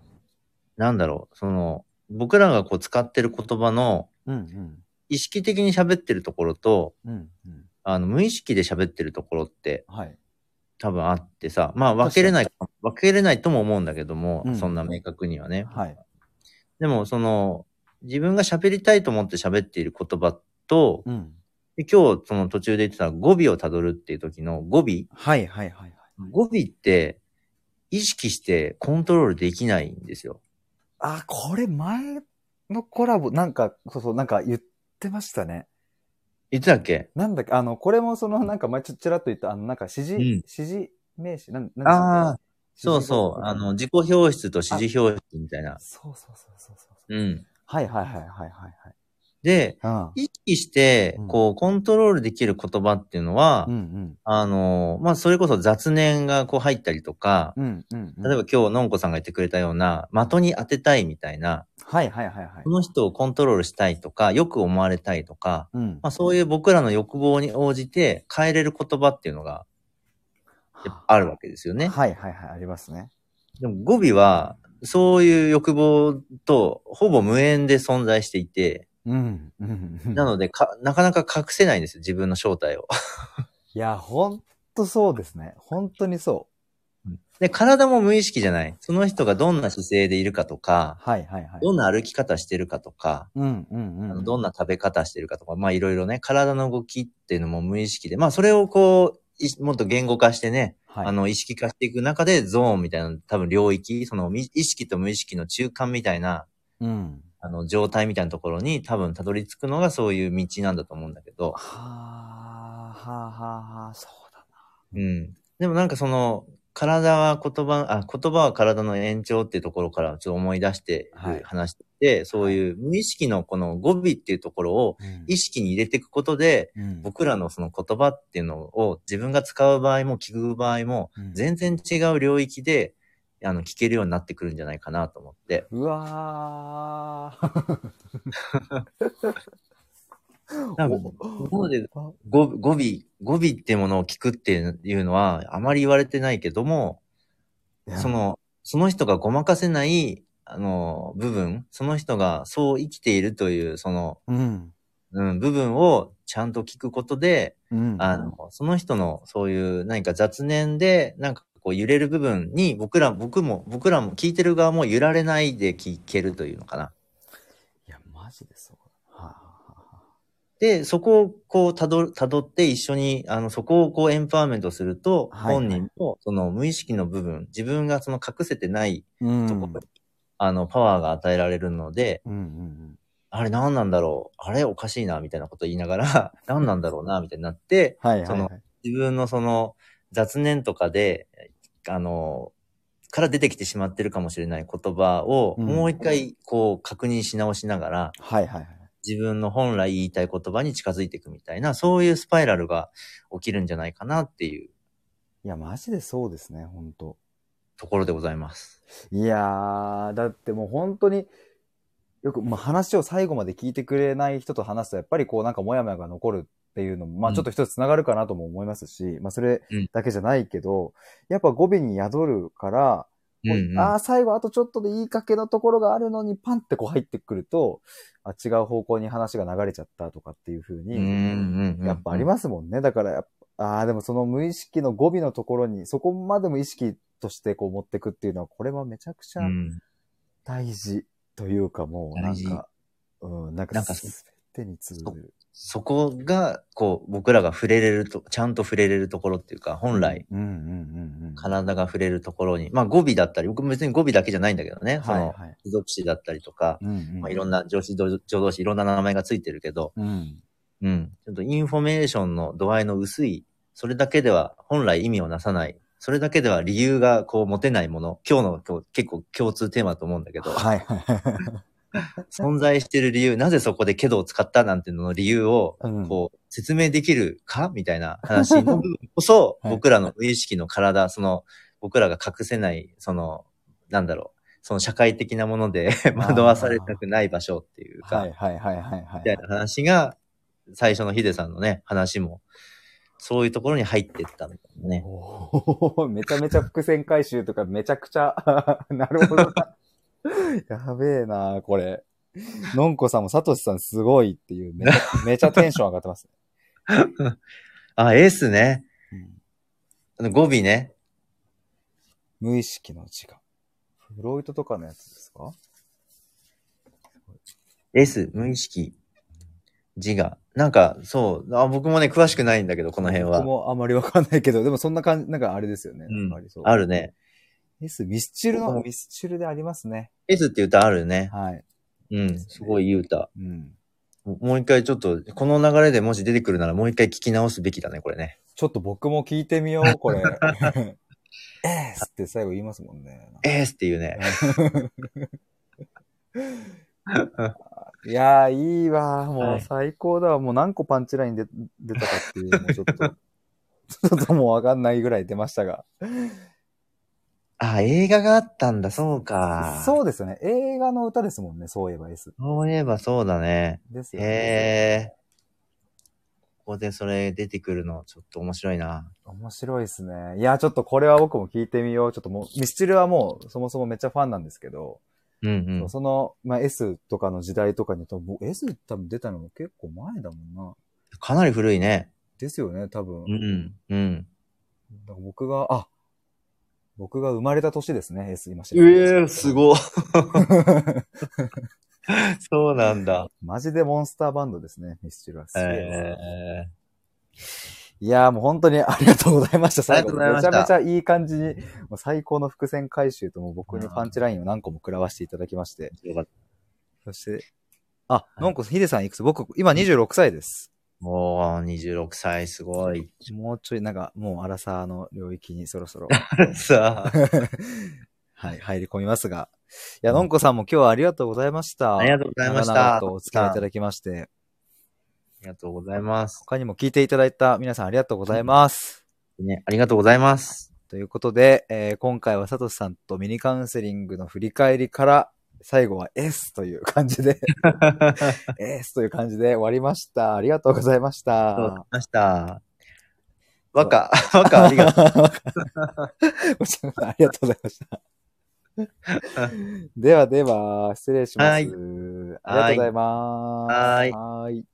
B: なんだろう、その、僕らがこう使ってる言葉の、
A: うん
B: 意識的に喋ってるところと、
A: うん。うんうん。
B: あの、無意識で喋ってるところって
A: はい。
B: 多分あってさ、まあ分けれない、分けれないとも思うんだけども、
A: うん
B: そんな明確にはね。
A: はい。
B: でも、その、自分が喋りたいと思って喋っている言葉と、
A: うん。
B: で今日その途中で言ってた語尾をたどるっていう時の語尾、
A: はいはいはいはい。
B: 語尾って意識してコントロールできないんですよ。
A: あ、これ前のコラボ、なんか、そうそう、なんか言ってましたね。
B: 言ってたっけ
A: なんだっけ、あの、これもその、なんか前ちょちらっと言った、あの、なんか指示、
B: うん
A: 指示名詞、なん、なん
B: ああ、
A: 指
B: そう
A: 示語
B: そう。あの、、自己表出と指示表出みたいな。
A: そうそうそうそうそう。
B: うん。
A: はいはいはいはいはい
B: で、
A: はい。
B: 意識して
A: うん、
B: こう、コントロールできる言葉っていうのは、
A: うん。うん
B: あの、まあ、それこそ雑念がこう入ったりとか、
A: うん。うんうんうん。
B: 例えば今日、のんこさんが言ってくれたような、的に当てたいみたいな、
A: はいはいはいはい
B: こ。の人をコントロールしたいとか、よく思われたいとか、
A: うん。
B: まあ、そういう僕らの欲望に応じて変えれる言葉っていうのがやっぱあるわけですよね。
A: はいはいはい、ありますね。
B: でも語尾は、そういう欲望とほぼ無縁で存在していて、
A: うん。うん。うん
B: なのでか、なかなか隠せないんですよ、自分の正体を。
A: いや、ほんとそうですね。本当にそ
B: で、体も無意識じゃない。その人がどんな姿勢でいるかと
A: う。
B: か、
A: はいはいはい。
B: どんな歩き方してるかとか、
A: うんうんう
B: あ
A: んう
B: の
A: ん。
B: どんな食べ方してるかとか、まあいろいろね、体の動きっていうのも無意識で、まあそれをこう、いもっと言語化してね、
A: はい、
B: あの、意識化していく中でゾーンみたいな、多分領域、そのみ意識と無意識の中間みたいな、
A: うん。
B: あの、状態みたいなところに多分たどり着くのがそういう道なんだと思うんだけど
A: は、あ、はあはあはあ、そうだ
B: うん。でもなんかその、体は言葉、あ、言葉は体の延長っていうところからちょっと思い出して
A: はい
B: 話してて、そういう無意識のこの語尾っていうところを
A: な。うん
B: 意識に入れていくことで、
A: うん
B: 僕らのその言葉っていうのを自分が使う場合も聞く場合も
A: うん
B: 全然違う領域であの聞けるようになってくるんじゃないかなと思って。
A: うわー。
B: なので語語尾、語尾っていうものを聞くっていうのはあまり言われてないけども、そ、の、その人がごまかせない、あの、部分、その人がそう生きているという、その、
A: うん。
B: うん、部分をちゃんと聞くことで、
A: うん。
B: あの、その人のそういう何か雑念で、なんかこう揺れる部分に僕ら、僕も、僕らも聞いてる側も揺られないで聞けるというのかな。
A: いや、マジでそうだ。はあ、
B: で、そこをこう、たど、たどって一緒に、あの、そこをこう、エンパワーメントすると、
A: はい
B: 本人も、その無意識の部分、自分がその隠せてない
A: うん。
B: と
A: う
B: ころ
A: ん
B: に、あの、パワーが与えられるので、
A: うんうん。
B: あれ何なんだろうあれおかしいなみたいなこと言いながら、 何なんだろうなみたいになって、
A: はいはい、
B: そ
A: は
B: の
A: い。
B: 自分のその雑念とかで、あの、から出てきてしまってるかもしれない言葉を、
A: うん
B: もう一回こう確認し直しながら、
A: はいはいはい。
B: 自分の本来言いたい言葉に近づいていくみたいな、そういうスパイラルが起きるんじゃないかなっていう
A: いや、マジでそうですね、本当
B: ところでございます。
A: いやー、だってもう本当に、よく、まあ、話を最後まで聞いてくれない人と話すと、やっぱりこうなんかモヤモヤが残るっていうのも、まあ
B: うん
A: ちょっと一つ繋がるかなとも思いますし、まあそれ
B: うん
A: だけじゃないけど、やっぱ語尾に宿るから、
B: うん
A: こう
B: うん
A: ああ、最後あとちょっとでいいかけのところがあるのに、パンってこう入ってくると、あ違う方向に話が流れちゃったとかっていう風
B: うん
A: に、
B: うんうん
A: やっぱありますもんね。だからやっぱ、ああ、でもその無意識の語尾のところに、そこまでも意識としてこう持ってくっていうのは、これはめちゃくちゃ
B: うん
A: 大事というかもう、な
B: 大
A: ん
B: 事
A: か、うん、なん
B: な
A: か
B: んか
A: すべてに通ずる。
B: そこが、こう、僕らが触れれると、ちゃんと触れれるところっていうか、本来、
A: うんうんうんうん。
B: 体が触れるところに、まあ語尾だったり、僕も別に語尾だけじゃないんだけどね、そ
A: はい
B: の、
A: はい。
B: 付属詞だったりとか、
A: うんうん
B: まあいろんな上司、助動詞、いろんな名前がついてるけど、
A: うん。
B: うん、ちょっとインフォメーションの度合いの薄い、それだけでは本来意味をなさない、それだけでは理由がこう持てないもの、今日の今日結構共通テーマだと思うんだけど、
A: はいはい。
B: 存在してる理由、なぜそこでけどを使ったなんていうのの理由を、
A: うん、
B: こう、説明できるかみたいな話の部分こそ
A: はい
B: 僕らの無意識の体、その、僕らが隠せない、その、なんだろう、その社会的なもので惑わされたくない場所っていうか、
A: はいはいはいはいはい。
B: みたいな話が、最初のヒデさんのね、話も、そういうところに入ってったみたいなね。
A: おーめちゃめちゃ伏線回収とかめちゃく ちゃ、なるほどな。 やべえな、これ。のんこさんもさとしさんすごいっていうめちゃ、 めちゃテンション上がってますね。
B: あ、エースね。あの語尾ね。
A: 無意識の時間。フロイトとかのやつですか
B: S、無意識、自我。なんか、そうあ、僕もね、詳しくないんだけど、この辺
A: 僕
B: は。
A: もあまりわかんないけど、でもそんな感じ、なんかあれですよね。
B: うん
A: ありそう
B: あるね。
A: S、ミスチル
B: う
A: の、
B: ん
A: ミスチルでありますね。
B: S って歌あるね。
A: はい。
B: うん、すごいいい歌。
A: うん。
B: もう一回ちょっと、この流れでもし出てくるなら、もう一回聞き直すべきだね、これね。
A: ちょっと僕も聞いてみよう、こ れ。エースって最後言いますもんね。
B: S っていうね。
A: いやー、いいわー。も
B: は
A: う
B: い
A: 最高だわ。もう何個パンチラインで出たかっていう、もうちょっと、ちょっともうわかんないぐらい出ましたが。
B: あ、映画があったんだ、そうか。う。
A: そうですよね。映画の歌ですもんね、そういえば S。
B: そういえばそうだね。
A: ですよね。
B: へえ。ここでそれ出てくるの、ちょっと面白いな。
A: 面白いですね。いや、ちょっとこれは僕も聞いてみよう。ちょっともう、ミスチルはもうそもそもめっちゃファンなんですけど、
B: うんうん。
A: その、まあ、S とかの時代とかにと、もう S 多分出たのも結構前だもんな。
B: かなり古いね。
A: ですよね、多分。
B: うん。うん。
A: だから僕が、あ、僕が生まれた年ですね、S 今知
B: ええー、す
A: い。
B: ごい。 そうなんだ。
A: マジでモンスターバンドですね、ミスチルは。すげえ
B: ええ
A: いやーもう本当にありがとうございました。
B: ありがとうございました
A: めちゃめちゃいい感じに、もう最高の伏線回収ともう僕にパンチラインを何個も食らわせていただきまして。
B: よかった。
A: そして、あ、のんこ、ヒデさんいくつ僕、今26歳です。
B: もう、26歳、すご い。
A: もうちょい、なんか、もうアラサーの領域にそろそ ろ、
B: さあ、
A: はい、入り込みますが。いや、のんこさんも今日はありがとうございました。
B: ありがとうございました
A: 長々とお付き合いいただきまして、
B: ありがとうございます。
A: 他にも聞いていただいた皆さんありがとうございます。
B: ね、ありがとうございます。
A: ということで、えー今回はサトシさんとミニカウンセリングの振り返りから、最後は S という感じで、S という感じで終わりました。ありがとうございまし
B: ありがとうござ
A: た
B: い。ました。和歌、和歌ありが
A: と
B: と
A: う。ありがとうございま した。ではでは、失礼します。
B: はい
A: ありがとうございます。
B: はい
A: はい